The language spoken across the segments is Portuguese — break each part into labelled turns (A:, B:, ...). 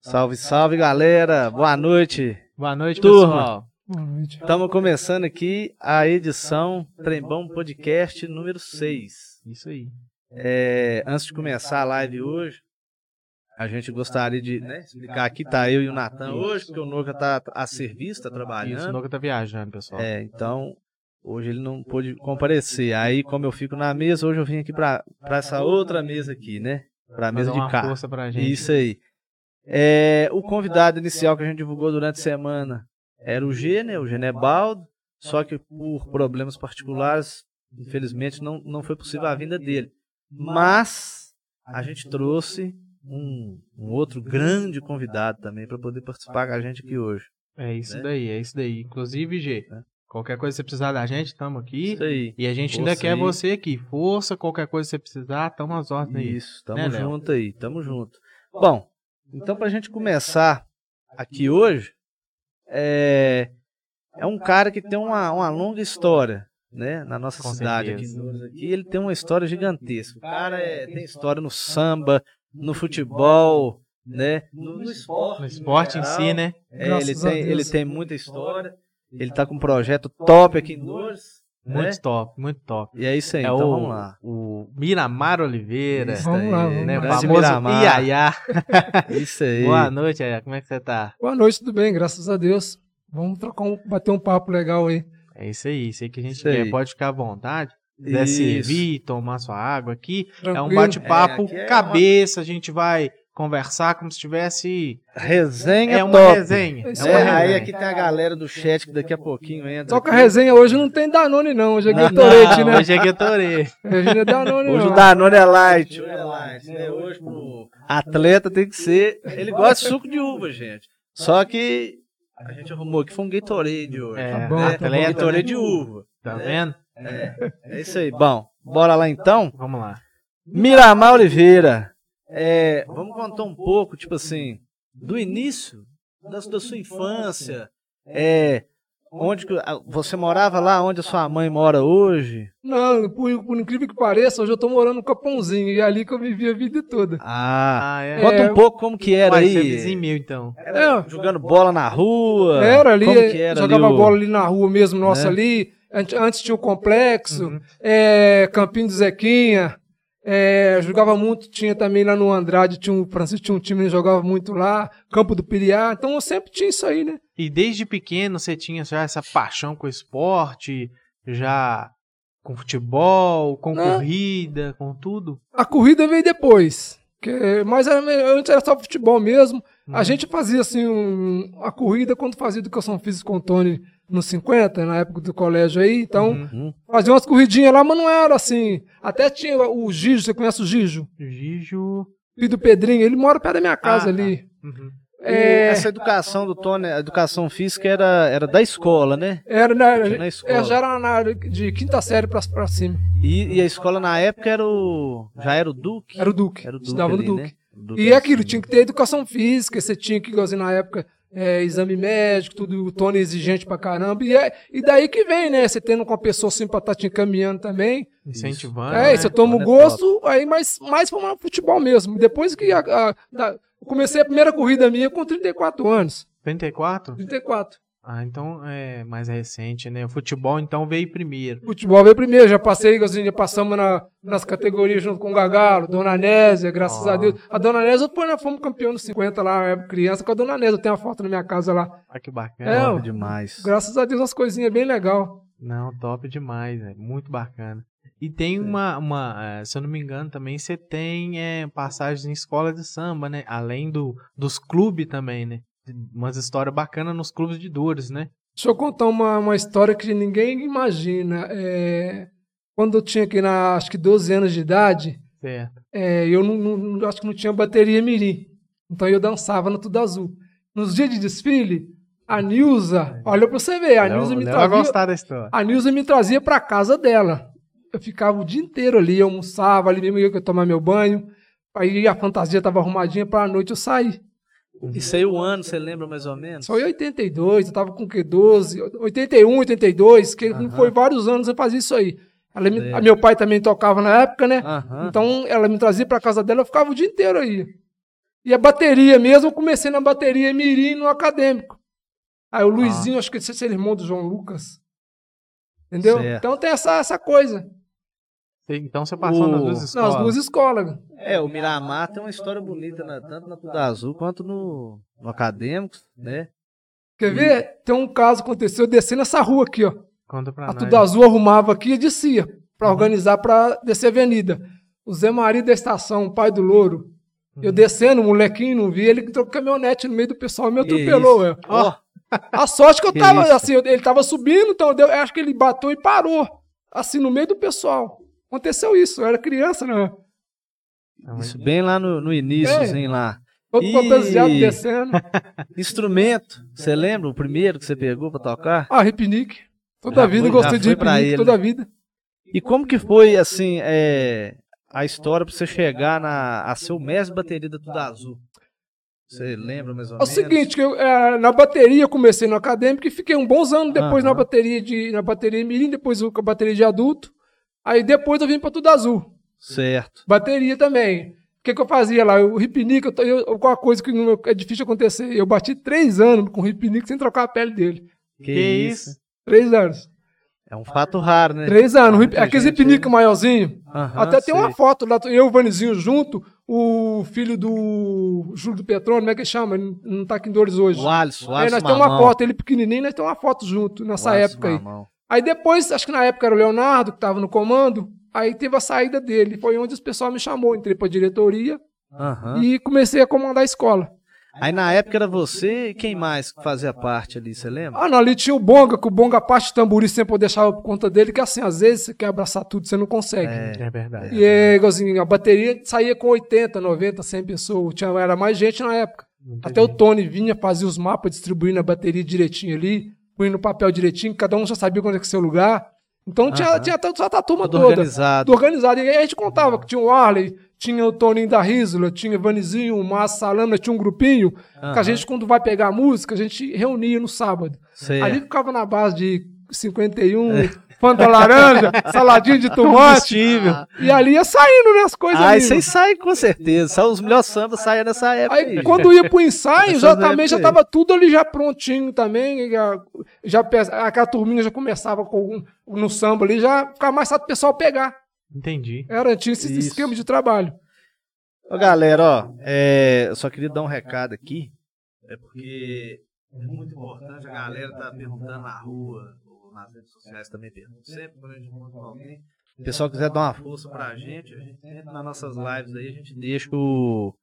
A: Salve, salve, galera. Boa noite.
B: Boa noite,
A: Turma.
B: pessoal.
C: Boa noite.
A: Estamos começando aqui a edição Trembão Podcast número 6.
B: Isso aí.
A: É, antes de começar a live hoje, a gente gostaria de né, explicar aqui, tá eu e o Natan hoje, porque o Noca tá a serviço, tá
B: Isso, o
A: trabalhando.
B: Noca tá viajando, pessoal.
A: É, então hoje ele não pôde comparecer. Aí, como eu fico na mesa, hoje eu vim aqui pra, pra essa outra mesa aqui, né? Pra
B: Pra
A: mesa
B: dar
A: de
B: Tá uma
A: cá.
B: força pra gente.
A: Isso aí. É, o convidado inicial que a gente divulgou durante a semana era o G, né? O Genebaldo. Só que por problemas particulares, infelizmente, não, não foi possível a vinda dele. Mas a gente trouxe um, um outro grande convidado também para poder participar com a gente aqui hoje.
B: É isso
A: né?
B: daí, é isso daí. Inclusive, G,
A: É.
B: qualquer coisa que você precisar da gente, tamo aqui.
A: Isso aí.
B: E a gente ainda
A: Força
B: quer
A: aí.
B: você aqui. Força, qualquer coisa que você precisar, tamo às ordens aí.
A: Isso, tamo
B: Né, Léo?
A: junto aí, tamo junto. Bom, então pra gente começar aqui hoje, é, é um cara que tem uma, uma longa história, né, na nossa
B: Com
A: cidade aqui,
B: certeza.
A: em Minas, aqui. Ele tem uma história gigantesca. O cara é- tem história no samba, no futebol, né, no, no esporte.
B: No esporte em si,
A: geral.
B: né?
A: É, ele,
C: Graças a
A: tem, ele
C: Deus.
A: tem muita história. Ele tá com um projeto top aqui em Lourdes, né?
B: Muito top, muito top.
A: E é isso aí,
B: É
A: então
B: o,
A: vamos lá.
B: o Miramar Oliveira,
A: Isso
C: Vamos lá,
A: aí,
C: vamos
B: né?
C: lá.
B: O
A: grande
B: famoso
A: Miramar.
B: Iaiá.
A: Isso aí.
B: Boa noite, Iaiá. Como é que você tá?
C: Boa noite, tudo bem? Graças a Deus. Vamos trocar um, bater um papo legal aí.
B: É isso aí, isso aí que a gente
A: Isso
B: quer.
A: aí.
B: Pode ficar à vontade. Quiser servir, tomar sua água aqui. É um
C: Tranquilo.
B: bate-papo
A: É, aqui é
B: cabeça, a gente vai conversar como se tivesse.
A: Resenha
B: É uma
A: top.
B: resenha.
C: Isso
A: É,
B: É uma resenha.
A: aí aqui tem a galera do chat que daqui a pouquinho entra.
C: Só que a
A: aqui.
C: resenha hoje não tem Danone, não. Hoje é
B: Não,
C: Gatorade, né?
B: Hoje é Gatorade.
C: Hoje não é Danone,
A: Hoje o
C: não.
A: Danone é light. Hoje é light, né? Hoje pro atleta tem que ser... Ele gosta de suco de uva, gente. Só que a gente arrumou aqui, foi um Gatorade hoje.
B: É,
C: bom,
A: né?
C: tá
B: bom.
A: Gatorade de uva.
B: Tá vendo?
A: É isso aí. Bom, bora lá então.
B: Vamos lá.
A: Miramar Oliveira, é, vamos contar um pouco, tipo assim, do início da, da sua infância, é, onde que- a- você morava lá, onde a sua mãe mora hoje?
C: Não, por, por incrível que pareça, hoje eu tô morando no Capãozinho e é ali que eu vivi a vida toda.
A: Ah,
B: Ah, é.
A: conta um
C: É,
A: pouco como que era
B: Vai ser
A: aí,
B: vizinho meu, então.
A: Era jogando bola na rua,
C: Era ali,
A: como que era
C: jogava
A: ali o-
C: bola ali na rua mesmo, nossa,
A: Né?
C: ali. Ante- Antes tinha o complexo,
B: Uhum.
C: é, Campinho do Zequinha. é, jogava muito, tinha também lá no Andrade, tinha um, Francisco tinha um time que jogava muito lá, Campo do Piriá, então eu sempre tinha isso aí, né?
B: E desde pequeno você tinha já essa paixão com o esporte, já com futebol, com
C: Não.
B: corrida, com tudo.
C: A corrida veio depois, que, mas era, me- antes era só futebol mesmo. A
B: Uhum.
C: gente fazia assim, um- a corrida quando fazia educação física com o Tony nos 50, na época do colégio aí, então
B: Uhum.
A: Uhum.
C: fazia umas corridinhas lá, mas não era assim. Até tinha o Gijo, você conhece o Gijo?
B: Gijo.
C: Filho do Pedrinho, ele mora perto da minha casa
B: Ah,
A: tá.
C: ali.
B: Uhum.
C: É,
A: Essa educação do Tony, a educação física era, era da escola, né?
C: Era na,
A: Tinha na escola.
C: é, já era na área de quinta série pra, pra cima.
A: E, e a escola na época era o, já era o Duque?
C: Era o Duque.
A: Era o Duque,
C: Estudava
A: ali,
C: no Duque.
A: né? O Duque
C: E
A: era
C: é aquilo,
A: assim.
C: tinha que ter educação física, você tinha que, igualzinho na época, é, exame médico, tudo, o Tony exigente pra caramba. E, é- e daí que vem, né? Você tendo uma pessoa assim pra estar te encaminhando também.
B: Incentivando.
C: é,
B: né?
C: e você toma o
A: Olha,
C: gosto, aí mais, mais pra um futebol mesmo. Depois que a, a- da- eu comecei a primeira corrida minha com 34 anos.
B: 34?
C: 34.
B: Ah, então é mais recente, né? O futebol então veio primeiro.
C: Futebol veio primeiro, já passei, igualzinho, já passamos na- nas categorias junto com o Gagalo, Dona Nésia, graças
B: Ah.
C: a Deus. A Dona Nésia, depois nós fomos campeão nos 50 lá, eu era criança, com a Dona Nésia, eu tenho uma foto na minha casa lá.
B: Ah, que
C: É,
B: bacana.
C: ó.
A: Top demais.
C: Graças a Deus, umas coisinhas bem legal.
B: Não, top demais, é muito bacana. E tem uma, uma, eh, se eu não me engano, também você tem eh, passagens em escola de samba, né? Além do, dos clubes também, né? Umas histórias bacanas nos clubes de dores, né?
C: Deixa eu contar uma, uma história que ninguém imagina. É, quando eu tinha aqui, na, acho que 12 anos de idade,
B: Certo.
C: é, eu não, não- não- acho que não tinha bateria mirim. Então eu dançava no Tudo Azul. Nos dias de desfile, a Nilza, olha pra você ver, a
B: Léo-
C: Nilza me
B: Léo vai
C: trazia,
B: gostar da história.
C: A Nilza me trazia pra casa dela. Eu ficava o dia inteiro ali, eu almoçava ali mesmo, ia que eu tomar meu banho. Aí a fantasia tava arrumadinha pra noite eu sair.
A: Isso aí o um ano, você lembra mais ou menos?
C: Só em 82, eu tava com o quê? 12, 81, 82, que
A: Aham.
C: foi vários anos eu fazia isso aí. Ela me-
A: Lembro.
C: meu pai também tocava na época, né?
A: Aham.
C: Então ela me trazia pra casa dela, eu ficava o dia inteiro aí. E a bateria mesmo, eu comecei na bateria Mirim no acadêmico. Aí o
A: Ah.
C: Luizinho, acho que não sei se ele é irmão do João Lucas. Entendeu?
A: Certo.
C: Então tem essa, essa coisa.
B: Então você passou nas
A: O-
B: duas
C: Não,
B: escolas.
C: as duas escolas.
A: É, o Miramar tem uma história bonita, né? tanto na Tudo Azul quanto no, no Acadêmicos, né?
C: Quer ver? Tem um caso que aconteceu, eu desci nessa rua aqui, ó.
B: Conta
A: Ah,
B: pra
C: A
A: Tá
B: nós.
A: é.
C: Tudo Azul arrumava aqui e descia pra
A: Uhum.
C: organizar pra descer a avenida. O Zé Maria da Estação, o pai do louro.
A: Uhum.
C: Eu descendo, o molequinho não vi, ele entrou com caminhonete no meio do pessoal e me
A: Que
C: atropelou.
A: isso.
C: eu.
A: Ó,
C: A sorte que eu
A: Que
C: tava,
A: isso.
C: assim, eu- ele tava subindo, então eu acho que ele bateu e parou. Assim, no meio do pessoal. Aconteceu isso, eu era criança, né?
B: Não, mas-
A: isso bem lá no, no iníciozinho lá.
C: Todo
A: Ih.
C: fantasiado descendo.
A: Instrumento, você lembra o primeiro que você pegou pra tocar?
C: Ah, hipnique. Toda
A: Já foi-
C: vida eu gostei
A: já
C: de
A: foi pra
C: hipnique,
A: ele,
C: toda
A: né?
C: vida.
A: E como que foi, assim, é, a história pra você chegar na, a ser o mestre bateria da Tudo Azul? Você lembra mais ou
C: É
A: menos?
C: o seguinte, que eu, eh, na bateria eu comecei no acadêmico e fiquei um bons anos depois na
A: Aham.
C: bateria de na bateria mirim, depois eu com a bateria de adulto. Aí depois eu vim pra Tudo Azul.
A: Certo.
C: Bateria também. O que, que eu fazia lá? Eu ripnique, eu, to- eu, alguma coisa que não- é difícil acontecer. Eu bati três anos com o ripnique sem trocar a pele dele.
A: Que,
B: Que
A: isso?
B: isso?
C: Três anos.
A: É um fato raro, né?
C: Três anos. Rip,
B: muita
C: aquele
B: gente,
C: ripnique maiorzinho.
A: Aham,
C: Até tem
A: né? Ah, sei.
C: uma foto lá, eu e o Vanizinho junto, o filho do Júlio do Petrônio, como é que chama? Ele não não tá aqui em Dores hoje.
A: O Alisson, o
C: Aí
A: Alisson
C: nós temos uma foto, ele pequenininho, nós temos uma foto junto nessa época aí. Aí depois, acho que na época era o Leonardo que estava no comando, aí teve a saída dele, foi onde o pessoal me chamou, entrei para diretoria
A: Aham.
C: e comecei a comandar a escola.
A: Aí na época era você e quem mais que fazia parte ali, você lembra?
C: Ah, não, ali tinha o Bonga, que o Bonga a parte de tamburi sempre eu deixava por conta dele, que assim, às vezes você quer abraçar tudo, você não consegue.
B: É verdade.
C: E é igualzinho, a bateria saía com 80, 90, 100 pessoas, tinha, era mais gente na época.
B: Muita
C: Até o
B: gente.
C: Tony vinha, fazia os mapas, distribuindo a bateria direitinho ali, põe no papel direitinho, cada um já sabia quando é que seu lugar. Então tinha,
A: Aham.
C: tinha até só a turma
A: Tudo
C: toda. Tudo
A: organizado. Uhum.
C: organizado. E aí a gente contava que tinha o Arley, tinha o Toninho da Risla, tinha o Vanizinho, o Márcio Salana, tinha um grupinho. Que a
A: Aham.
C: gente, quando vai pegar a música, a gente reunia no sábado.
A: Certo.
C: Ali ficava na base de 51, Fanta Laranja, saladinho de tomate.
B: Combustível.
C: E ali ia saindo, né? As coisas
A: Ah,
C: ali.
A: isso aí sai com certeza. São os melhores sambas saíram nessa época.
C: Aí
A: Aí,
C: quando ia pro ensaio, já
A: Essas
C: também
A: épocas
C: já
A: aí. é
C: tava tudo ali já prontinho também. Já, já pe- aquela turminha já começava com, no samba ali, já ficava mais fácil o pessoal pegar.
B: Entendi.
C: Era, tinha esse
A: Isso.
C: esquema de trabalho.
A: Ô, galera, ó, é, eu só queria dar um recado aqui. É porque é muito importante. A galera tá perguntando na rua, ou nas redes sociais também perguntam. Sempre quando a gente encontra alguém. Se o pessoal quiser dar uma força pra gente, a gente entra nas nossas lives aí, a gente deixa o, o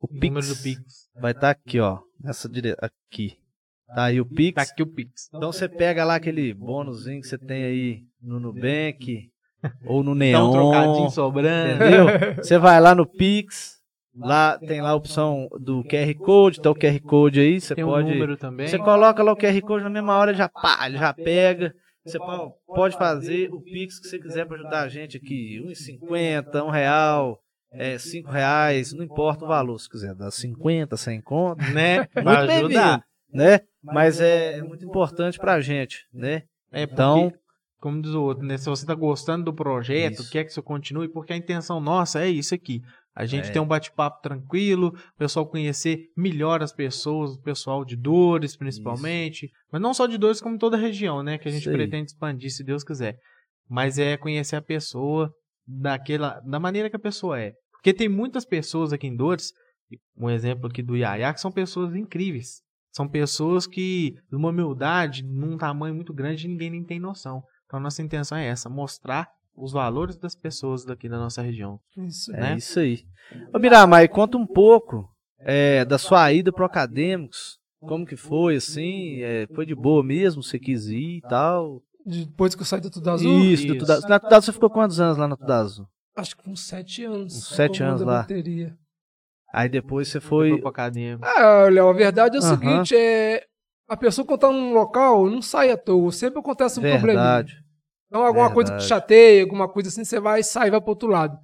B: O
A: Pix.
B: número do Pix.
A: Vai estar aqui, ó. Nessa dire... Aqui. Tá aí o Pix.
B: Tá aqui o Pix.
A: Então você pega lá aquele bônusinho que você tem aí no Nubank ou no
B: Dá um trocadinho
A: Neon.
B: sobrando.
A: Entendeu? Você vai lá no Pix. Lá tem lá a opção do QR Code, tá o QR Code aí, você
B: Tem um
A: pode.
B: número também.
A: Você coloca lá o QR Code na mesma hora, ele já pá, ele já pega. Você po- pode fazer o Pix que você quiser para ajudar a gente aqui. R$1,50, um real, é, cinco reais, não importa o valor. Se quiser dar 50, 100 conto,
B: Né? Pra
A: muito bem-vindo,
B: ajudar.
A: né? Mas é, é muito importante pra gente, né?
B: É, porque,
A: Então-
B: como diz o outro, né? Se você tá gostando do projeto,
A: Isso.
B: quer que isso continue, porque a intenção nossa é isso aqui. A gente
A: É.
B: tem um bate-papo tranquilo, o pessoal conhecer melhor as pessoas, o pessoal de Dores, principalmente. Mas não só de Dores, como toda a região, né? Que a gente
A: Isso aí.
B: pretende expandir, se Deus quiser. Mas é conhecer a pessoa daquela, da maneira que a pessoa é. Porque tem muitas pessoas aqui em Dores, um exemplo aqui do Yaya, que são pessoas incríveis. São pessoas que, numa humildade, num tamanho muito grande, ninguém nem tem noção. Então, a nossa intenção é essa, mostrar os valores das pessoas daqui da nossa região.
C: Isso.
A: É
B: Né?
A: isso aí. Ô, Miramar, e conta um pouco é, da sua ida pro Acadêmicos. Como que foi, assim? É, foi de boa mesmo? Você quis ir e tal?
C: Depois que eu saí do Tudo Azul,
A: isso,
B: Isso.
A: Do Tudazo. Na Tudazo você ficou quantos anos lá na Tudazo?
C: acho que com sete anos.
A: Uns sete
C: tomando
A: anos
C: a
A: lá.
C: Bateria.
A: Aí depois você
B: Foi
A: foi...
B: pro acadêmico.
C: Ah, Léo, a verdade é o
A: Aham.
C: seguinte, é... A pessoa quando tá num local, não sai à toa. Sempre acontece um probleminha.
A: Verdade.
C: Então, alguma coisa que
A: Verdade.
C: te chateia, alguma coisa assim, você vai e sai, vai pro outro lado.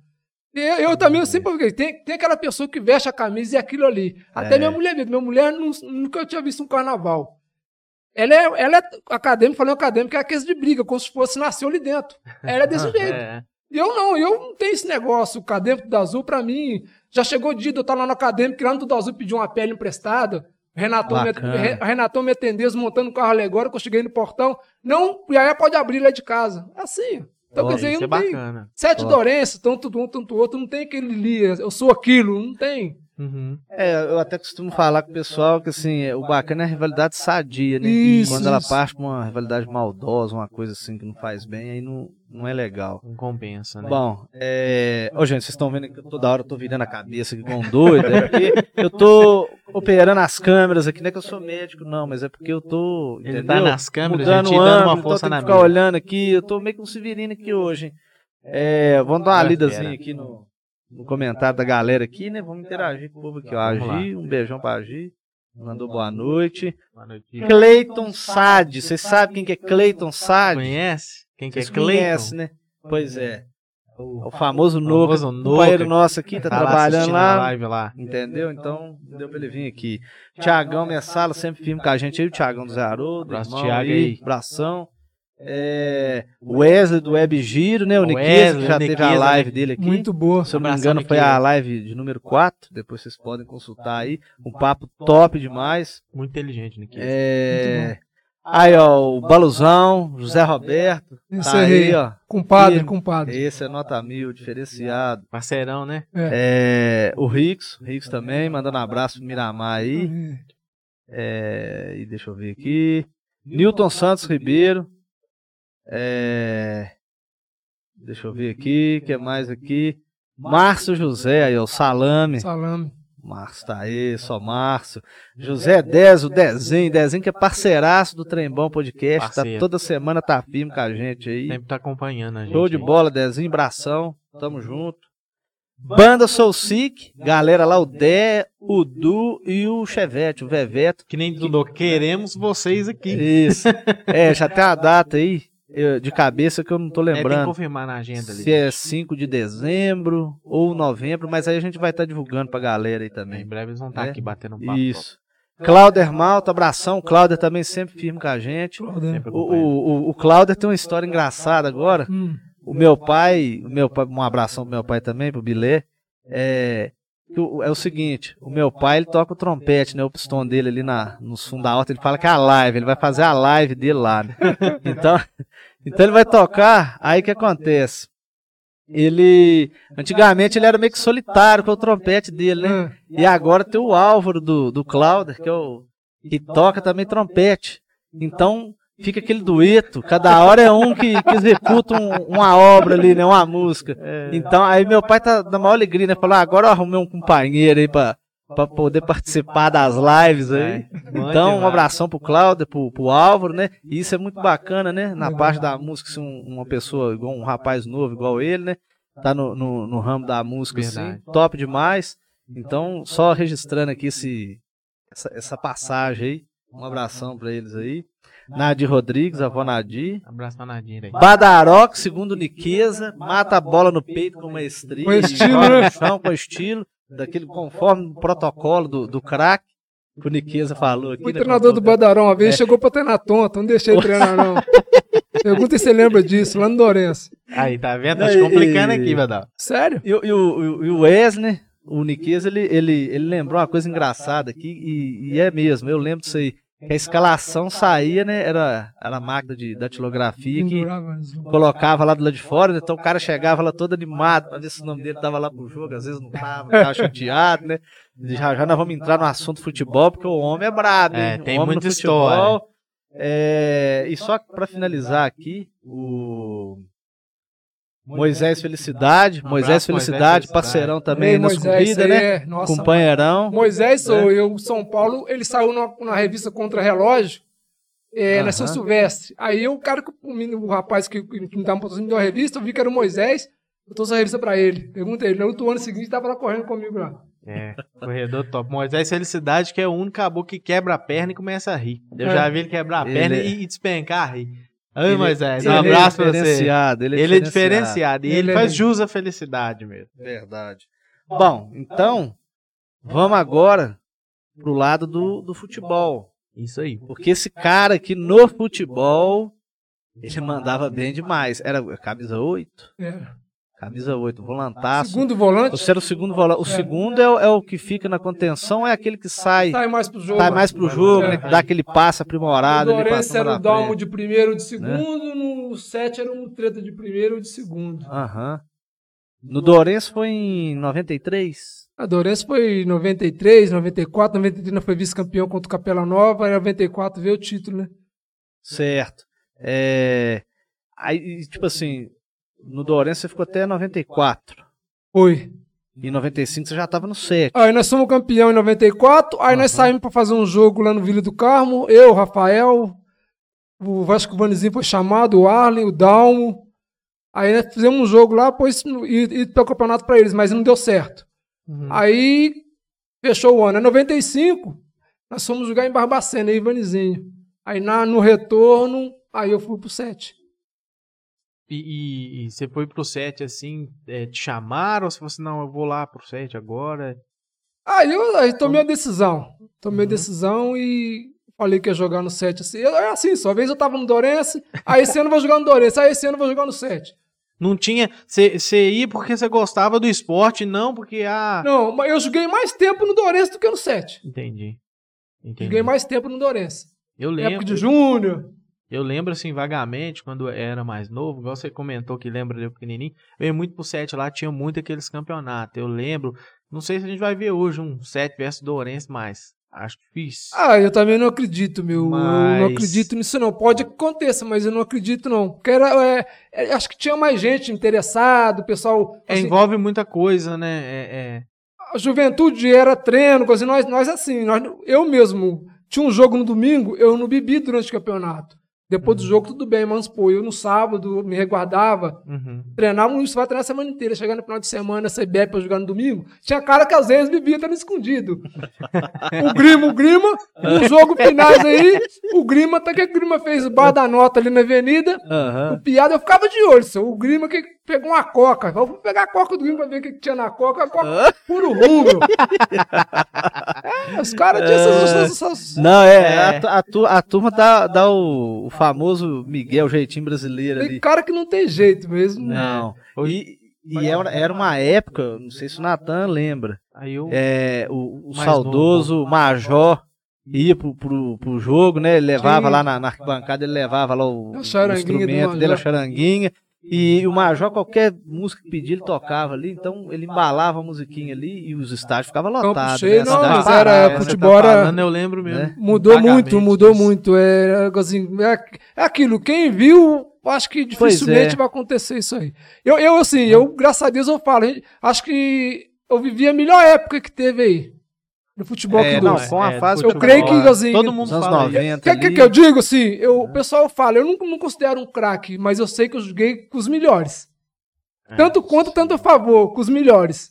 C: E eu, eu
A: Uhum.
C: também eu sempre fiquei, tem, tem aquela pessoa que veste a camisa e aquilo ali. Até
A: É.
C: minha mulher mesmo. Minha mulher nu- nunca tinha visto um carnaval. Ela é, ela é acadêmica, falando acadêmica, é aquele de briga, como se fosse nasceu ali
A: Ah,
C: dentro. Ela é desse jeito.
B: É,
C: E eu não, eu não tenho esse negócio. O Cadê do Azul, pra mim, Já chegou o dia de eu estar lá no acadêmico, lá no Tudo Azul pedir uma pele emprestada. Renatão me,
A: Bacana.
C: Re- Renatão me atendeu, montando um carro alegórico, eu cheguei no portão. Não, e aí pode abrir lá de casa. É Assim. Então,
B: Ó,
C: quer dizer,
B: isso
C: eu
B: é
C: não tenho.
B: bacana.
C: Sete
A: Ó.
C: Dorenço, tanto de um, tanto outro, não tem aquele ali, eu sou aquilo, não tem.
B: Uhum.
A: É, eu até costumo falar com o pessoal que assim, é, o bacana é a rivalidade sadia, né?
C: Isso,
A: Quando ela
C: isso.
A: parte pra uma rivalidade maldosa, uma coisa assim que não faz bem, aí não, não é legal.
B: Não compensa, né?
A: Bom, é... Ô, gente, vocês estão vendo que eu toda hora eu tô virando a cabeça aqui com doido. É porque eu tô operando as câmeras aqui, não é que eu sou médico, não, mas é porque eu tô.
B: Ele
A: entendeu?
B: tá nas câmeras,
A: mudando
B: gente, e
A: o
B: dando
A: ângulo,
B: uma força
A: então tem
B: na
A: que ficar
B: mesa.
A: olhando aqui. Eu tô meio que um Severino aqui hoje, hein? É, vamos dar uma
B: Vai,
A: lidazinha
B: fera.
A: aqui no, no comentário da galera aqui, né? Vamos interagir com o povo aqui. Ó,
B: Vamos
A: Agi, um beijão pra Agi. Mandou boa noite.
B: Boa noite.
A: Cleiton Sade. Vocês sabem quem que é Cleiton Sade?
B: Conhece? Quem que é
A: Vocês
B: Cleiton?
A: conhecem, né? Pois é. O famoso Noca.
B: famoso
A: O
B: Noca,
A: companheiro nosso aqui tá
B: Tá lá
A: trabalhando
B: assistindo a
A: lá.
B: live lá.
A: Entendeu? Então, deu pra ele vir aqui. Tiagão Messala, sempre firme com a gente aí. O Tiagão do Zé Haroldo,
B: Abraço,
A: irmão
B: Thiago
A: aí,
B: aí.
A: abração. É, Wesley do Web Giro, né? O
B: O
A: Niqueza,
B: Wesley,
A: que já
B: o
A: teve a
B: Niqueza,
A: live dele aqui.
C: Muito boa.
A: Se eu não me
B: Abração,
A: engano, foi
B: Niqueza.
A: a live de número 4. Depois vocês podem consultar aí. Um papo top demais.
B: Muito inteligente, Niqueza.
A: É, aí, ó, o Baluzão, José Roberto.
C: Isso
A: Tá aí,
C: aí,
A: ó.
C: compadre,
A: Firme.
C: compadre.
A: Esse é nota mil, diferenciado.
B: Parceirão, né?
A: É, o Rix, o Rix também, mandando um abraço pro Miramar aí. É, e deixa eu ver aqui. Newton Santos Ribeiro. É, deixa eu ver aqui. O que mais aqui? Márcio José, aí, ó, o Salame.
C: Salame.
A: Márcio tá aí, só Márcio. José Dez, o Dezinho. Dezinho que é parceiraço do Trembão Podcast. Tá,
B: Parceiro.
A: toda semana tá firme com a gente aí.
B: Sempre tá acompanhando a gente.
A: Show de
B: aí.
A: bola, Dezinho, bração. Tamo junto. Banda Soul Sick, galera lá, o Dé, o Du e o Chevette, o Veveto.
B: Que nem Dudu, queremos vocês aqui.
A: Isso. É, já tem a data aí eu- de cabeça que eu não tô
B: É, tem que
A: lembrando.
B: confirmar na agenda ali.
A: Se é 5 de dezembro ou novembro, mas aí a gente vai estar divulgando pra galera aí
B: Em
A: também.
B: breve eles vão estar
A: É.
B: aqui batendo um papo.
A: Isso. Clauder Malta, abração. Clauder também sempre firme com a gente.
C: Claudinho.
B: Sempre
A: O,
B: acompanhando.
A: o, o- o Clauder tem uma história engraçada agora.
C: Hum.
A: O meu pai, o meu pai, um abração pro meu pai também, pro Bilê. É, que o- é o seguinte, o meu pai ele toca o trompete, né? O pistão dele ali na, nos fundos da horta, ele fala que é a live, ele vai fazer a live dele lá. né? Então, então ele vai tocar, aí o que acontece? Ele. Antigamente ele era meio que solitário com o trompete dele, né?
C: Ah,
A: E agora tem o Álvaro do, do Clauder, que é o. que toca também trompete. Então fica aquele dueto, cada hora é um que, que executa um- uma obra ali, né? Uma música.
B: É.
A: Então aí meu pai tá na maior alegria, né? Falou, ah, agora eu arrumei um companheiro aí pra, pra poder participar das lives aí. Então, um abração pro Cláudio, pro, pro Álvaro, né? E isso é muito bacana, né? Na parte da música, se um- uma pessoa, igual um rapaz novo, igual ele, né? Tá no, no, no ramo da música, assim,
B: Verdade.
A: top demais. Então, só registrando aqui esse, essa, essa passagem aí. Um abração pra eles aí. Nadir Rodrigues, avó Nadir.
B: Abraço pra Nadine aí.
A: Badaró, que segundo Niqueza, mata a bola no peito com maestria.
C: Com estilo,
A: joga
C: né?
A: no chão, com estilo, daquele conforme o protocolo do, do craque, que o Niqueza falou aqui.
C: Fui
A: né,
C: treinador do
A: quando-
C: Badarão uma vez, chegou pra treinar tonto, não deixei ele treinar não. Pergunta se você lembra disso, lá no Dorenço.
B: Aí, tá vendo? Tá te complicando aqui, Badal.
C: Sério?
A: E, o- e o, e o- e o Wesley, o Niqueza, ele, ele, ele lembrou uma coisa engraçada aqui, e, e é mesmo, eu lembro disso aí. Que a escalação saía, né? Era, era a máquina de datilografia que
C: Pendurava as-
A: colocava lá do lado de fora, né, então o cara chegava lá todo animado pra ver se o nome dele tava lá pro jogo, às vezes não tava, tava chateado, né? Já, já nós vamos entrar no assunto futebol, porque o homem é brabo, hein?
B: É,
A: O
B: tem
A: homem no
B: muita
A: futebol,
B: história.
A: é, e só pra finalizar aqui, o Moisés Felicidade, Moisés
B: Um Moisés
A: Felicidade,
B: Felicidade.
A: parceirão também
C: Ei,
A: nas
C: Moisés,
A: corridas,
C: aí
A: né?
C: é- nossa,
A: Companheirão.
C: Moisés sou
A: né?
C: eu, o São Paulo, ele saiu na, na revista Contra Relógio, é, na
A: Aham.
C: São Silvestre. Aí eu, o cara, que- o, menino- o rapaz que, que me dava patrocínio de uma revista, eu vi que era o Moisés, eu trouxe a revista pra ele. Perguntei ele, no outro ano seguinte tava lá correndo comigo lá.
B: É, corredor top. Moisés Felicidade, que é o único caboclo que quebra a perna e começa a rir. Eu
C: É.
B: já vi ele quebrar a
A: Ele
B: perna
A: é-
B: e, e despencar a rir. Ai,
A: Ele-
B: Moisés,
A: ele
B: um
A: é
B: abraço pra você.
A: diferenciado, Ele
B: Ele é diferenciado e
C: Ele
B: ele
C: é
B: faz
C: diferenciado.
B: jus à felicidade mesmo.
A: Verdade. Bom, É. então, vamos agora pro lado do, do futebol.
B: Isso aí.
A: Porque esse cara aqui no futebol, ele mandava bem demais. Era camisa 8,
C: Era.
A: Camisa 8, volantaço.
C: É, Segundo volante,
A: Ah, Você era o segundo volante. O segundo é, o- é o que fica na contenção, é aquele que sai,
C: sai mais pro jogo.
A: sai mais pro jogo, né, que dá aquele passe aprimorado.
C: o
A: ali pra
C: Lourenço
A: cima
C: era o
A: da frente. né?
C: Dalmo de primeiro ou de segundo, no 7 era um treta de primeiro ou de segundo.
A: Aham. No Dourenço foi em 93?
C: A Dourenço Ah, foi em 93, 94, 93 nós foi vice-campeão contra o Capela Nova, em 94 veio o título, né?
A: Certo. É... Aí, tipo assim, no Dourenço você ficou até 94.
C: Foi.
A: Em 95 você já tava no 7.
C: Aí nós somos campeão em 94, aí nós
A: Aham.
C: saímos pra fazer um jogo lá no Vila do Carmo, eu, o Rafael, o Vasco Vanizinho foi chamado, o Arlen, o Dalmo. Aí nós fizemos um jogo lá, pois e, e pelo campeonato pra eles, mas não deu certo.
B: Uhum.
C: Aí fechou o ano. é Em 95, nós fomos jogar em Barbacena, eu e Vanizinho. Aí na, no retorno, aí eu fui pro 7.
B: E, e- e você foi pro set assim, é, te chamaram? Ou você falou assim, não, eu vou lá pro set agora?
C: Aí eu aí tomei a decisão. Tomei
B: Uhum.
C: a decisão e falei que ia jogar no 7. Assim, eu, é assim, só vez eu tava no Dorense, aí esse ano eu vou jogar no Dorense, aí esse ano eu vou jogar no 7.
B: Não tinha. Você você ia porque você gostava do esporte, não porque. Ah,
C: Não, mas eu joguei mais tempo no Dorense do que no 7.
B: Entendi. Entendi.
C: Joguei mais tempo no Dorense.
B: Eu
C: Época
B: lembro.
C: de Júnior.
B: Eu lembro, assim, vagamente, quando eu era mais novo, igual você comentou que lembra de eu pequenininho, eu ia muito pro set lá, tinha muito aqueles campeonatos. Eu lembro, não sei se a gente vai ver hoje um set versus Dourense mais. Acho difícil.
C: Ah, eu também não acredito, meu. Eu
B: Mas-
C: não acredito nisso, não. Pode que aconteça, mas eu não acredito, não. Porque era, é, é, acho que tinha mais gente interessada, o pessoal.
B: É,
C: assim,
B: envolve muita coisa, né? É, é.
C: a juventude era treino, coisa, e nós, nós assim, nós, eu mesmo tinha um jogo no domingo, eu não bebi durante o campeonato. Depois do jogo, tudo bem, mas pô, eu no sábado me reguardava,
B: Uhum.
C: treinava, você vai treinar a semana inteira, chegar no final de semana, você bebe pra jogar no domingo. Tinha cara que às vezes bebia, tava escondido. o Grima, o Grima, no jogo finais aí, o Grima, até que o Grima fez o bar da nota ali na avenida, o
A: Aham.
C: piada, eu ficava de olho, senhor. O Grima que pegou uma coca. Eu vou pegar a coca do Grima pra ver o que, que tinha na coca. A coca puro rubro. é, os caras tinham essas, essas- essas-
A: Não, é.
B: É.
A: A, tu- a tu- a turma dá, dá o, o famoso Miguel jeitinho brasileiro
C: Tem
A: ali.
C: cara que não tem jeito mesmo.
A: Não.
B: Hoje-
A: E, e era, era uma época, não sei se o Natan lembra.
B: Aí
C: Tipo,
B: eu.
A: É, o, o
B: Mais
A: saudoso
C: né?
A: Major ia pro, pro, pro jogo, né? Ele levava
C: Sim.
A: lá na, na arquibancada, ele levava lá o,
C: A
A: o
C: charanguinha do
A: instrumento
C: Major.
A: dele, a charanguinha. E o Major, qualquer música que pedia, ele tocava ali, então ele embalava a musiquinha ali e os estádios ficavam
C: Campo
A: lotados.
C: cheio,
A: né? A
C: não,
A: cidade
C: mas era
A: parava,
B: você
A: né?
C: futebol,
B: tá
C: era-
B: falando, eu lembro mesmo.
A: Né?
C: Mudou
B: Vagamente,
C: muito, mudou
B: mas-
C: muito. É, assim, é, é aquilo. Quem viu, acho que
A: Pois
C: dificilmente
A: é.
C: vai acontecer isso aí. Eu, eu assim, eu, graças a Deus, eu falo. gente, Acho que eu vivi a melhor época que teve aí. No futebol
A: É,
C: que
A: não,
C: doce.
A: foi uma fase
C: Eu
B: futebol,
C: creio que,
B: é.
C: assim,
B: Todo mundo
A: Nos anos
B: fala isso.
A: 90.
C: O que, que,
A: ali.
C: que eu digo, assim,
A: É.
C: eu, o pessoal fala, eu não, não considero um craque, mas eu sei que eu joguei com os melhores.
B: É.
C: Tanto quanto, tanto a favor, com os melhores.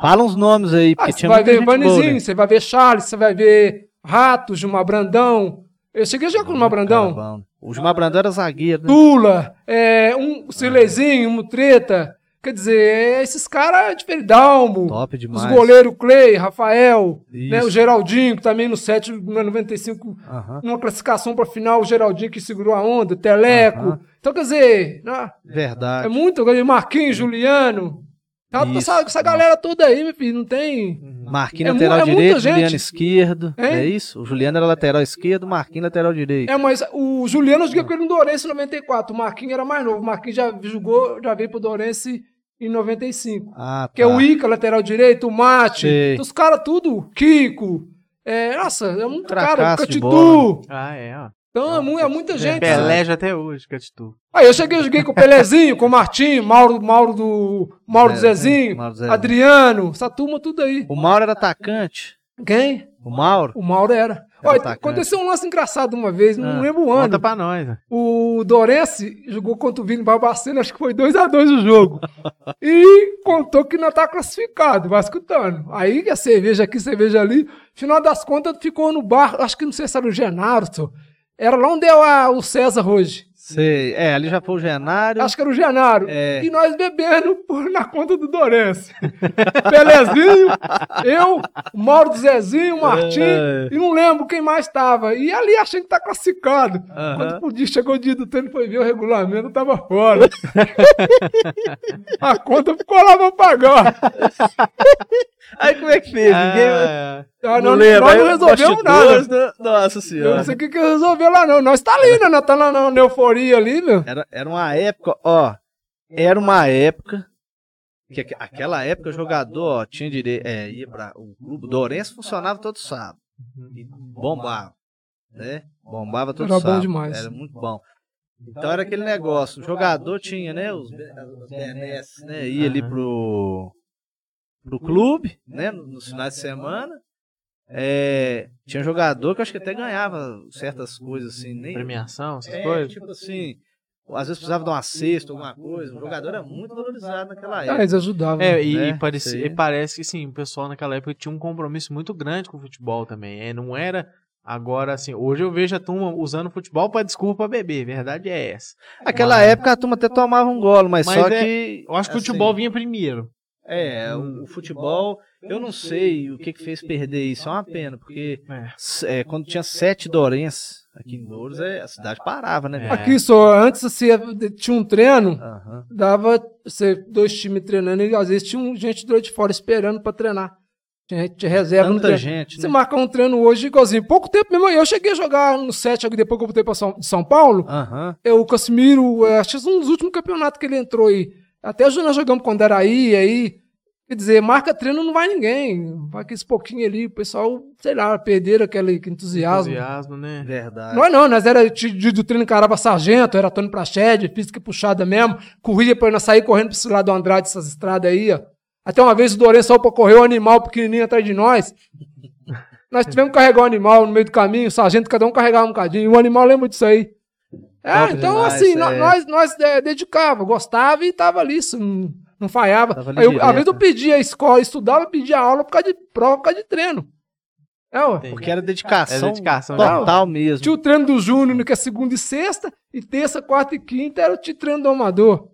A: Fala uns nomes aí,
C: Ah,
A: porque
C: você
A: tinha
C: vai
A: muita
C: ver
A: gente boa,
C: Vanizinho,
A: né?
C: você vai ver Charles, você vai ver Rato, Gilmar Brandão. Eu cheguei já com o Gilmar
A: Cara,
C: Brandão.
A: bom. O Gilmar Brandão era zagueiro, né?
C: Tula, é, um Silezinho, um Treta. Quer dizer, é, esses caras de Peridalmo.
A: Top
C: Os
A: demais.
C: goleiros Clay, Rafael, né,
A: Isso.
C: o Geraldinho, que também no 7, no 95
A: Aham.
C: numa classificação pra final, o Geraldinho que segurou a onda, Teleco.
A: Aham.
C: Então, quer dizer, né, é
A: Verdade.
C: muito grande. Marquinhos, Juliano. Tá-
A: Isso.
C: Essa, essa galera toda aí, meu filho, não tem.
A: Marquinhos
C: É mu- é
A: lateral
C: muita
A: direito,
C: gente.
A: Juliano esquerdo.
C: Hein?
A: É isso? O Juliano era lateral esquerdo, Marquinhos lateral direito.
C: É, mas o Juliano jogou com ele no Dourense em 94. O Marquinhos era mais novo. O Marquinhos já jogou, já veio pro Dourense em 95.
A: Ah, tá.
C: Que é o Ica, lateral direito, o Mate.
A: Sei.
C: Então, os caras tudo, Kiko. É, nossa, é muito cara.
A: Cracaço de bola,
C: Catitu.
B: Ah, é, ó.
C: Então, é, mu- é muita gente.
A: Verdade.
B: Peleja até hoje, é Catitu.
C: Aí eu cheguei, eu joguei com o Pelezinho, com o Martim, Mauro, Mauro do. Mauro do
A: É,
C: Zezinho,
A: Mauro do Zezinho.
C: Adriano, essa turma tudo aí.
A: O Mauro era atacante.
C: Quem?
A: O Mauro?
C: O Mauro era.
A: Era
C: Olha,
A: atacante.
C: aconteceu um lance engraçado uma vez, não é
A: Ah,
C: lembro o
B: Conta
C: ano.
B: pra nós. né?
C: O Dorense jogou contra o Vini Barbacena, acho que foi 2x2 o jogo. e contou que não tá classificado, vai escutando. Aí a cerveja aqui, cerveja ali. Final das contas, ficou no bar, acho que não sei se era o Genaro, senhor. era lá onde é o- a- o César hoje.
A: Sei. É, ali já foi o Genário.
C: Acho que era o Genaro.
A: Então, É,
C: E nós bebendo por- na conta do Dorense. Pelezinho, eu, o Mauro do Zezinho, o Martim,
A: É.
C: e não lembro quem mais estava. E ali achando que tá classificado.
A: Aham.
C: Quando o dia chegou o dia do treino, foi ver o regulamento, eu tava fora. A conta ficou lá pra pagar.
A: Aí como é que fez? Ninguém...
B: Ah,
C: Ah, não,
A: lembra.
C: nós
A: Aí
C: não
A: os
C: resolvemos nada.
A: bastidores, né? Nossa
C: Eu não
A: senhora.
C: sei o que, que resolveu lá, não. Nós tá ali, né? Nós tá lá na, na euforia ali, meu.
A: Era, era uma época, ó. Era uma época. Que aque- aquela época o jogador ó, tinha direito. É, ia pra. O clube Dourenço funcionava todo sábado. E bombava. Né? Bombava todo
C: Uhum. Era bom
A: sábado.
C: demais.
A: Era muito bom. Então era aquele negócio. O jogador tinha, né? Os be- os benesses, né? Ia ali
B: Aham.
A: pro. pro clube, né? no- Nos finais de semana. É, tinha jogador que eu acho que até ganhava certas coisas assim, nem,
B: Premiação, essas
A: é,
B: coisas?
A: tipo assim, às vezes precisava de uma cesta, alguma coisa. O jogador era muito valorizado naquela
C: Ah,
A: época.
C: eles ajudavam.
B: É, e,
A: né?
B: e parecia-
A: Isso aí.
B: e parece que sim, o pessoal naquela época tinha um compromisso muito grande com o futebol também. É, não era agora assim. Hoje eu vejo a turma usando o futebol para desculpa pra beber. Verdade é essa.
A: Naquela
B: Mas-
A: época a turma até tomava um golo, mas,
B: Mas
A: só
B: é-
A: que.
B: Eu acho que o
A: assim,
B: futebol vinha primeiro.
A: É, o, o futebol. Eu não sei o que, que fez perder isso. É uma pena, porque
B: É.
A: s- é, quando tinha sete Dorenses aqui em Douros, é, a cidade parava, né, velho?
C: Aqui só, antes você tinha um treino,
A: Aham.
C: dava você, dois times treinando e às vezes tinha um- gente do lado de fora esperando pra treinar. Tinha gente de reserva no
A: Tanta
C: treino.
A: gente.
C: Você
A: Né?
C: marca um treino hoje igualzinho. Pouco tempo mesmo. Eu cheguei a jogar no 7 depois que eu voltei pra São, de São Paulo.
A: Aham.
C: Eu, o Casimiro, eh, acho que um dos últimos campeonatos que ele entrou aí. Até o nós jogamos quando era aí, aí. Quer dizer, marca treino não vai ninguém. Vai aqueles pouquinho ali, o pessoal, sei lá, perderam aquele entusiasmo.
B: Entusiasmo, né?
A: É Verdade.
C: Nós não, nós era de, de, do treino encarava sargento, era Tony Prachede, física puxada mesmo, corria pra nós sair correndo pra esse lado do Andrade, essas estradas aí, ó. Até uma vez o Dorenço saiu pra correr o animal pequenininho atrás de nós. Nós tivemos que carregar o animal no meio do caminho, o sargento, cada um carregava um bocadinho, e o animal lembra disso aí. É,
A: Top
C: então
A: demais,
C: assim, nó-
A: é.
C: nós, nós é, dedicava, gostava e tava ali, isso não, não falhava.
A: Tava né? ali
C: Aí, eu-
A: direto,
C: às vezes eu pedia a escola, estudava, pedia aula por causa de prova, por causa de treino. É, ué.
B: Tem.
A: Porque era dedicação,
B: Era É dedicação, né?
A: total mesmo.
C: Tinha o treino do Júnior, que é segunda e sexta, e terça, quarta e quinta era o ti- treino do amador.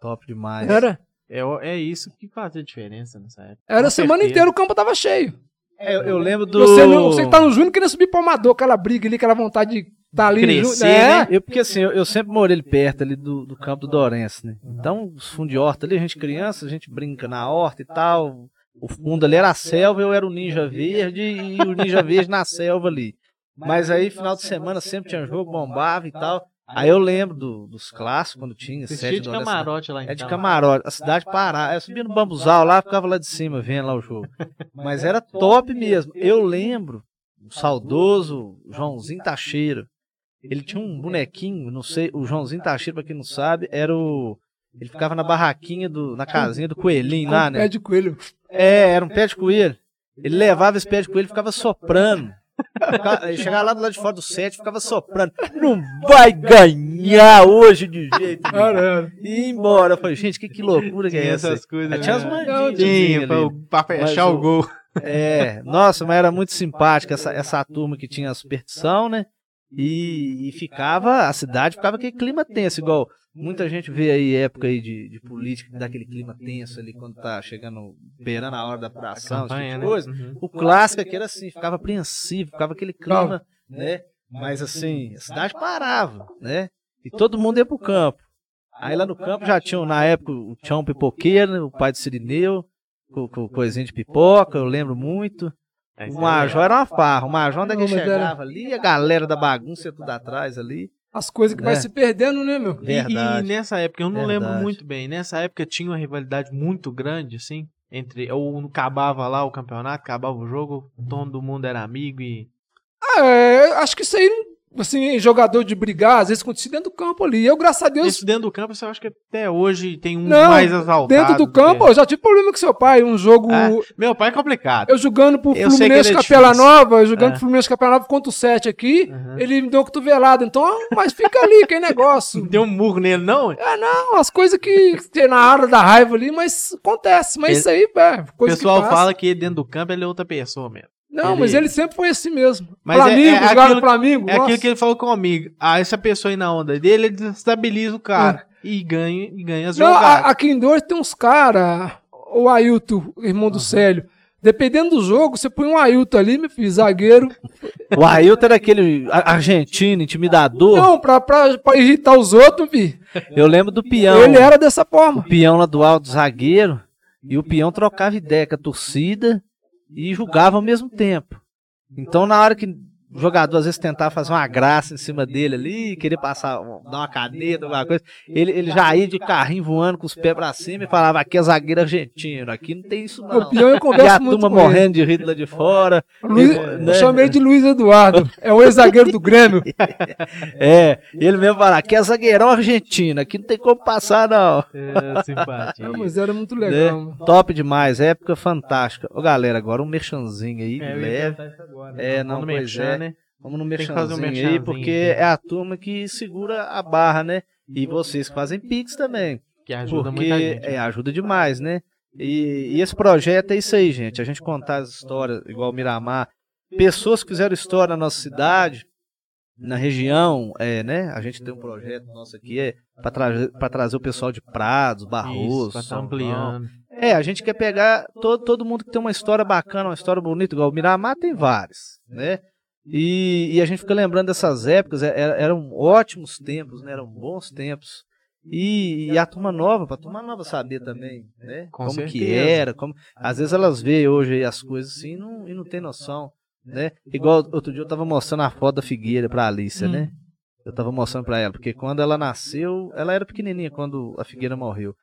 A: Top demais.
C: Era,
B: É, o- é isso que fazia diferença nessa época.
C: era
B: Com
C: a semana
B: certeza.
C: inteira o campo tava cheio.
A: É, eu, eu lembro do.
C: Você, não, você que tá no Júnior queria subir pro amador, aquela briga ali, aquela vontade de tá ali no
B: Crescer, né?
C: Júnior. É,
A: Eu, porque assim, eu, eu sempre morei ali perto ali do, do campo do Dourenço, né? Então, os fundos de horta ali, a gente criança, a gente brinca na horta e tal. O fundo ali era a selva, eu era o ninja verde e o ninja verde na selva ali. Mas aí, final de semana, sempre tinha jogo, bombava e tal. Aí eu lembro do- dos clássicos, quando tinha,
B: Existia
A: sete
B: de
A: do Dourenço.
B: camarote lá em
A: É de
B: casa.
A: camarote, a cidade parava. Eu subia no bambuzal lá, ficava lá de cima, vendo lá o jogo. Mas era top mesmo. Eu lembro, o saudoso Joãozinho Tacheiro. Ele tinha um bonequinho, não sei, o Joãozinho Tacheiro, pra quem não sabe, era o. um Ele ficava na barraquinha, do, na casinha do coelhinho lá,
C: pé
A: né?
C: de coelho.
A: É, era um pé de coelho. Ele levava esse pé de coelho e ficava soprando. Ficava- Ele chegava lá do lado de fora do set, ficava soprando. Não vai ganhar hoje de jeito nenhum.
C: Era, era.
A: E ia embora. Eu falei, gente, que, que loucura que é
B: Tinha
A: essa?
B: essas coisas.
A: Aí tinha as
B: né?
A: mandinhas
B: Tinha,
A: ali. um
B: pra, o- pra fechar
A: Mas
B: o
A: o-
B: gol.
A: É, nossa, mas era muito simpática essa, essa turma que tinha a superstição, né? E, e ficava, a cidade ficava aquele clima tenso, igual muita gente vê aí época aí de, de política, daquele clima tenso ali quando tá chegando, beirando a hora da apuração, esse tipo
B: Campanha,
A: de
B: né?
A: coisa.
B: Uhum.
A: O clássico aqui era assim, ficava apreensivo, ficava aquele clima, né? Mas assim, a cidade parava, né? E todo mundo ia pro campo. Aí lá no campo já tinham, na época, o Tião Pipoqueiro, né? o pai do Sirineu, com, com coisinha de pipoca, eu lembro muito.
B: É,
A: O Major era uma farra, o Major onde é que
C: Não, mas era-
A: chegava ali, a galera da bagunça ia tudo atrás ali.
C: As coisas que vai
A: É.
C: se perdendo, né, meu?
B: E- E, nessa época, eu não lembro
A: Verdade.
B: muito bem, nessa época tinha uma rivalidade muito grande, assim, entre. Ou acabava lá o campeonato, acabava o jogo, todo mundo era amigo e.
C: Ah, é, acho que isso aí, assim, jogador de brigar, às vezes acontecia dentro do campo ali. Eu, graças a Deus,
B: Isso dentro do campo, isso eu acho que até hoje tem um
C: Não,
B: mais exaltado.
C: dentro do
B: que-
C: campo, eu já tive problema com seu pai, um jogo...
B: Ah, Meu pai é complicado.
C: Eu jogando pro
B: Eu sei que
C: Fluminense
B: ele é
C: Capela
B: difícil.
C: Nova, eu jogando
B: É.
C: pro Fluminense Capela Nova contra o 7 aqui,
B: Aham.
C: ele me deu uma cotovelada. Então, mas fica ali, que é negócio.
B: Não deu um murro nele, não?
C: É, não, as coisas que tem na hora da raiva ali, mas acontece. Mas
B: Ele-
C: isso aí, é,
B: O
C: coisa
B: pessoal
C: que passa.
B: fala que dentro do campo ele é outra pessoa mesmo.
C: Não,
B: Ele-
C: mas ele sempre foi assim mesmo.
B: Mas é-
C: Flamengo,
B: é aquilo-
C: jogaram no Flamengo.
B: É aquilo
C: nossa.
B: que ele falou comigo. Ah, essa pessoa aí na onda dele, ele desestabiliza o cara. E ganha, e ganha as
C: Ah. Não,
B: jogadas.
C: a- aqui em Dor tem uns caras, o Ailton, irmão do Célio. Dependendo do jogo, você põe um Ailton ali, meu filho, zagueiro.
A: O Ailton era aquele a- argentino, intimidador.
C: Não, pra, pra, pra irritar os outros, meu filho.
A: Eu lembro do peão.
C: Ele era dessa
A: O
C: forma.
A: peão lá do alto zagueiro. E o peão trocava ideia com a torcida e julgava ao mesmo tempo. Então, na hora que o jogador às vezes tentava fazer uma graça em cima dele ali, querer passar, um- dar uma caneta, alguma coisa, ele, ele já ia de carrinho voando com os pés pra cima e falava: aqui é zagueiro argentino, aqui não tem isso não.
C: O peão eu
A: E a
C: converso muito
A: turma
C: com ele.
A: morrendo de rir lá de fora.
C: Luiz-
A: É,
C: eu
A: né?
C: chamei ele de Luiz Eduardo. É um ex-zagueiro do Grêmio.
A: É, ele mesmo falava: aqui é zagueirão argentino, aqui não tem como passar não.
B: É, simpatia.
C: Não, mas era muito legal.
A: Né?
C: mano.
A: Top demais, época fantástica. Ô galera, agora um merchanzinho aí,
B: É, eu ia
A: leve.
B: perguntar isso agora.
A: É,
B: Vamos
A: não,
B: no
A: pois
B: merchan,
A: é.
B: né?
A: Vamos no
B: que
A: merchanzinho,
B: fazer um
A: aí,
B: merchanzinho
A: porque
B: aqui.
A: é a turma que segura a barra, né? E vocês que fazem Pix também.
B: Que ajuda
A: porque
B: muita gente.
A: é, ajuda demais, né? E, e esse projeto é isso aí, gente. A gente contar as histórias, igual o Miramar. Pessoas que fizeram história na nossa cidade, na região, é, né? A gente tem um projeto nosso aqui é, para trazer o pessoal de Prados,
B: Isso,
A: Barroso,
B: pra tá
A: São João.
B: ampliando.
A: É, a gente quer pegar todo, todo mundo que tem uma história bacana, uma história bonita, igual o Miramar tem várias, né? E, e a gente fica lembrando dessas épocas, é- era- eram ótimos tempos, né? Eram bons tempos. E, e a turma nova, pra turma nova saber também, né?
B: Com
A: como que
B: certeza.
A: era, como... Às vezes elas veem hoje aí as coisas assim e não, e não tem noção, né? Igual outro dia eu tava mostrando a foto da Figueira pra Alicia,
B: Hum.
A: né? Eu tava mostrando pra ela, porque quando ela nasceu, ela era pequenininha quando a Figueira morreu.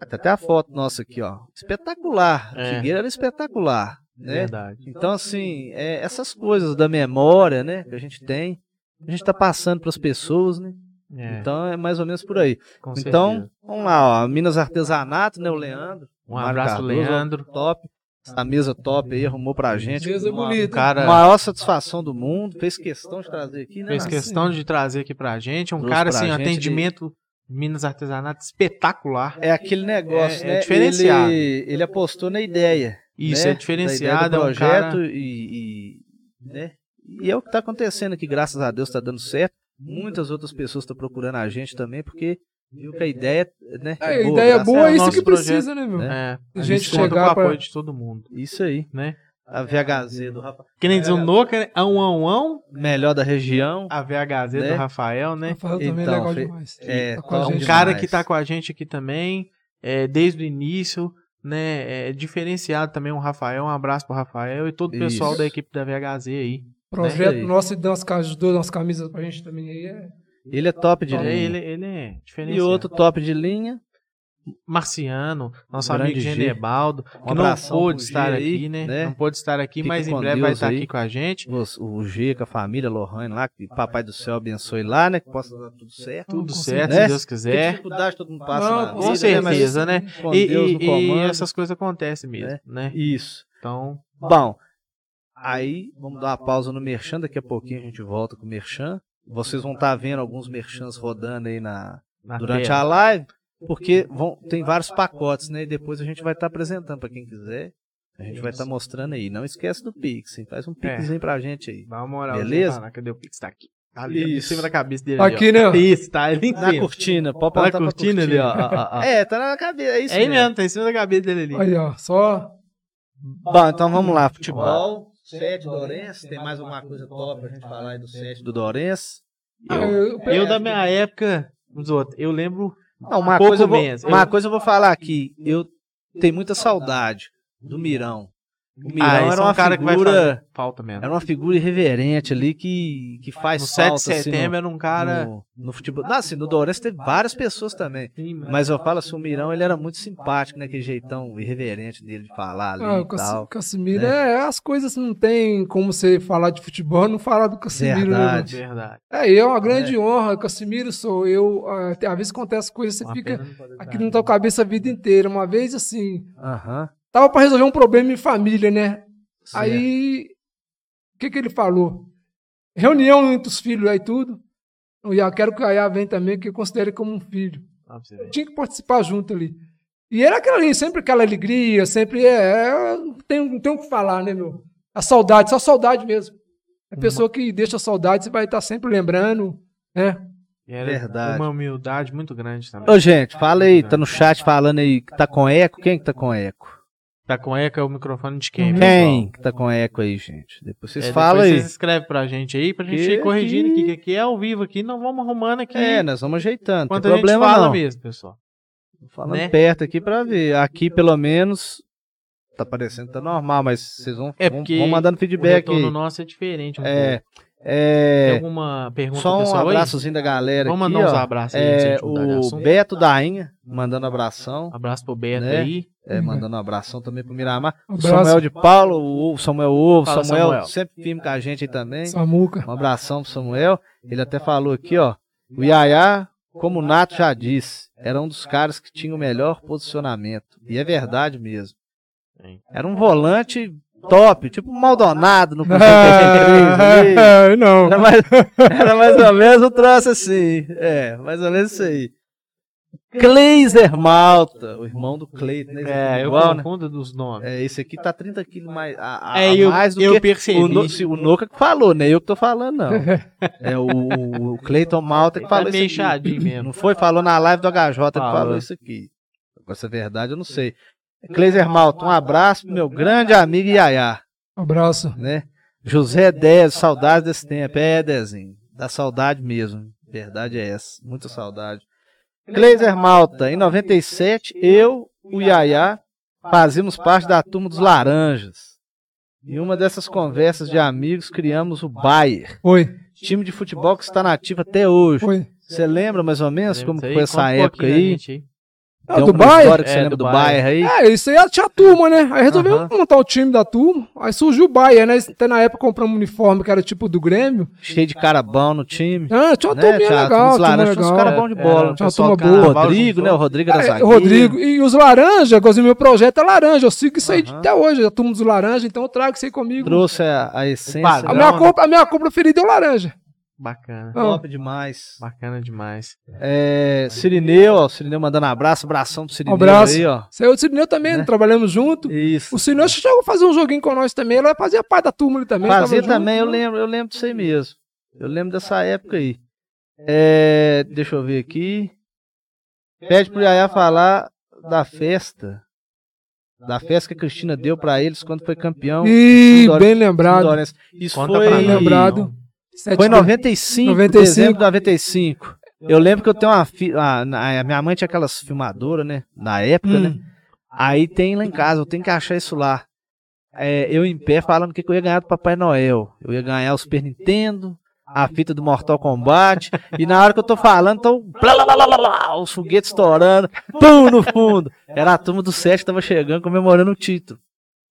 A: Até, até a foto nossa aqui, ó. Espetacular. A
B: É.
A: Figueira era espetacular, né?
B: Verdade.
A: Então, assim, é, essas coisas da memória, né, que a gente tem, a gente tá passando pras pessoas, né?
B: É,
A: Então é mais ou menos por aí.
B: com
A: Então,
B: certeza.
A: vamos lá, ó. Minas Artesanato, né? O Leandro.
B: Um
A: Mário
B: abraço,
A: Cardoso,
B: Leandro.
A: Top. Essa mesa top aí, arrumou pra gente.
C: Mesa
A: Uma-
C: bonita.
B: Cara,
A: tá Maior satisfação do mundo. Fez questão de trazer aqui, né?
B: fez
A: Marcelo?
B: questão de trazer aqui pra gente. Um
A: Trouxe
B: cara,
A: pra
B: assim, um
A: gente, ele-
B: atendimento Minas Artesanato espetacular.
A: É aquele negócio,
B: É- é
A: né?
B: diferenciado.
A: Ele, ele apostou na ideia.
B: Isso,
A: né?
B: é diferenciado,
A: Da
B: é
A: ideia do
B: um
A: projeto
B: cara...
A: e, e, né? E é o que tá acontecendo aqui, graças a Deus tá dando certo. Muitas outras pessoas estão procurando a gente também, porque viu que a ideia, né?
C: É, ideia
A: graças a
C: boa é
A: Deus.
C: isso
B: nosso
C: que precisa, né, meu?
A: né?
B: É, a
C: Gente
B: gente, conta
C: chegar
B: com o
C: pra-
B: apoio de todo mundo,
A: Isso aí.
B: né?
A: A VHZ do Rafa.
B: Que nem diz o Noca, né? A um, a um, a um,
A: Melhor da região.
B: a VHZ
A: Né?
B: do Rafael, né?
C: Rafael também é
A: Então,
C: legal
A: fe-
C: demais.
A: é,
C: Tá com a
A: tá um
C: gente.
B: um cara
A: demais.
B: que tá com a gente aqui também, é, desde o início, né? É diferenciado também o Rafael, um abraço pro Rafael e todo o pessoal
A: Isso.
B: da equipe da VHZ aí.
C: Projeto
A: Né?
C: nosso e dá umas, ca- ajudou a dar umas camisas pra gente também aí. É...
A: Ele é top de
B: Ele,
A: linha.
B: ele, ele é
A: E
B: diferenciado.
A: outro top de linha.
B: Marciano, nosso
A: Grande
B: amigo
A: G.
B: Genebaldo, que não
A: abração pro
B: pôde
A: G
B: estar
A: aí,
B: aqui, né?
A: né?
B: Não pôde estar aqui,
A: Fica
B: mas em
A: com
B: breve vai
A: Deus
B: estar
A: aí.
B: aqui com a gente.
A: Os- O G com a família, Lohane lá, que papai do céu abençoe lá, né? Que possa dar tudo certo. É.
B: Tudo
C: com
B: certo,
A: certeza.
B: se Deus
A: Que
B: quiser.
A: dificuldade todo mundo passa
C: Não,
A: na
B: Com
A: vida, né? Mas
B: certeza, né?
A: Com
B: E,
A: Deus
B: e-
A: no
B: e
A: comando.
B: essas coisas acontecem mesmo,
A: É.
B: né?
A: Isso.
B: Então,
A: Bom, aí vamos dar uma pausa no Merchan, daqui a pouquinho a gente volta com o Merchan. Vocês vão estar vendo alguns Merchans rodando aí na,
B: na
A: durante
B: tela.
A: a live, porque vão, tem vários pacotes, né? E depois a gente vai estar apresentando para quem quiser. A gente vai estar mostrando aí. Não esquece do Pix, hein? Faz um Pixzinho pra gente aí.
B: Dá uma moral.
A: Beleza?
B: Tá lá, cadê o Pix? Tá aqui. Tá ali, em
A: Isso.
B: cima da cabeça dele.
C: Tá
B: ali, ó.
C: aqui, né?
B: Isso, tá ali em
A: Na
B: cima.
A: cortina, pode
B: Tá na
A: apontar pra
B: cortina ali, ó. ó, ó, ó.
A: É, tá na cabeça, é isso
B: É aí mesmo, tá em cima da cabeça dele ali.
C: Aí, ó, só.
A: Bom, então vamos lá, futebol, 7 do Orense, tem mais alguma coisa top pra gente falar aí do 7 do Orense?
C: Ah, Eu-
B: Eu da minha época, os outros, eu lembro
A: Não, uma
B: Pouco
A: coisa, eu vou,
B: menos.
A: uma
B: Eu-
A: coisa eu vou falar aqui, eu tenho muita saudade do Mirão. O Mirão
B: Ah, esse
A: era
B: é um
A: uma
B: cara que vai
A: figura,
B: falta mesmo.
A: era uma figura irreverente ali que, que faz
B: No 7
A: falta
B: de setembro era um
A: assim, no-
B: cara.
A: no, no futebol. Não, assim, no Dorense teve várias pessoas também, mas eu falo assim, o Mirão ele era muito simpático, né, aquele jeitão irreverente dele de falar ali
C: Ah, o
A: e
C: Cassi-
A: tal.
C: Casimiro, é, as coisas não tem como você falar de futebol, não falar do Casimiro, né?
A: Verdade.
C: mano?
B: Verdade.
C: É, e é uma grande honra, Casimiro sou eu. ah, tem- Às vezes acontece coisas, você
B: Uma
C: fica
B: pena não poder
C: aqui
B: dar.
C: na tua cabeça a vida inteira. Uma vez, assim,
A: Aham.
C: tava pra resolver um problema em família, né?
A: certo.
C: Aí, o que que ele falou? Reunião entre os filhos aí tudo. O Iá, quero que o Iá venha também, que eu considere como um filho.
B: Ah, pra você ver.
C: Tinha que participar junto ali. E era aquela ali, sempre aquela alegria, sempre é, é, não tem, não tem o que falar, né, meu? A saudade, só saudade mesmo. A pessoa que deixa a saudade, você vai estar sempre lembrando, né?
B: E era
A: Verdade.
B: uma humildade muito grande também.
A: Ô, gente, fala aí, tá no chat falando aí que tá com eco. Quem que tá com eco?
B: Tá com eco é o microfone de quem?
A: Quem que tá com eco aí, gente? Depois vocês
B: Vocês
A: falam aí.
B: Vocês escrevem pra gente aí, pra gente
A: Que
B: ir corrigindo,
A: aqui-
B: que aqui é ao vivo aqui, não vamos arrumando aqui.
A: É, nós vamos ajeitando. Não
B: Enquanto
A: tem
B: a gente
A: problema
B: fala
A: não.
B: mesmo, pessoal.
A: Tô falando
B: né?
A: perto aqui pra ver. Aqui, pelo menos, tá parecendo que tá normal, mas vocês vão,
B: É
A: vão,
B: porque
A: vão mandando
B: O
A: feedback
B: retorno
A: aí.
B: nosso é diferente. um pouco.
A: É, é,
B: Tem alguma pergunta
A: só um
B: pessoal aí?
A: abraçozinho da galera
B: Vamos
A: aqui,
B: mandar uns
A: ó.
B: abraços aí antes de
A: É,
B: a gente mudar de
A: o
B: assunto.
A: Beto Dainha, mandando abração.
B: Abraço pro Beto
A: Né?
B: aí.
A: É, mandando um abração também pro Miramar.
C: Um
A: O
C: abraço.
A: Samuel de Paulo, o Ovo, Samuel Ovo,
B: Fala,
A: Samuel,
B: Samuel.
A: sempre firme com a gente aí também.
C: Samuca.
A: Um abração pro Samuel. Ele até falou aqui, ó. O Yaya, como o Nato já disse, era um dos caras que tinha o melhor posicionamento. E é verdade mesmo.
B: Sim.
A: Era um volante top, tipo um Maldonado no Cruzeiro 83 ali.
C: Ah, É, Não.
A: Era mais, era mais ou menos um troço assim. É, mais ou menos isso aí. Kleiser Malta, o irmão do Cleiton. né?
B: É, eu
A: Igual, né?
B: confundo dos nomes.
A: É, esse aqui tá 30 quilos mais, a, a-
B: É,
A: a
B: eu,
A: mais do
B: eu
A: que
B: percebi.
A: o, no, se- o Noca que falou, né? Eu que tô falando, não. É o, o- o Cleiton Malta que
B: Tá
A: falou
B: meio
A: isso aqui.
B: chadinho mesmo.
A: Não foi? Falou na live do HJ que
B: Falou.
A: falou isso aqui. Agora, se é verdade, eu não sei. Cleiser Malta, um abraço pro meu grande amigo Iaiá,
C: Um abraço.
A: né? José Dez, saudade desse tempo. É, Dezinho, dá saudade mesmo. Verdade é essa, muita saudade. Cleiser Malta, em 97, eu, o Iaiá, fazíamos parte da turma dos Laranjas. Em uma dessas conversas de amigos, criamos o Bayer
C: Foi,
A: time de futebol que está na ativa até hoje.
C: foi.
A: Você lembra mais ou menos
B: Lembra
A: como
B: disso aí?
A: foi essa
B: Conta um
A: época
B: pouquinho da
A: aí?
B: gente aí?
C: Ah,
A: Tem
C: do
A: alguma
C: Bayern?
A: história que você
B: É,
A: lembra
B: do
A: do Bayern aí?
C: É, isso aí tinha a turma, né? Aí resolveu
A: Aham.
C: montar o time da turma. Aí surgiu o Bayern, né? Até na época compramos um uniforme que era tipo do Grêmio.
A: Cheio de cara bom no time.
C: Ah, tinha uma
A: Né, tinha-
C: turminha
A: tinha
C: legal,
A: uns
C: turma
A: laranjas, tinha uns
C: legal. é.
A: cara bom de bola.
B: Era,
C: Tinha uma
B: pessoal
C: turma
A: O
B: do
C: boa.
B: carnaval
A: Rodrigo,
B: juntou.
A: né? O Rodrigo era
C: É,
A: zagueiro.
C: Rodrigo, e os laranjas, igualzinho meu projeto é laranja. Eu sigo isso aí de-
A: Aham.
C: até hoje. A turma dos laranjas, então eu trago isso aí comigo.
A: Trouxe a, a essência.
B: padrão,
C: A
A: né?
C: minha,
B: né?
C: cor, a minha cor preferida é o laranja.
B: Bacana.
C: Ah.
A: Top demais.
B: Bacana demais.
A: É, Sirineu, ó. o Sirineu mandando abraço. Abração pro Sirineu
C: Abraço.
A: aí, ó.
C: Isso aí eu e o Sirineu também,
A: Né?
C: trabalhamos junto.
A: Isso.
C: O Sirineu chegou a fazer um joguinho com nós também. Ele fazia parte da turma ali também.
A: Fazia
C: tava junto. né? Tá.
A: também, eu lembro, eu lembro disso aí mesmo. Eu lembro dessa época aí. É, deixa eu ver aqui. Pede pro Yaya falar da festa. Da festa que a Cristina deu pra eles quando foi campeão.
C: Ih,
A: Dória-
C: bem lembrado.
A: Dorense. Isso
B: Conta
A: foi,
B: pra nós.
C: Lembrado. Sete
A: foi em
C: de-
A: 95,
C: 95.
A: dezembro de 95. Eu lembro que eu tenho uma fi- a, a minha mãe tinha aquelas filmadoras, né? Na época, né?
C: Hum.
A: Aí tem lá em casa, eu tenho que achar isso lá. É, eu em pé falando o que, que eu ia ganhar do Papai Noel. Eu ia ganhar o Super Nintendo, a fita do Mortal Kombat. e na hora que eu tô falando, tão. Blá, blá, blá, blá, blá, blá, os foguetes estourando. Pum no fundo. Era a turma do Sete que tava chegando comemorando o título.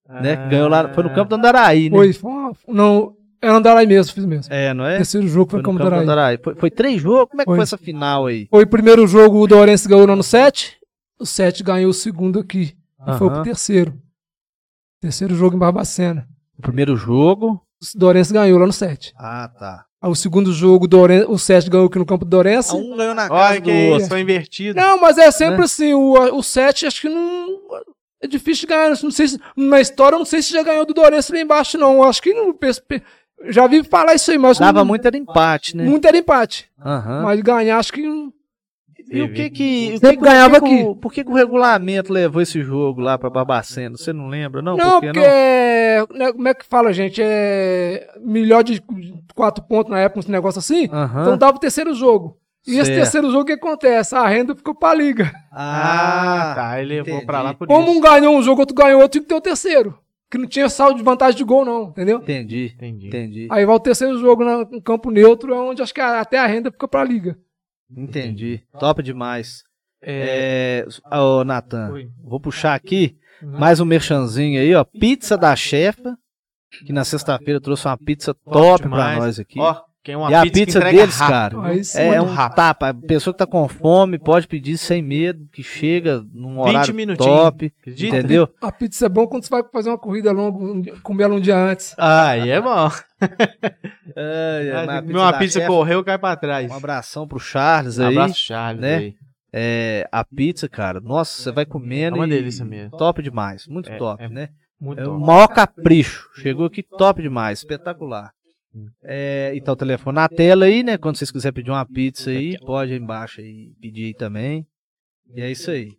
A: Né?
B: Ah.
A: Que Ganhou lá. Foi no campo do Andaraí, né?
C: Foi, foi uma- não, era andar lá mesmo, fiz mesmo.
A: É, não é?
C: Terceiro jogo
A: Foi
C: foi,
A: no
C: como
A: campo do
C: Dorai.
A: Andaraí. Foi, foi três jogos? Como é que
C: Foi.
A: foi, essa final aí?
C: Foi o primeiro jogo, o Dourense ganhou lá no 7. O 7 ganhou o segundo aqui. E foi pro
A: Aham.
C: terceiro. Terceiro jogo em Barbacena.
A: O primeiro jogo.
C: O Dourense ganhou lá no 7.
A: Ah, tá.
C: Aí o segundo jogo, o, Dourense, o 7 ganhou aqui no campo do Dourense.
A: Um Né? ganhou na casa
B: Olha
A: do
B: que isso,
A: outro.
B: foi invertido.
C: Não, mas é sempre assim. O, o 7 acho que não. É difícil de ganhar. Não sei se, na história, eu não sei se já ganhou do Dourense lá embaixo, não. Acho que não. pes- pe- Já vi falar isso aí, mas.
A: Dava
C: não-
A: muito era empate, né?
C: Muito era empate.
A: Aham.
C: Mas ganhar, acho que. não-
A: E o que que. o
C: Sempre
A: que que-
C: ganhava
A: por que que o-
C: aqui.
A: Por que, que o regulamento levou esse jogo lá pra Barbacena? Você não lembra, não?
C: Não,
A: Por que
C: porque. é, né, como é que fala, gente? É. Melhor de quatro pontos na época, um negócio assim.
A: Aham.
C: Então dava o terceiro jogo. E esse
A: Certo.
C: terceiro jogo, o que acontece? A renda ficou pra liga.
B: Ah, tá. Ele levou
A: entendi.
B: pra lá por
C: Como um
B: isso.
C: ganhou um jogo, outro ganhou outro, tinha que ter o terceiro. Que não tinha saldo de vantagem de gol, não, entendeu?
A: Entendi,
B: Entendi.
A: entendi.
C: Aí vai o terceiro jogo na- no campo neutro, é onde acho que a- até a renda fica pra liga.
A: Entendi. Top demais.
B: É,
A: É, ô, Natan,
B: Oi.
A: vou puxar aqui
B: Uhum.
A: mais um merchanzinho aí, ó. Pizza da chefa, que na sexta-feira trouxe uma pizza top pra
B: demais.
A: nós aqui.
B: Ó, quem é uma
A: e a
B: pizza, que
A: pizza
B: entrega
A: deles,
B: rápido.
A: cara,
C: Então, Aí sim,
A: é
C: muito
A: um tapa. A pessoa que tá com fome pode pedir sem medo, que chega num
B: 20
A: horário
B: minutinhos.
A: top.
B: Acredita?
A: Entendeu?
C: A pizza é bom quando você vai fazer uma corrida longa, um dia- comer ela um dia antes.
B: Ah, aí é bom.
A: Ai, ai,
B: Meu
A: É, mas a
B: pizza,
A: da chefa-
B: correu, cai pra trás. Um
A: Um abração pro Charles aí.
B: Abraço, Charles.
A: né?
B: aí.
A: É, a pizza, cara, nossa, você vai comendo.
B: É uma
A: e-
B: delícia mesmo.
A: Top demais, muito
B: É,
A: top,
B: é
A: né?
B: Muito
A: É o
B: bom.
A: maior capricho. Chegou aqui top demais, espetacular. É, e tá o telefone na tela aí, né? Quando vocês quiserem pedir uma pizza aí, pode aí embaixo aí pedir aí também. E é isso aí.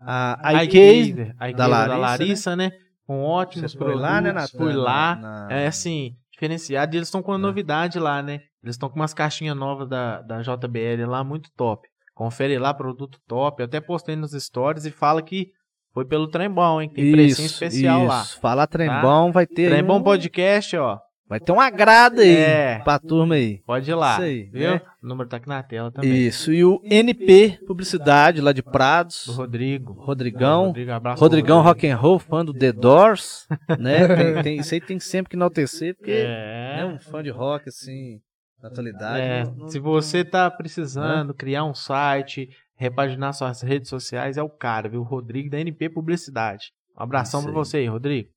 A: A IK
B: iCaser, iCaser
A: da
B: da
A: Larissa,
B: Larissa, né? Com ótimos
A: foi lá, né,
B: produtos,
A: Natan?
B: Fui lá.
A: Na-
B: É assim, diferenciado. E eles estão com uma
A: É.
B: novidade lá, né? Eles estão com umas caixinhas novas da, da JBL lá, muito top. Confere lá, produto top. Eu até postei nos stories e fala que foi pelo Trembão, hein? Que Tem precinho especial lá. Tá?
A: Falar Trembão vai ter. aí
B: Trembão
A: um-
B: Podcast, ó.
A: Vai ter um agrado aí
B: É.
A: pra turma aí.
B: Pode ir lá.
A: Isso aí,
B: viu?
A: né?
B: O número tá aqui na tela também.
A: Isso. E o NP Publicidade lá de
B: Do
A: Prados.
B: Rodrigo.
A: Rodrigão.
B: Rodrigo, abraço pro
A: Rodrigão
B: Rodrigo.
A: Rock and Roll, fã do The Doors, né? Tem, tem- isso aí tem sempre que enaltecer, porque
B: É.
A: é um fã de rock, assim, na atualidade.
B: É,
A: não- não-
B: se você tá precisando criar um site, repaginar suas redes sociais, é o cara, viu? Rodrigo da NP Publicidade. Um abração
A: Isso
B: pra
A: aí.
B: você aí, Rodrigo.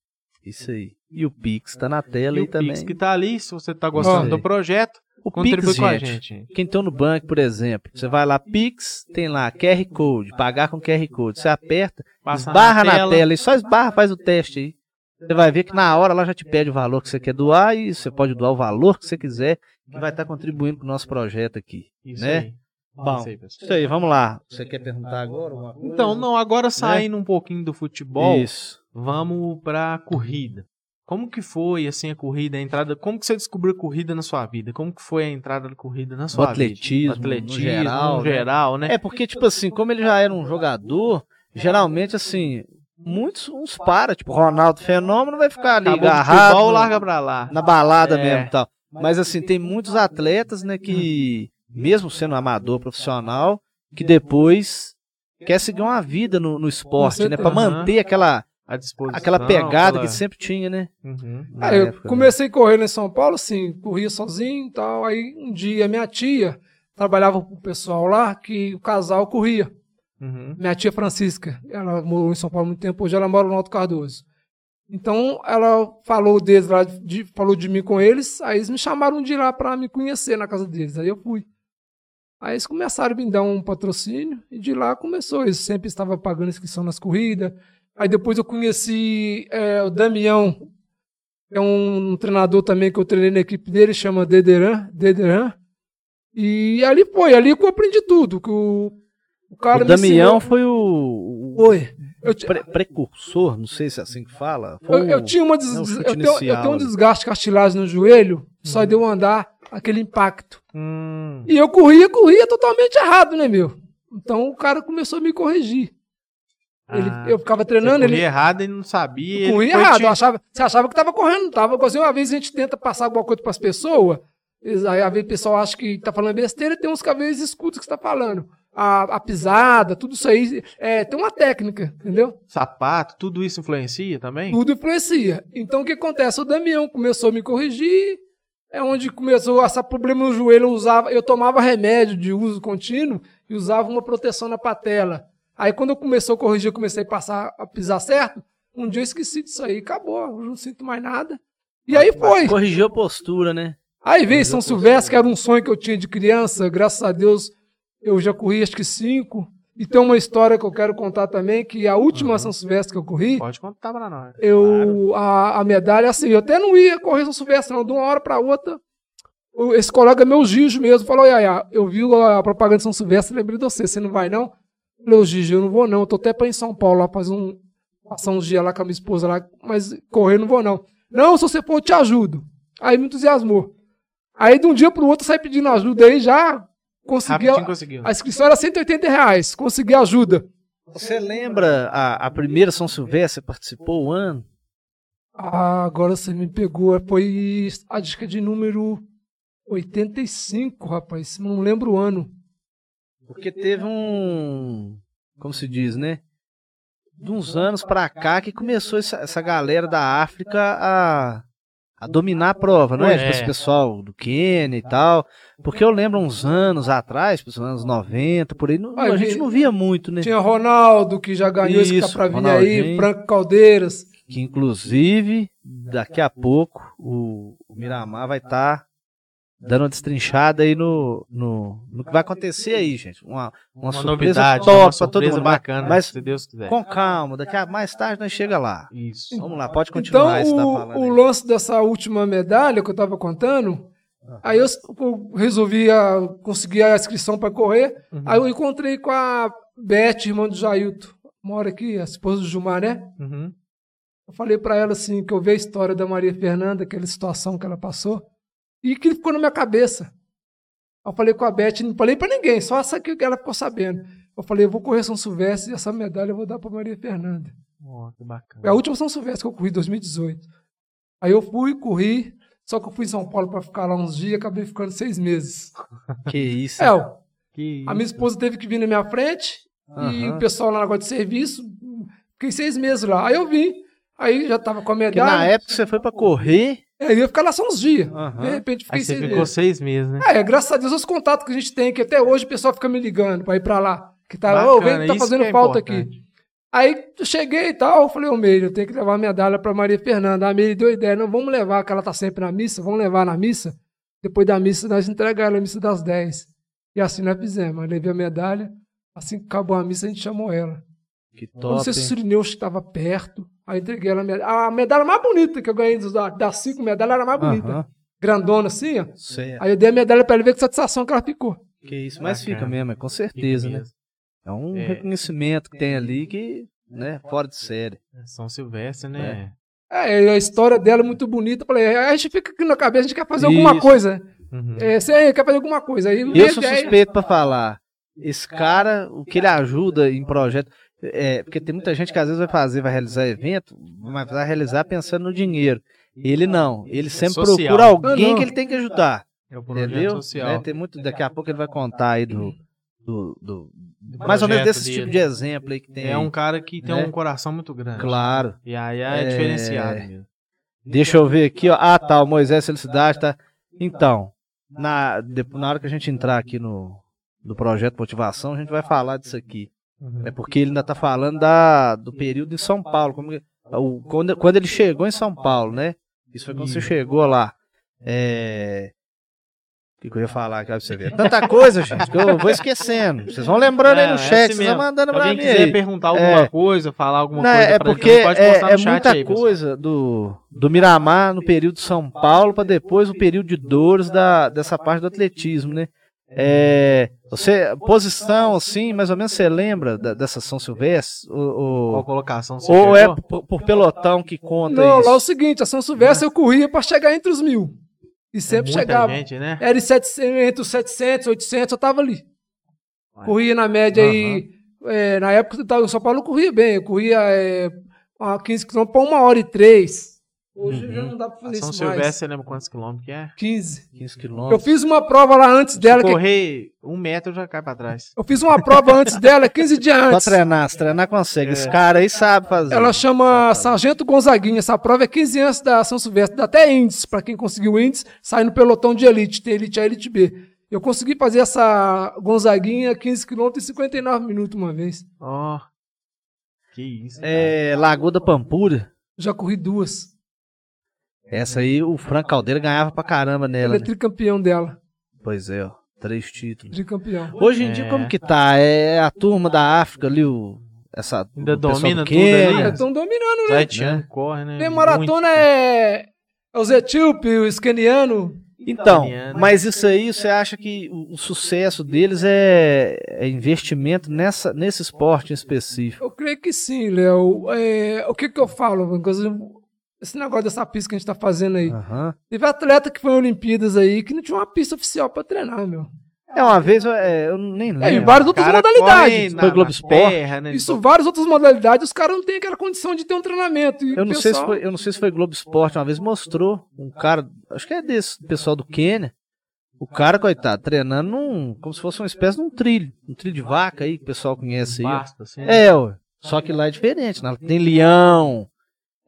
A: Isso aí. E o Pix tá na tela
B: e
A: aí
B: o
A: também.
B: Pix que tá ali, se você tá gostando
A: Isso aí.
B: do projeto,
A: O
B: contribui
A: Pix,
B: com a
A: gente,
B: gente.
A: Quem tem no banco, por exemplo, você vai lá, Pix, tem lá QR Code, pagar com QR Code. Você aperta,
B: Passa
A: esbarra na tela. e só esbarra, faz o teste aí. Você vai ver que na hora lá já te pede o valor que você quer doar e você pode doar o valor que você quiser, que vai estar contribuindo para o nosso projeto aqui.
B: Isso
A: né?
B: aí.
A: Bom,
B: Isso aí, pessoal.
A: Isso aí, vamos lá. Você quer perguntar agora alguma coisa?
B: Então, não,
A: Né?
B: agora saindo um pouquinho do futebol,
A: Isso.
B: vamos pra corrida. Como que foi, assim, a corrida, a entrada? Como que você descobriu a corrida na sua vida? Como que foi a entrada da corrida na sua
A: atletismo,
B: vida?
A: no geral,
B: no
A: né?
B: geral, né?
A: É porque, tipo assim, como ele já era um jogador, geralmente, assim, muitos uns para, tipo, Ronaldo Fenômeno vai ficar ali
B: Acabou
A: agarrado
B: o futebol,
A: no-
B: larga pra lá.
A: na balada
B: É.
A: mesmo e tal. Mas, assim, tem muitos atletas, né, que, mesmo sendo amador profissional, que depois quer seguir uma vida no, no esporte, né, pra
C: certeza.
A: manter aquela,
B: à disposição.
A: aquela pegada
B: Uhum. aquela-
A: que sempre tinha, né?
B: Uhum.
A: na
C: Cara, eu
A: época, né?
C: comecei correndo em São Paulo, assim, corria sozinho e tal. Aí um dia minha tia trabalhava com o pessoal lá, que o casal corria.
B: Uhum.
C: Minha tia Francisca, ela morou em São Paulo há muito tempo, hoje ela mora no Alto Cardoso. Então ela falou deles lá, de- falou de mim com eles, aí eles me chamaram de ir lá pra me conhecer na casa deles. Aí eu fui. Aí eles começaram a me dar um patrocínio e de lá começou. Eles sempre estavam pagando inscrição nas corridas. Aí depois eu conheci eh, o Damião, que é um, treinador também que eu treinei na equipe dele, chama Dederan. Dederan. E ali foi, ali que eu aprendi tudo. Que o, o cara
A: o
C: me ensinou-
A: Damião foi o, o
C: Oi. Eu, ti-
A: pre- precursor, não sei se é assim que fala.
C: eu,
A: Foi
C: eu
A: o-
C: tinha uma des-
A: é o chute
C: eu, tenho, eu
A: inicial
C: tenho um
A: ali.
C: desgaste cartilagem no joelho,
B: Uhum.
C: só deu andar aquele impacto.
B: Hum.
C: E eu corria, corria totalmente errado, né, meu? Então o cara começou a me corrigir. Ele-
B: Ah,
C: eu ficava
B: você
C: treinando,
B: corria
C: ele
B: errado e não sabia. ele
C: corria
B: foi
C: errado.
B: te-
C: Eu achava, você achava que tava correndo, tava. Porque assim, uma vez a gente tenta passar alguma coisa pras pessoas, eles- aí às vezes o pessoal acha que tá falando besteira, e tem uns que às vezes escuta o que você tá falando. A, a pisada, tudo isso aí. é, tem uma técnica, entendeu?
B: Sapato, tudo isso influencia também?
C: Tudo influencia. Então o que acontece? O Damião começou a me corrigir, é onde começou essa problema no joelho, eu usava, eu tomava remédio de uso contínuo e usava uma proteção na patela. Aí quando eu começou a corrigir, eu comecei a passar a pisar certo, um dia eu esqueci disso aí, acabou, eu não sinto mais nada. E aí foi.
A: Corrigiu a postura, né?
C: Aí veio São Silvestre, que era um sonho que eu tinha de criança, graças a Deus eu já corri acho que cinco. E tem uma história que eu quero contar também, que a última São Silvestre que eu corri,
B: Pode contar pra nós.
C: eu a, a medalha, assim, eu até não ia correr São Silvestre, não, de uma hora pra outra. o- Esse colega meu, Gijo mesmo, falou: Yaya, eu vi a propaganda de São Silvestre, lembrei de você, você não vai não? Eu falei: "Ô, Gijo, eu não vou não, eu tô até pra ir em São Paulo lá fazer um. passar uns dias lá com a minha esposa lá, mas correr eu não vou não. Não, se você for, eu te ajudo. Aí me entusiasmou. Aí de um dia pro outro, sai pedindo ajuda aí, já consegui.
B: Rapidinho
C: A,
B: conseguiu.
C: a inscrição era R$ 180 reais, consegui ajuda.
A: Você lembra a, a primeira São Silvestre? Você participou o ano?
C: Ah, agora você me pegou. é, Foi a dica de número 85, rapaz. Não lembro o ano.
A: Porque teve um. Como se diz, né? De uns anos pra cá que começou essa, essa galera da África a, a dominar a prova, não é?
B: É.
A: Tipo, esse pessoal do Quênia e tal. Porque eu lembro uns anos atrás, tipo, uns anos 90, por aí, não-
C: Ah, eu
A: a
C: vi-
A: gente não via muito, né?
C: Tinha Ronaldo, que já ganhou esse
A: Isso,
C: tá pra vir aí.
A: Ronaldinho.
C: Franco Caldeiras.
A: que inclusive daqui a pouco o, o Miramar vai estar tá dando uma destrinchada aí no, no, no que vai acontecer aí, gente. Uma, uma,
B: Uma,
A: surpresa
B: novidade,
A: top
B: uma
A: pra todo
B: surpresa
A: mundo.
B: bacana, né?
A: mas
B: se Deus quiser.
A: Com calma, daqui a mais tarde nós chega lá.
B: Isso.
A: Vamos lá, pode
C: Então,
A: continuar isso que tá falando.
C: o, o
A: aí.
C: lance dessa última medalha que eu tava contando, aí eu, s- eu resolvi a, conseguir a inscrição para correr.
B: Uhum.
C: Aí eu encontrei com a Beth, irmã do Jailton. Mora aqui, a esposa do Gilmar, né?
B: Uhum.
C: Eu falei para ela assim que eu vi a história da Maria Fernanda, aquela situação que ela passou, e que ficou na minha cabeça. Eu falei com a Beth, não falei para ninguém, só essa que ela ficou sabendo. Eu falei, eu vou correr São Silvestre e essa medalha eu vou dar para Maria Fernanda.
B: Ó, que bacana.
C: Foi a última São Silvestre que eu corri, 2018. Aí eu fui, corri, só que eu fui em São Paulo para ficar lá uns dias, acabei ficando seis meses.
A: Que isso. né?
C: É, ó,
B: Que
C: a minha
B: isso.
C: esposa teve que vir na minha frente e
A: Aham.
C: o pessoal lá na guarda de serviço, fiquei seis meses lá. Aí eu vim, aí já tava com a
A: Porque na
C: medalha,
A: época você foi pra correr.
C: aí É, eu ia ficar lá só uns dias.
A: Aham.
C: De repente fiquei
B: Aí você
C: seis
B: ficou
C: meses.
B: seis meses, né?
C: É, graças a Deus os contatos que a gente tem, que até hoje o pessoal fica me ligando para ir para lá. Que tá, ô, vem
B: Bacana,
C: que tá
B: isso
C: fazendo
B: que é
C: falta aqui.
B: importante.
C: Aí eu cheguei e tal, eu falei, ô Meire, eu tenho que levar a medalha pra Maria Fernanda. A Meire deu ideia, não, vamos levar, que ela tá sempre na missa, vamos levar na missa. Depois da missa, nós entregamos ela, a missa das 10. E assim nós fizemos. Eu levei a medalha, assim que acabou a missa, a gente chamou ela.
A: Que
C: Eu não
A: top.
C: sei se o
A: hein?
C: Sirineus estava perto, aí eu entreguei ela a medalha. A medalha mais bonita que eu ganhei dos- das cinco medalhas era a mais bonita.
A: Aham.
C: Grandona assim, ó.
A: Certo.
C: Aí eu dei a medalha pra ela ver que satisfação que ela ficou.
A: Que isso, mas
B: Bacana.
A: fica mesmo, é com
B: Fica
A: certeza, né?
B: mesmo.
A: É um
B: É.
A: reconhecimento que tem ali que, né, fora de série.
B: É, São Silvestre, né?
C: É, a história dela é muito bonita. Eu Falei, a gente fica aqui na cabeça, a gente quer fazer alguma
A: Isso.
C: coisa.
B: Uhum.
C: É, você quer fazer alguma coisa. Aí
A: Eu sou
C: aí-
A: suspeito pra falar. Esse cara, o que ele ajuda em projeto, é, porque tem muita gente que às vezes vai fazer, vai realizar evento, mas vai realizar pensando no dinheiro. Ele não, ele sempre
B: É Social.
A: procura
C: Ah,
A: alguém
C: não.
A: que ele tem que ajudar.
B: É o projeto
A: Entendeu?
B: social.
A: Né, Tem muito, daqui a pouco ele vai contar aí do. do- do-
B: do
A: mais ou menos
B: projeto
A: desse
B: dele.
A: tipo de exemplo aí que tem.
B: É um
A: aí.
B: cara que tem
A: né?
B: um coração muito grande.
A: Claro.
B: E aí é,
A: É.
B: diferenciado mesmo.
A: Deixa eu ver aqui, ó. Ah, tá, o Moisés Felicidade tá. Então, na, de- na hora que a gente entrar aqui no do projeto Motivação, a gente vai falar disso aqui. É porque ele ainda tá falando da, do período em São Paulo. como que- o- quando, quando ele chegou em São Paulo, né? Isso foi quando você chegou lá. É. O que, que eu ia falar aqui pra você ver? Tanta coisa, gente, que eu vou esquecendo. Vocês vão lembrando aí
B: Não,
A: no
B: é
A: chat,
B: assim
A: vocês vão
B: mesmo.
A: mandando
B: Se
A: pra
B: alguém
A: mim.
B: quiser
A: aí.
B: perguntar alguma
A: É.
B: coisa, falar alguma
A: Não,
B: coisa
A: é
B: pra gente,
A: porque
B: pode
A: é,
B: postar
A: é
B: no chat
A: muita
B: aí, pessoal.
A: coisa do, do Miramar no período de São Paulo para depois o período de Douros da, dessa parte do atletismo, né? É, você posição assim, mais ou menos você lembra da- dessa São Silvestre
B: Qual
A: ou, ou,
B: colocação você
A: ou é
B: pegou?
A: por, por pelotão que conta
C: Não, lá é o
A: isso?
C: seguinte, a São Silvestre eu corria pra chegar entre os mil. E sempre
B: Né? É Muita
C: chegava.
B: gente, né?
C: Era em 700, entre os 700, 800, eu tava ali. Corria na média aí. é, na época eu tava em São Paulo, eu corria bem. Eu corria é, uma 15 km pra uma hora e três. Hoje
B: Uhum.
C: já não dá pra
B: A
C: fazer
B: São
C: isso
B: Silvestre,
C: mais.
B: você lembra quantos quilômetros que é?
C: 15.
A: 15
C: Eu
A: quilômetros.
C: fiz uma prova lá antes dela.
B: Se
C: que-
B: correr um metro, já cai pra trás.
C: eu fiz uma prova antes dela, 15 dias
A: Pra
C: antes.
A: treinar, se treinar consegue.
B: É.
A: Esse cara aí sabe fazer.
C: Ela chama Sargento Gonzaguinha. Essa prova é 15 anos da São Silvestre. Dá até índice, para quem conseguiu índice, sai no pelotão de elite, tem elite A, elite B. Eu consegui fazer essa Gonzaguinha 15 km e 59 minutos uma vez.
B: Ó. Que isso. cara.
A: É, Lagoa da Pampulha.
C: Já corri duas.
A: Essa aí o Frank Caldeira ganhava pra caramba
C: Ela
A: nela.
C: é
A: né?
C: tricampeão dela.
A: Pois é, ó, três títulos.
C: Tricampeão.
A: Hoje em dia,
B: É.
A: como que tá? É a turma da África ali, o. Essa,
B: Ainda
A: o pessoal
B: domina
A: do
B: tudo ali?
A: Quênia.
B: É.
C: Estão dominando.
B: Os haitianos
A: né?
B: correm, né?
C: Tem então maratona é... é os etíopes, os quenianos.
A: Então,
B: Queniana.
A: mas isso aí, você acha que o, o sucesso deles é, é investimento nessa, nesse esporte em específico?
C: Eu creio que sim, Léo. É, O que que eu falo? Esse negócio dessa pista que a gente tá fazendo aí.
A: Aham.
C: Teve atleta que foi em Olimpíadas aí que não tinha uma pista oficial pra treinar, meu.
A: É, uma vez, eu- é, eu nem
C: É, em
A: lembro.
C: várias outras
B: Cara, corre
C: modalidades.
B: na,
A: Foi Globo
B: na
A: Esporte.
B: terra, né?
C: Isso, várias outras modalidades, os caras não têm aquela condição de ter um treinamento. E
A: eu, não
C: o
A: sei se
C: pessoal-
A: foi, eu não sei se foi Globo Esporte, uma vez mostrou um cara, acho que é desse pessoal do Quênia. O cara, coitado, treinando num, como se fosse uma espécie de um trilho, um trilho de vaca aí, que o pessoal conhece aí. ó.
B: Basta, assim.
A: É, ué. Só que lá é diferente. né? Tem leão.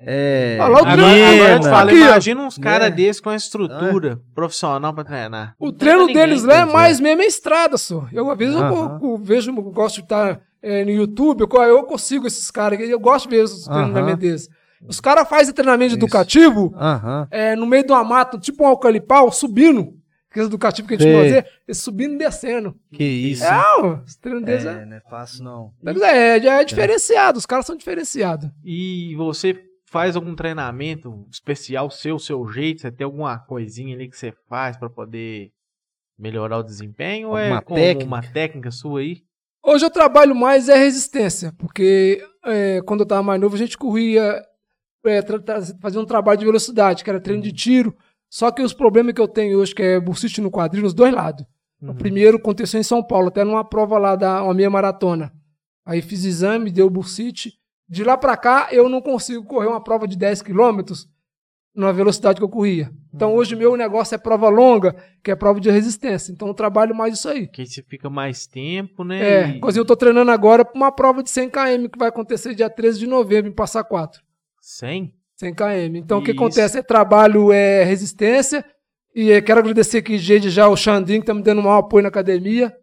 A: É.
C: Ah, lá o
B: Agora,
C: Não,
B: agora eu te
C: não.
B: falo,
C: Aqui, ó. É.
B: imagina uns caras
A: É.
B: desses com a estrutura profissional pra treinar.
C: O treino
B: ninguém,
C: deles lá é
A: pois é.
C: mais mesmo é estrada, só. Eu, às vezes, eu co-
A: Aham.
C: co- vejo, eu gosto de estar é, no YouTube, eu, co- eu consigo esses caras, aqui, eu gosto de ver os
A: Aham.
C: treinamentos deles. Os caras fazem treinamento
A: Isso.
C: educativo
A: Aham.
C: é, no meio de uma mata, tipo um alcalipau, subindo. Aqueles educativos que a gente
B: Sei.
C: fazia, eles subindo e descendo.
B: Que isso.
C: É, ó, os tailandeses é,
A: É, não é fácil não.
C: é, já é diferenciado, os caras são diferenciados.
B: E você faz algum treinamento especial seu, seu jeito? Você tem alguma coisinha ali que você faz pra poder melhorar o desempenho? Ou é
A: Alguma
B: com
A: técnica?
B: uma técnica sua aí?
C: Hoje eu trabalho mais é resistência, porque é, quando eu estava mais novo a gente corria, é, tra- tra- fazia um trabalho de velocidade, que era treino de tiro. Só que os problemas que eu tenho hoje, que é bursite no quadril, nos dois lados. O
B: Uhum.
C: primeiro aconteceu em São Paulo, até numa prova lá da uma meia maratona. Aí fiz exame, deu bursite. De lá pra cá, eu não consigo correr uma prova de 10 quilômetros na velocidade que eu corria.
B: Uhum.
C: Então hoje meu negócio é prova longa, que é prova de resistência. Então eu trabalho mais isso aí.
B: Que você fica mais tempo, né?
C: É,
B: E-
C: inclusive eu tô treinando agora pra uma prova de 100 km que vai acontecer dia 13 de novembro em Passa 4.
B: Sem?
C: 100 km. Então o que
B: Isso.
C: acontece é trabalho, é resistência. E eh, quero agradecer aqui desde já o Xandinho que tá me dando o maior apoio na academia.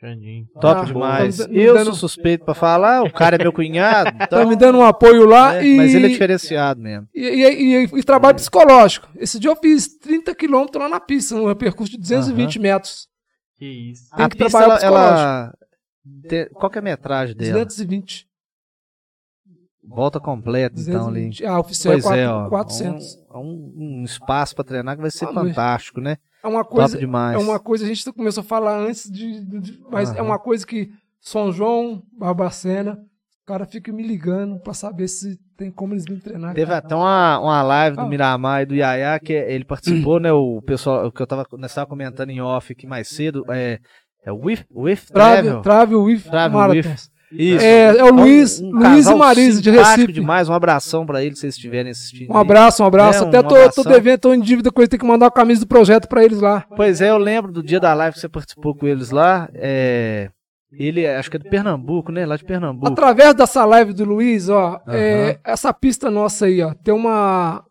B: Xandinho.
A: Top
C: Ah,
A: demais.
C: tá me
A: eu
C: dando-
A: sou suspeito pra falar, o cara é meu cunhado,
C: Tá
A: então,
C: me dando um apoio lá
A: né,
C: e,
A: mas ele é diferenciado mesmo.
C: e, e- e- e trabalho psicológico. Esse dia eu fiz 30 km lá na pista, um percurso de 220 metros.
B: Que isso.
C: Tem
A: a
C: que
A: pista, ela...
C: trabalhar
A: ela te- Qual que é a metragem dela?
C: 220.
A: Volta completa, então, ali.
C: 220. Ah, oficial é,
A: Pois é,
C: quatro-
A: ó.
C: 400.
A: Um, um- um espaço pra treinar que vai ser
C: Ah, mas-
A: fantástico, né?
C: É uma coisa,
A: Top demais.
C: É uma coisa, a gente começou a falar antes de. de- de- mas é
A: Aham.
C: uma coisa que São João, Barbacena, o cara fica me ligando pra saber se tem como eles me treinar.
A: Teve até uma, uma live
C: Ah.
A: do Miramar e do Yaya, que ele participou, né? O pessoal, o que eu tava, nós tava comentando em off aqui mais cedo, é, é o With, with
C: Trave,
A: Travel.
C: Trave Whiff
A: Trave
C: Marathons.
A: Isso.
C: É, é o
A: Um-
C: Luiz,
A: um
C: Luiz e
A: casal
C: Marise, de
A: simpático
C: Recife.
A: demais, um abração pra eles, se vocês estiverem assistindo.
C: Um
A: aí.
C: abraço, um abraço.
A: É,
C: Até
A: um
C: tô,
A: abração.
C: tô devendo, tô em dívida com eles, tem que mandar a camisa do projeto pra eles lá.
A: Pois é, eu lembro do dia da live que você participou com eles lá. É, ele, é- acho que é de Pernambuco, né? Lá de Pernambuco.
C: Através dessa live do Luiz, ó,
A: Aham.
C: é, essa pista nossa aí, ó, tem uma.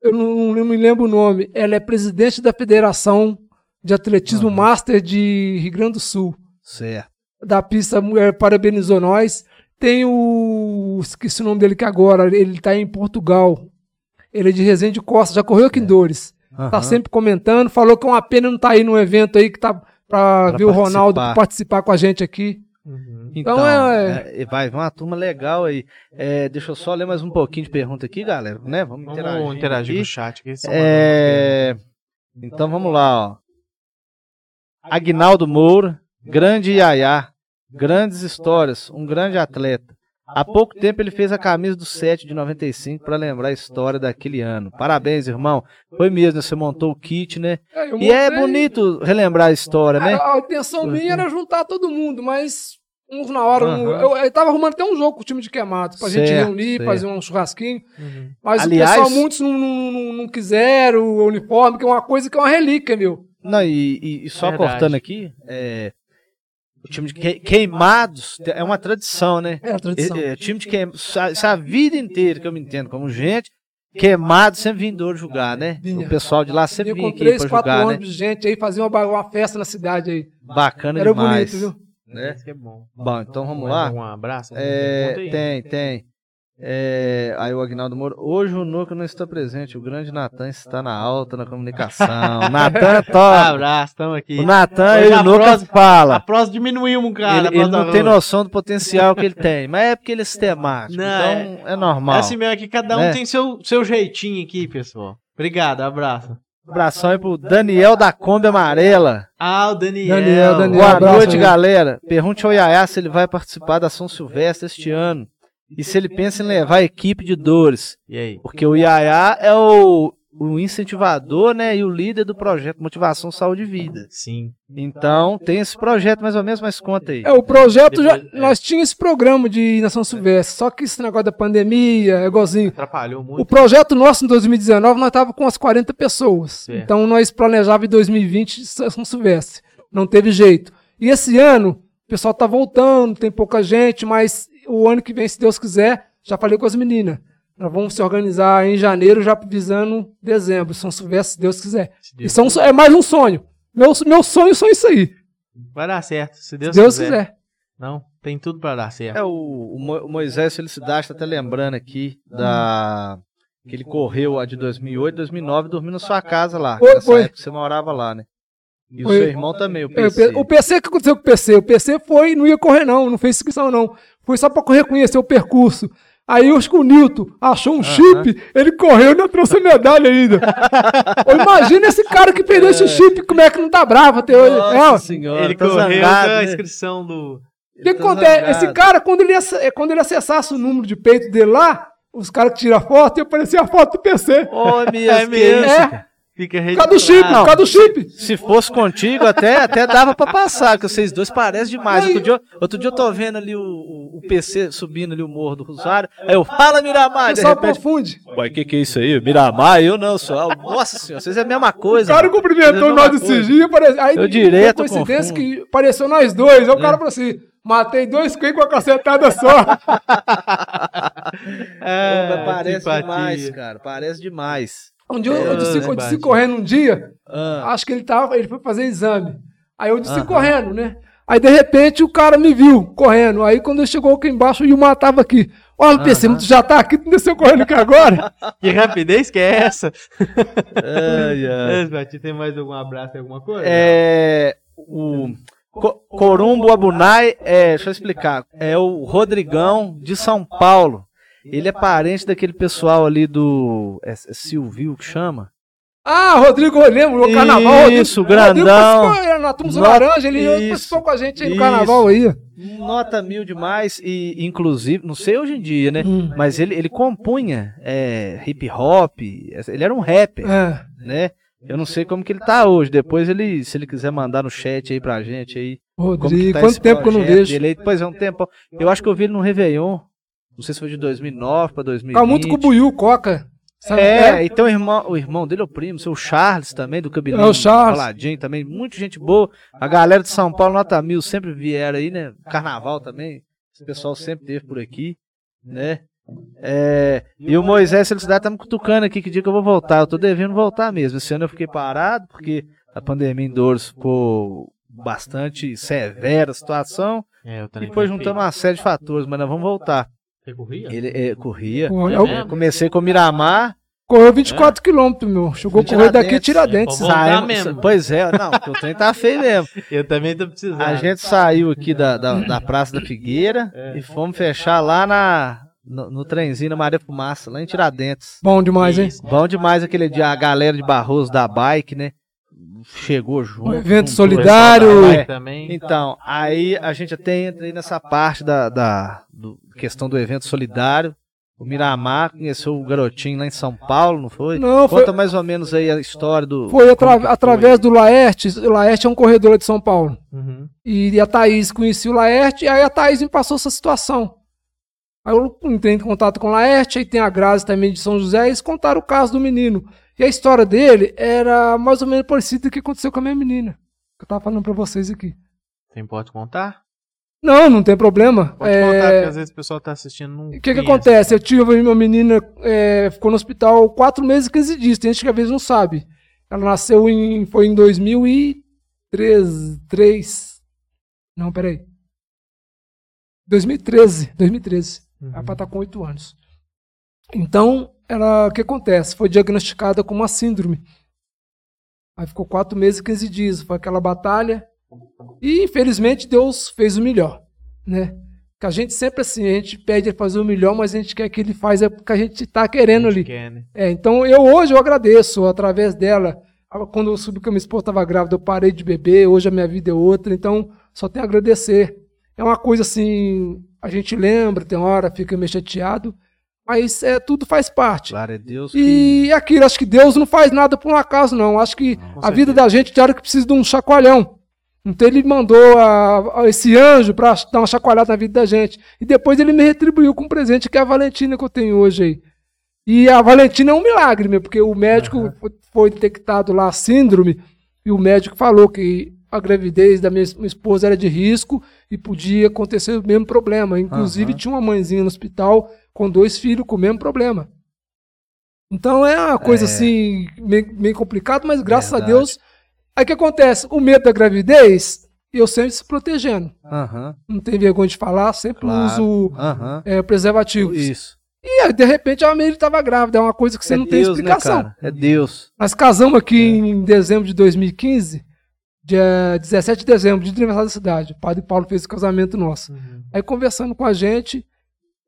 C: Eu não, não- não me lembro o nome. Ela é presidente da Federação de Atletismo
A: Aham.
C: Master de Rio Grande do Sul.
A: Certo.
C: Da pista é, parabenizou nós. Tem o. Esqueci o nome dele que agora. Ele tá em Portugal. Ele é de Resende Costa, já correu aqui
A: É.
C: em Dores. Tá
A: Aham.
C: sempre comentando. Falou que é uma pena não estar aí no evento aí que tá pra, ver o Ronaldo
A: participar.
C: participar com a gente aqui.
B: Uhum.
A: Então,
C: Então,
A: é, é, vai, vai uma turma legal aí. É, deixa eu só ler mais um pouquinho de pergunta aqui, galera, né? Vamos,
B: Vamos
A: interagir.
B: interagir com o chat. Que é eles estão mandando
A: É, então vamos lá, ó. Agnaldo Moura, grande Yaya, grandes histórias, um grande atleta. Há pouco tempo ele fez a camisa do 7 de 95 para lembrar a história daquele ano. Parabéns, irmão. Foi mesmo, você montou o kit, né?
C: É, eu
A: E é
C: montei-
A: bonito relembrar a história, né?
C: A, a intenção minha era juntar todo mundo, mas uns na hora. um-
A: Aham.
C: eu, eu tava arrumando até um jogo com o time de queimado pra gente
A: Certo,
C: reunir,
A: certo.
C: fazer um churrasquinho.
B: aqui.
A: né?
B: Uhum.
C: Mas
A: Aliás-
C: o pessoal, muitos não, não, não- não quiseram o uniforme, que é uma coisa que é uma relíquia, meu.
A: Não, e, e- e só
B: Verdade.
A: cortando aqui, é, o time de que- queimados te- é uma tradição, né?
C: É a tradição.
A: É, é, time de queimados, a vida inteira que eu me entendo como gente, queimados sempre vinha em dor jogar, né?
C: Vinha.
A: O pessoal de lá sempre
C: Vinha
A: vinha
C: com
A: aqui
C: três,
A: pra
C: quatro
A: jogar,
C: anos
A: né?
C: de gente aí, fazia uma, ba- uma festa na cidade aí.
A: Bacana
C: Era
A: demais.
C: bonito, viu?
A: Né?
B: Isso é bom.
A: Bom, então vamos lá.
B: Mais Um abraço.
A: É,
B: Conta aí.
A: tem, tem. É, aí o Agnaldo Moro. Hoje o Nuca não está presente. O grande Natan está na alta na comunicação. Natan é top.
B: Um Abraço, estamos aqui.
A: O Natan
B: Hoje
A: e
B: a
A: o Nuca
B: próxima-
A: fala.
B: A prosa diminuiu um cara. a
A: ele, ele
B: prosa
A: não
B: da-
A: tem noção do potencial que ele tem, mas é porque ele é sistemático.
B: Não,
A: então é, normal.
B: É assim mesmo, é que cada um
A: Né?
B: tem seu, seu jeitinho aqui, pessoal. Obrigado, abraço.
A: Abração aí pro Daniel da Kombi Amarela.
B: Ah, o Daniel.
C: Daniel, Daniel.
A: Boa
C: abraço
A: noite,
C: aí.
A: galera. Pergunte ao Yaya se ele vai participar da São Silvestre este ano. E se ele pensa em levar a equipe de dores.
B: E aí?
A: Porque o Yaya é o, o incentivador né, e o líder do projeto Motivação Saúde e Vida.
B: Sim.
A: Então tem esse projeto mais ou menos, mas conta aí.
C: É, o projeto já.
B: Depois- é.
C: Nós tínhamos esse programa de Nação Silvestre, só que esse negócio da pandemia, é igualzinho.
B: Atrapalhou
C: O
B: muito.
C: projeto nosso em 2019, nós tava com umas 40 pessoas.
B: Certo.
C: Então nós planejava em 2020 se não soubesse. Não teve jeito. E esse ano, o pessoal tá voltando, tem pouca gente, mas o ano que vem, se Deus quiser, já falei com as meninas. Nós vamos se organizar em janeiro, já visando dezembro, se não soubesse, se Deus quiser.
B: se Deus-
C: Isso é, um so- é mais um sonho. Meu, meu sonho são isso aí.
B: Vai dar certo, se Deus,
C: Se Deus
B: quiser.
C: quiser.
B: Não, tem tudo pra dar certo.
A: É, o, o Mo- o Moisés Felicidade tá até lembrando aqui da. Que ele correu a de 2008, 2009, dormindo na sua casa lá.
C: Foi,
A: nessa
C: foi.
A: época você morava lá, né? E o
C: Foi-
A: seu irmão também, o
C: É, o
A: PC.
C: P- O PC, o que aconteceu com o PC? O PC foi, não ia correr não, não fez inscrição não. Foi só pra reconhecer o percurso. Aí eu acho que o Nilton achou um chip, ele correu e não trouxe a medalha ainda. Ô, Imagina esse cara que perdeu esse chip, como é que não tá bravo até hoje? É, ó,
A: Nossa senhora,
B: Ele
A: tá
B: correu com a
A: zangado, né?
B: inscrição do.
C: o que
A: Tá
C: acontece?
A: zangado.
C: Esse cara, quando ele, ac- é, quando ele acessasse o número de peito dele lá, os caras que tiram a foto, ia aparecer a foto do PC.
A: Ô, minhas
B: É mesmo.
A: crianças.
C: É,
B: Fica
C: por causa do chip, por
A: Ah, Não.
C: causa do chip.
A: Se fosse contigo, até, até dava pra passar, porque vocês dois parecem demais. Outro dia, outro dia eu tô vendo ali o, o, o PC subindo ali o morro do Rosário. Aí eu, fala
C: O
A: Miramar! Ah, De
C: pessoal
A: repente,
C: confunde.
A: Ué, que que é isso aí? Miramar? Eu não sou. Ah, Nossa senhora, vocês é a mesma
C: O
A: coisa.
C: cara
A: mano. Vocês é
C: cumprimentou
A: a
C: nós
A: mesma
C: desse
A: coisa.
C: dia, parece... aí
A: Eu direto
C: foi coincidência
A: confundo.
C: que apareceu nós dois. Aí o cara falou assim: matei dois coelhos com a cacetada só.
A: Pô, mas
B: É,
A: parece
B: simpatia.
A: demais, cara. Parece demais.
C: Um dia eu, eu desci, eu desci
B: Bate.
C: correndo um dia,
A: É, Ah,
C: acho que ele tava, ele foi fazer exame. Aí eu desci
A: Aham.
C: correndo, né? Aí de repente o cara me viu correndo. Aí quando ele chegou aqui embaixo, o Yuma tava aqui. Olha, PC, mas tu já tá aqui, tu desceu correndo aqui agora?
B: Que rapidez que é essa?
A: ai, ai.
B: É, Bati, tem mais algum abraço, alguma coisa?
A: É, o Co- Corumbo Abunai, é, deixa eu explicar, é o Rodrigão de São Paulo. Ele é parente daquele pessoal ali do é, é Silvio que chama.
C: Ah, Rodrigo, eu lembro, o carnaval.
A: Isso,
C: Rodrigo, Rodrigo
A: grandão.
C: participou, era na Tumsa
A: Nossa,
C: Laranja, ele
A: isso,
C: participou com a gente aí no
A: isso.
C: carnaval aí.
A: Nota mil demais e inclusive, não sei hoje em dia, né?
C: Hum.
A: Mas ele, ele compunha é, hip hop, ele era um rapper.
C: É.
A: né? Eu não sei como que ele tá hoje. Depois ele, se ele quiser mandar no chat aí pra gente aí. Como
C: Rodrigo,
A: que tá esse
C: quanto tempo que eu não
A: projeto
C: vejo?
A: Dele aí. Pois é, um tempo. Eu acho que eu vi ele no Réveillon. Não sei se foi de 2009 pra 2020.
C: Ficava Tá muito com o Buiu, o Coca. Sabe?
A: É, então o irmão, o irmão dele é o primo, seu Charles também, do Cabelinho.
C: É, o Charles.
A: Faladinho também, muita gente boa. A galera de São Paulo, nota mil, sempre vieram aí, né? Carnaval também, esse pessoal sempre teve por aqui, né? É, e o Moisés Felicidade tá me cutucando aqui, que dia que eu vou voltar. Eu tô devendo voltar mesmo. Esse ano eu fiquei parado, porque a pandemia em Douros ficou bastante severa a situação.
B: É, eu
A: E
B: também.
A: foi juntando uma série de fatores, mas nós vamos voltar.
B: Você corria?
A: Ele é, corria.
C: Pô,
B: É
C: eu-
B: mesmo?
A: Comecei com o Miramar,
C: Correu 24 quilômetros, meu. Chegou a correr daqui
A: Tiradentes. né?
C: Tiradentes.
B: É, Voltar
A: Saímos-
B: mesmo.
A: Pois é, não, porque o trem tá feio mesmo.
B: Eu também tô precisando.
A: A gente é saiu aqui da, da, da Praça da Figueira
C: É.
A: e fomos fechar lá na, no, no trenzinho na Maria Fumaça, lá em Tiradentes.
C: Bom demais, hein?
B: Isso.
A: Bom demais aquele dia, a galera de Barroso da bike, né? Chegou junto.
C: Um evento
A: juntou.
C: solidário.
B: Pessoal da
A: É.
B: live Também.
A: Então, aí a gente até entra aí nessa parte da, da do- questão do evento solidário. O Miramar conheceu o garotinho lá em São Paulo, não foi?
C: Não, foi-
A: Conta mais ou menos aí a história do.
C: Foi atra-
A: como que
C: através do Laerte. O Laerte é um corredor de São Paulo.
B: Uhum.
C: E a Thaís conhecia o Laerte, e aí a Thaís me passou essa situação. Aí eu entrei em contato com o Laerte, aí tem a Grazi também de São José, e eles contaram o caso do menino. E a história dele era mais ou menos parecida com o que aconteceu com a minha menina. Que eu tava falando pra vocês aqui.
B: Tem, pode contar?
C: Não, não tem problema.
B: Pode
C: É,
B: contar, porque às vezes o pessoal tá assistindo. não
C: O que, que
B: conhece.
C: acontece? Eu tive uma menina, é, ficou no hospital 4 meses e 15 dias. Tem gente que às vezes não sabe. Ela nasceu em. Foi em 2003. três- Não, peraí. 2013. 2013.
B: Uhum.
C: Ela tá com 8 anos. Então, ela, o que acontece? Foi diagnosticada com uma síndrome. Aí ficou 4 meses e 15 dias. Foi aquela batalha. E, infelizmente, Deus fez o melhor, né? Que a gente sempre assim, a gente pede ele fazer o melhor, mas a gente quer que ele faça o que a gente está querendo ali.
B: Quer, né?
C: É, então eu hoje eu agradeço através dela. Ah, Quando eu soube que a minha esposa estava grávida, eu parei de beber, hoje a minha vida é outra, então só tenho a agradecer. É uma coisa assim, a gente lembra, tem hora, fica meio chateado, mas é, tudo faz parte.
A: Glória a Deus.
C: E é aquilo, acho que Deus não faz nada por um acaso, não. Acho que
B: Com
C: a
B: certeza.
C: vida da gente tem hora que precisa de um chacoalhão. Então ele mandou a- a esse anjo para dar uma chacoalhada na vida da gente. E depois ele me retribuiu com um presente, que é a Valentina que eu tenho hoje aí. E a Valentina é um milagre, meu, porque o médico fo- foi detectado lá a síndrome e o médico falou que a gravidez da minha es- minha esposa era de risco e podia acontecer o mesmo problema. Inclusive,
A: Aham.
C: tinha uma mãezinha no hospital com dois filhos com o mesmo problema. Então é uma coisa
A: É.
C: assim, meio, meio complicado, mas graças
A: Verdade.
C: a Deus. Aí o que acontece? O medo da gravidez, eu sempre se protegendo.
A: Aham,
C: Não tenho vergonha de falar, sempre
A: Claro.
C: uso
A: aham.
C: é, preservativos.
A: Isso.
C: E aí, de repente a Mary estava grávida, é uma coisa que você
A: É
C: não tem
A: Deus, né,
C: explicação.
A: cara? É Deus.
C: Nós casamos aqui em dezembro de 2015, dia 17 de dezembro, dia de aniversário da cidade. O padre Paulo fez o casamento nosso.
B: Uhum.
C: Aí conversando com a gente,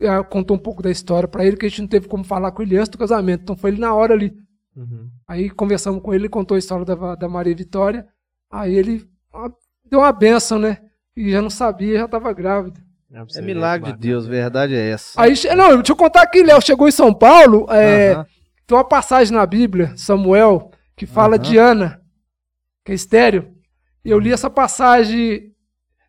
C: eh, contou um pouco da história pra ele, que a gente não teve como falar com ele antes do casamento. Então foi ele na hora ali.
B: Uhum.
C: Aí conversamos com ele, ele contou a história da, da Maria Vitória. Aí ele ah, deu uma benção, né? E já não sabia, já estava grávida.
B: pra você
A: É
B: ver
A: milagre
B: que
A: de Deus, verdade é essa.
C: Aí, che- não, deixa eu contar aqui, Léo. Chegou em São Paulo, é,
A: Aham.
C: tem uma passagem na Bíblia, Samuel, que fala
A: Aham.
C: de Ana, que é estéreo. E eu li essa passagem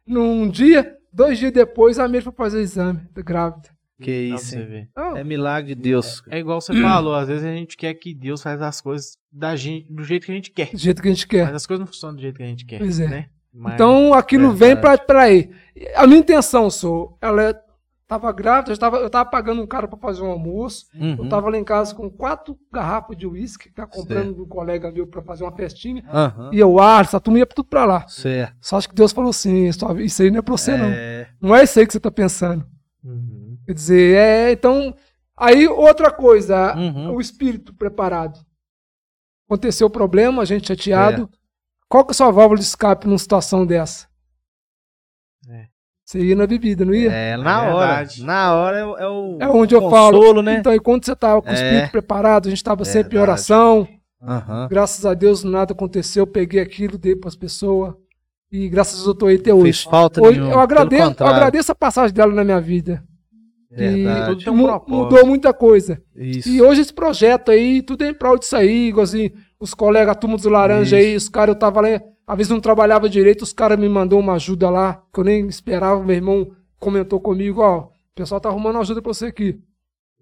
C: num dia, dois dias depois, a Miriam foi fazer o exame, de grávida.
A: Que
B: bacana. Pra
A: isso,
B: você
A: hein?
B: ver.
C: Não,
A: É milagre de Deus.
B: É igual você falou, às vezes a gente quer que Deus faz as coisas da gente, do jeito que a gente quer.
C: do jeito que a gente
A: É.
C: quer.
B: Mas as coisas não funcionam do jeito que a gente quer.
C: Pois é.
B: Né? Mas-
C: Então aquilo vem pra, pra aí. A minha intenção, sou, ela é- tava grávida, eu tava, eu tava pagando um cara pra fazer um almoço.
B: É.
C: Eu
B: Hum.
A: Uhum.
C: tava lá em casa com quatro garrafas de uísque, tá comprando do colega meu pra fazer uma festinha.
A: Aham.
C: E eu, ah, essa turma ia tudo pra lá.
A: Certo.
C: Só acho que Deus falou assim, só- isso aí não é pra você, não.
A: É,
C: Não é isso aí que você tá pensando.
B: Uhum.
C: Quer dizer, é, então... Aí, outra coisa,
A: uhum.
C: o espírito preparado. Aconteceu o problema, a gente chateado. Qual que é a sua válvula de escape numa situação dessa?
B: É.
C: Você ia na bebida, não ia?
A: É, na
B: É
A: hora.
B: verdade.
A: Na hora é, o- é o.
C: É onde eu
A: consolo,
C: falo.
A: né?
C: Então, enquanto você estava com o
A: É.
C: espírito preparado, a gente estava sempre em
A: Verdade.
C: oração.
A: Aham.
C: Graças a Deus nada aconteceu. Peguei aquilo, dei para as pessoas. E graças a Deus eu estou aí até hoje.
A: Fez falta
C: Hoje,
A: nenhuma.
C: eu,
A: pelo
C: agradeço, eu
A: contrário.
C: agradeço a passagem dela na minha vida.
A: Verdade.
B: Tudo
A: é
B: tem um
C: mu-
B: propósito.
C: mudou muita coisa.
A: Isso.
C: E hoje esse projeto aí, tudo é em prol disso aí, igual assim, os colegas, a turma dos laranja aí, os caras, eu tava lá, às vezes não trabalhava direito, os caras me mandou uma ajuda lá, que eu nem esperava, meu irmão comentou comigo, ó, o pessoal tá arrumando ajuda pra você aqui.
A: Eu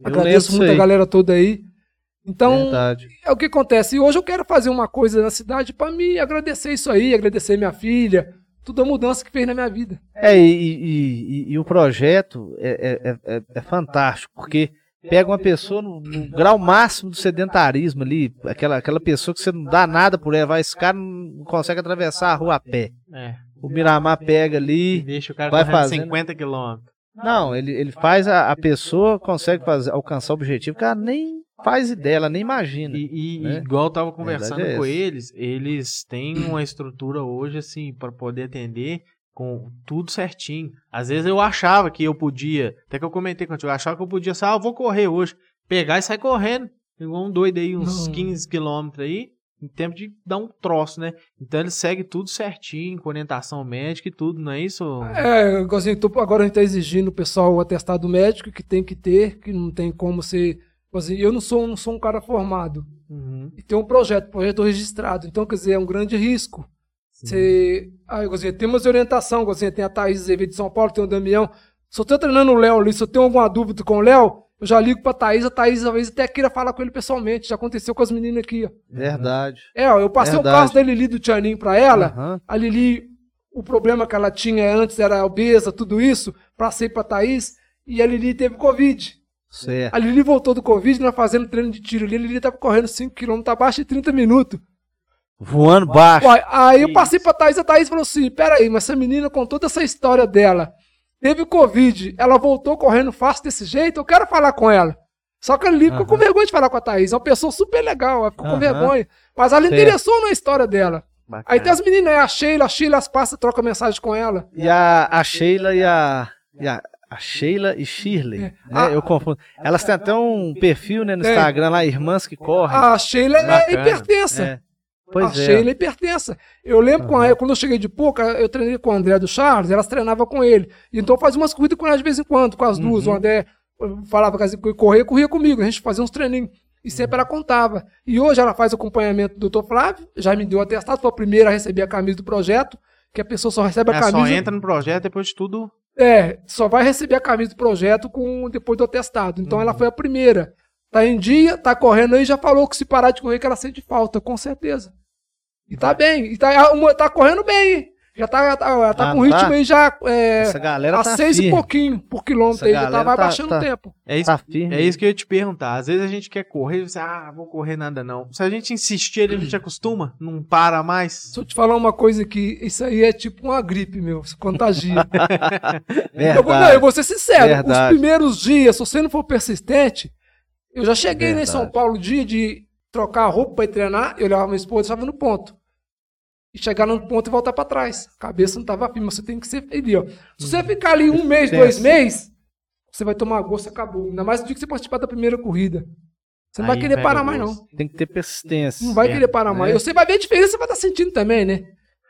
A: lembro
C: Agradeço
A: disso
C: muito a
A: aí.
C: galera toda aí. Então,
A: Verdade.
C: é o que acontece. E hoje eu quero fazer uma coisa na cidade pra mim agradecer isso aí, agradecer minha filha, toda a mudança que fez na minha vida.
A: É, e, e- e- e o projeto é, é- é- é- é fantástico, porque pega uma pessoa no, no grau máximo do sedentarismo ali, aquela, aquela pessoa que você não dá nada por ela, vai, esse cara não consegue atravessar a rua a pé.
B: É.
A: O Miramar pega
B: E
A: ali.
B: deixa o cara
A: vai
B: correndo
A: fazendo.
B: 50 quilômetros.
A: Não, ele, ele faz a, a pessoa, consegue fazer, alcançar o objetivo que ela nem faz ideia, ela nem imagina.
B: E, e-
A: Né?
B: igual eu tava conversando
A: Verdade é
B: com
A: essa.
B: eles, eles têm uma estrutura hoje, assim, para poder atender com tudo certinho. Às vezes eu achava que eu podia, até que eu comentei contigo, eu achava que eu podia, só, ah, eu vou correr hoje, pegar e sair correndo. Igual um doido aí, uns
C: Não.
B: 15 quilômetros aí, em tempo de dar um troço, né? Então eles seguem tudo certinho, com orientação médica e tudo, não é isso?
C: É, igual assim, tô- agora a gente tá exigindo o pessoal o atestado médico que tem que ter, que não tem como ser. igual assim, eu não sou, não sou um cara formado.
B: Uhum.
C: E tem um projeto, projeto registrado. Então, quer dizer, é um grande risco. Você. Ah, igual assim, tem umas orientação, igual assim, tem a Thaís Azevedo de São Paulo, tem o Damião. Se eu tô treinando o Léo ali, se eu tenho alguma dúvida com o Léo, eu já ligo pra Thaís, a Thaís às vezes até queira falar com ele pessoalmente. Já aconteceu com as meninas aqui, ó.
A: Verdade.
C: É, ó, eu passei
A: Verdade.
C: o caso da Lili do Tianinho pra ela.
A: Aham.
C: A Lili, o problema que ela tinha antes era obesa, tudo isso, passei pra Thaís, e a Lili teve Covid.
A: Certo.
C: A Lili voltou do Covid, nós fazendo treino de tiro ali, a Lili tava correndo 5km abaixo de 30 minutos.
A: Voando baixo.
C: Uai, aí eu
B: que
C: passei pra Thaís, a Thaís falou assim, peraí, mas essa menina com toda essa história dela, teve Covid, ela voltou correndo fácil desse jeito, eu quero falar com ela. Só que a Lili ficou com vergonha de falar com a Thaís, é uma pessoa super legal, ela ficou com
A: Aham.
C: vergonha. Mas ela
A: Certo.
C: interessou na história dela. Aí
B: Bacana.
C: tem as meninas, aí a Sheila, a Sheila as passa, troca mensagem com ela.
A: E a, a Sheila e a. e a- a Sheila e Shirley, né?
C: Ah.
A: eu confundo. Elas têm até um perfil né, no
C: Tem.
A: Instagram lá, Irmãs que Correm.
C: A Sheila é
B: Bacana.
C: hipertensa.
A: É. Pois
C: a
A: é.
C: Sheila é hipertensa. Eu lembro com ela, quando eu cheguei de pouca, eu treinei com o André do Charles, elas treinavam com ele. Então eu fazia umas corridas com ela de vez em quando, com as duas.
B: Uhum.
C: O André eu falava que eu corria, corria comigo. A gente fazia uns treininhos. E
B: Uhum.
C: sempre ela contava. E hoje ela faz acompanhamento do Dr. Flávio, já me deu atestado, foi a primeira a receber a camisa do projeto, que a pessoa só recebe a
B: É, só
C: camisa.
B: entra no projeto depois de tudo.
C: É, só vai receber a camisa do projeto com depois do atestado. Então
A: Uhum.
C: ela foi a primeira. Tá em dia, tá correndo aí, já falou que se parar de correr que ela sente falta, com certeza. E tá bem, e tá, uma- tá correndo bem. Já tá, ela tá, ela tá
A: Ah,
C: com ritmo
A: tá?
C: aí já é,
A: Essa galera
C: a
A: tá
C: seis
A: firme.
C: e pouquinho por quilômetro
A: Essa
C: aí, já tá,
A: galera
C: vai
A: tá-
C: baixando
A: tá-
C: o tempo.
B: É isso
A: Tá firme.
B: É isso que eu ia te perguntar. Às vezes a gente quer correr e você, ah, vou correr nada não. Se a gente insistir, a
A: Uhum.
B: gente acostuma, não para mais.
C: Se eu te falar uma coisa que isso aí é tipo uma gripe, meu, se contagia.
A: Verdade.
C: Eu vou, não, eu vou ser sincero.
A: Verdade.
C: Os primeiros dias, se você não for persistente, eu já cheguei né, em
A: Verdade.
C: São Paulo dia de trocar a roupa pra ir treinar, eu levava minha esposa e estava no ponto. e chegar num ponto e voltar pra trás. A cabeça não tava firme, você tem que ser ali, ó. Se
B: Uhum.
C: você ficar ali um mês, dois
B: assim.
C: meses, você vai tomar gosto, acabou. Ainda mais no dia que você participar da primeira corrida. Você não vai
B: Aí
C: querer
B: pega
C: parar
B: o
C: mais, não.
B: gosto.
A: Tem que ter persistência.
C: Não vai
B: É,
C: querer parar
B: né?
C: mais. Você vai ver a diferença, você vai estar sentindo também, né?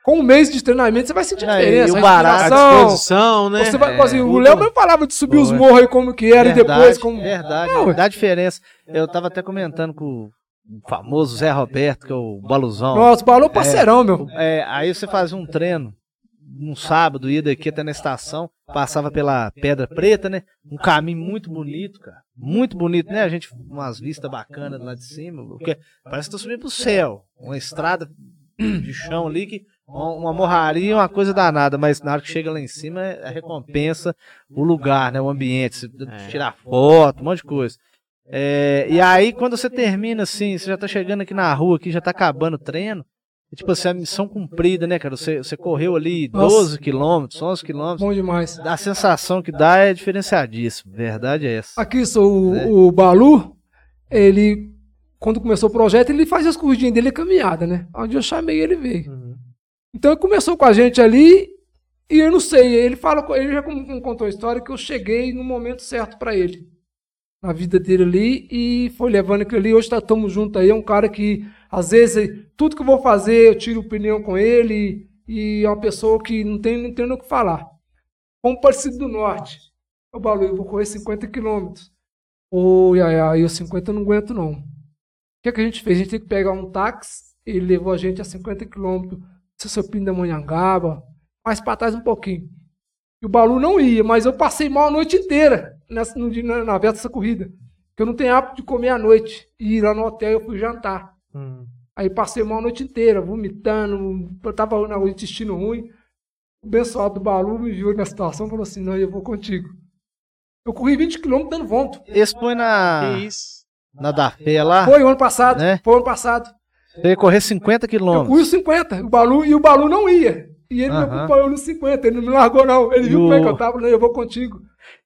C: Com um mês de treinamento, você vai sentir
A: É,
C: a
A: e
C: diferença.
A: o
C: a
A: barato,
B: A
C: respiração,
B: disposição, né?
C: Você vai,
A: É,
C: assim, o
B: tudo.
C: Léo mesmo falava de subir os
A: Boa.
C: morros aí como que era e depois como...
A: Verdade, É.
C: Não, ué.
A: dá diferença. Eu tava até comentando com o famoso Zé Roberto, que é o Baluzão.
C: Nossa, balou parceirão, meu.
A: É, aí você fazia um treino num sábado, ia daqui até na estação, passava pela Pedra Preta, né? Um caminho muito bonito, cara. Muito bonito, né? A gente, umas vistas bacanas lá de cima, porque parece que tá subindo pro céu. Uma estrada de chão ali que. Uma uma morraria, é uma coisa danada, mas na hora que chega lá em cima, é- a recompensa o lugar, né? O ambiente, você
B: É.
A: tirar foto, um monte de coisa. É, e aí, quando você termina assim, você já tá chegando aqui na rua, aqui, já tá acabando o treino. É Tipo assim, a missão cumprida, né, cara? Você, você correu ali
C: Nossa.
A: 12 quilômetros, 11 quilômetros.
C: Bom demais.
A: A sensação que dá é diferenciadíssima. Verdade é essa.
C: Aqui, sou
A: É.
C: o, o Balu, ele, quando começou o projeto, ele fazia as corridinhas dele e caminhada, né? Onde eu chamei ele veio.
B: Uhum.
C: Então ele começou com a gente ali e eu não sei, ele fala, com- ele já com- com- contou a história que eu cheguei no momento certo pra ele. Na vida dele ali e foi levando aquilo ali. Hoje estamos juntos aí, é um cara que às vezes tudo que eu vou fazer, eu tiro opinião com ele e é uma pessoa que não tem, não tem nem o que falar. Como parecido do norte. Eu Balu, eu vou correr 50 quilômetros. Ô, Yaya, eu 50 eu não aguento não. O que, é que a gente fez? A gente tem que pegar um táxi, ele levou a gente a 50 quilômetros seu Pindamonhangaba, mais pra trás um pouquinho. E o Balu não ia, mas eu passei mal a noite inteira nessa, no, dia- na, na véspera dessa corrida. Porque eu não tenho hábito de comer à noite. E lá no hotel eu fui jantar.
B: Uhum.
C: Aí passei mal a noite inteira, vomitando, eu tava na- com o intestino ruim. O abençoado do Balu me viu na situação e falou assim: não, eu vou contigo. Eu corri 20 km dando vômito.
A: Esse põe na,
B: Que isso?
A: na da fé lá.
C: Foi o ano passado,
A: Né?
C: foi o ano passado.
A: Você ia correr 50
C: Eu
A: quilômetros.
C: corri os 50, o Balu, e o Balu não ia. E ele me
A: Aham.
C: acompanhou nos 50, ele não me largou, não. Ele
A: E
C: viu como é
A: o-
C: que eu tava, né? eu vou contigo.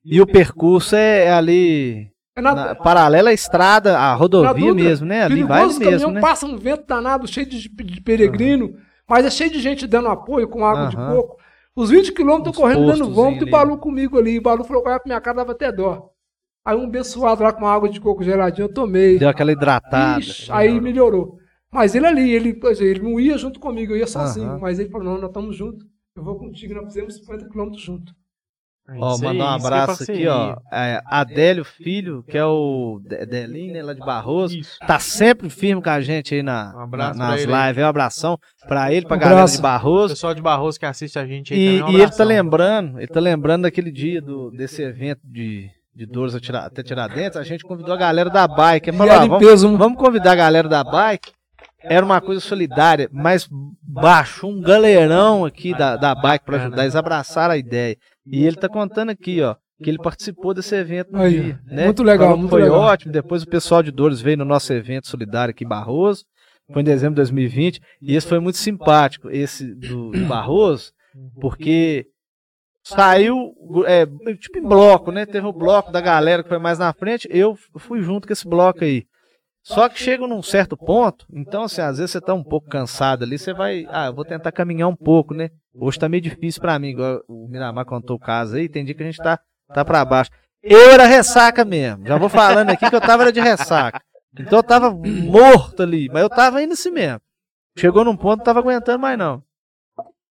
A: E o percurso é, é ali.
C: É
A: Na,
C: na,
A: paralela à estrada, a
C: na
A: rodovia
C: Dutra.
A: mesmo, né? Ali vai
C: Perigoso, o
A: mesmo,
C: caminhão
A: né? Ah.
C: passa um vento danado, cheio de, de peregrino, mas é cheio de gente dando apoio com água de
A: Aham.
C: coco. Os 20 quilômetros
A: Uns
C: eu correndo dando
A: postozinho
C: vômito e o
A: ali.
C: Balu comigo ali. E o Balu falou que olha pra minha cara, dava até dó. Aí um abençoado lá com uma água de coco geladinha, eu tomei.
A: Deu aquela hidratada.
C: Ixi, aí melhorou. Mas ele ali, ele, quer dizer, ele não ia junto comigo, eu ia sozinho.
A: Aham.
C: Mas ele falou: não, nós estamos juntos. Eu vou contigo, nós fizemos 50 quilômetros juntos.
B: É
A: Ó,
B: isso aí,
A: mandar um
B: isso é
A: abraço aqui,
B: parceria.
A: ó. É, Adélio Filho, que é o De- Delin, né, lá de Barroso.
B: Isso.
A: tá sempre firme com a gente aí na,
B: Um abraço
A: na-
B: pra
A: nas
B: ele aí.
A: lives. Um abração pra ele, pra
C: Um
A: galera
C: abraço.
A: de
B: O
A: Barroso.
B: pessoal de Barroso que assiste a gente aí
A: E,
B: também. um
A: e ele tá
B: abração.
A: lembrando, ele tá lembrando daquele dia do, desse evento de, de Douros a Tira- até Tiradentes, a gente convidou a galera da bike. Ele
C: E
A: falou,
C: a
A: "Ah, vamos,
C: limpeza, um-
A: vamos convidar a galera da bike. Era uma coisa solidária, mas baixou um galerão aqui da, da bike pra ajudar. Eles abraçaram a ideia. E ele tá contando aqui, ó, que ele participou desse evento no
C: Aí,
A: dia. Né?
C: muito legal,
A: Falou que
C: muito
A: foi
C: legal.
A: ótimo. Depois o pessoal de Dores veio no nosso evento solidário aqui em Barroso. Foi em dezembro de 2020. E esse foi muito simpático, esse do, do Barroso, porque saiu é, tipo em bloco, né? Teve o bloco da galera que foi mais na frente. Eu fui junto com esse bloco aí. Só que chega num certo ponto, então assim, às vezes você tá um pouco cansado ali, você vai, ah, eu vou tentar caminhar um pouco, né? Hoje tá meio difícil pra mim, igual o Miramar contou o caso aí, tem dia que a gente tá, tá pra baixo. Eu era ressaca mesmo, já vou falando aqui que eu tava era de ressaca. Então eu tava morto ali, mas eu tava indo assim mesmo. Chegou num ponto, não tava aguentando mais não.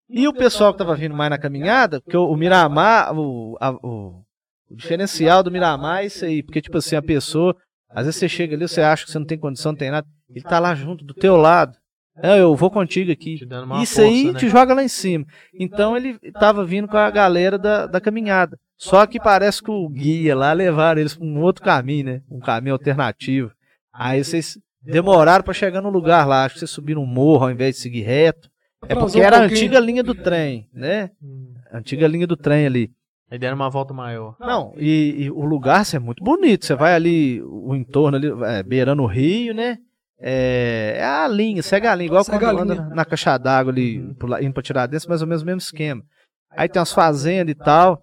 A: E o pessoal que tava vindo mais na caminhada, porque o, o Miramar, o, a- o- o diferencial do Miramar é isso aí, porque tipo assim, a pessoa às vezes você chega ali, você acha que você não tem condição, não tem nada. Ele tá lá junto, do teu lado. É, eu vou contigo aqui.
B: Te dando uma
A: Isso
B: força,
A: aí
B: né?
A: te joga lá em cima. Então ele tava vindo com a galera da, da caminhada. Só que parece que o guia lá levaram eles pra um outro caminho, né? Um caminho alternativo. Aí vocês demoraram pra chegar no lugar lá. Acho que vocês subiram um morro ao invés de seguir reto. É
C: Atrasou
A: porque
C: um
A: era a
C: pouquinho.
A: antiga linha do trem, né?
B: Hum.
A: A Antiga linha do trem ali.
B: Aí deram uma volta maior.
A: Não, e, e o lugar assim, é muito bonito. Você vai ali, o entorno ali, é, beirando o rio, né? É, é a linha, segue a linha, igual
C: Segue
A: quando
C: a
A: anda
C: linha. né? Uhum.
A: na, na caixa d'água ali, pro la- indo pra Tiradentes, mais ou menos o mesmo esquema. Aí tem umas fazendas e tal.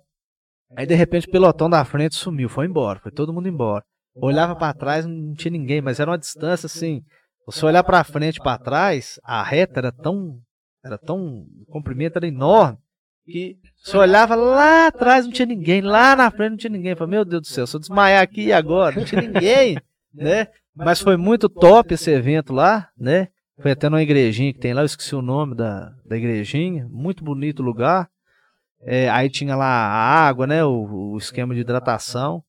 A: Aí de repente o pelotão da frente sumiu, foi embora, foi todo mundo embora. Olhava pra trás, não tinha ninguém, mas era uma distância assim. Você olhar pra frente e pra trás, a reta era tão Era tão. O comprimento era enorme. Que você olhava lá atrás, não tinha ninguém. Lá na frente não tinha ninguém. Eu Falei, meu Deus do céu, se eu desmaiar aqui e agora, não tinha ninguém. né? Mas foi muito top esse evento lá, né? Foi até numa igrejinha que tem lá, eu esqueci o nome da, da igrejinha. Muito bonito o lugar. É, aí tinha lá a água, né? O, o esquema de hidratação.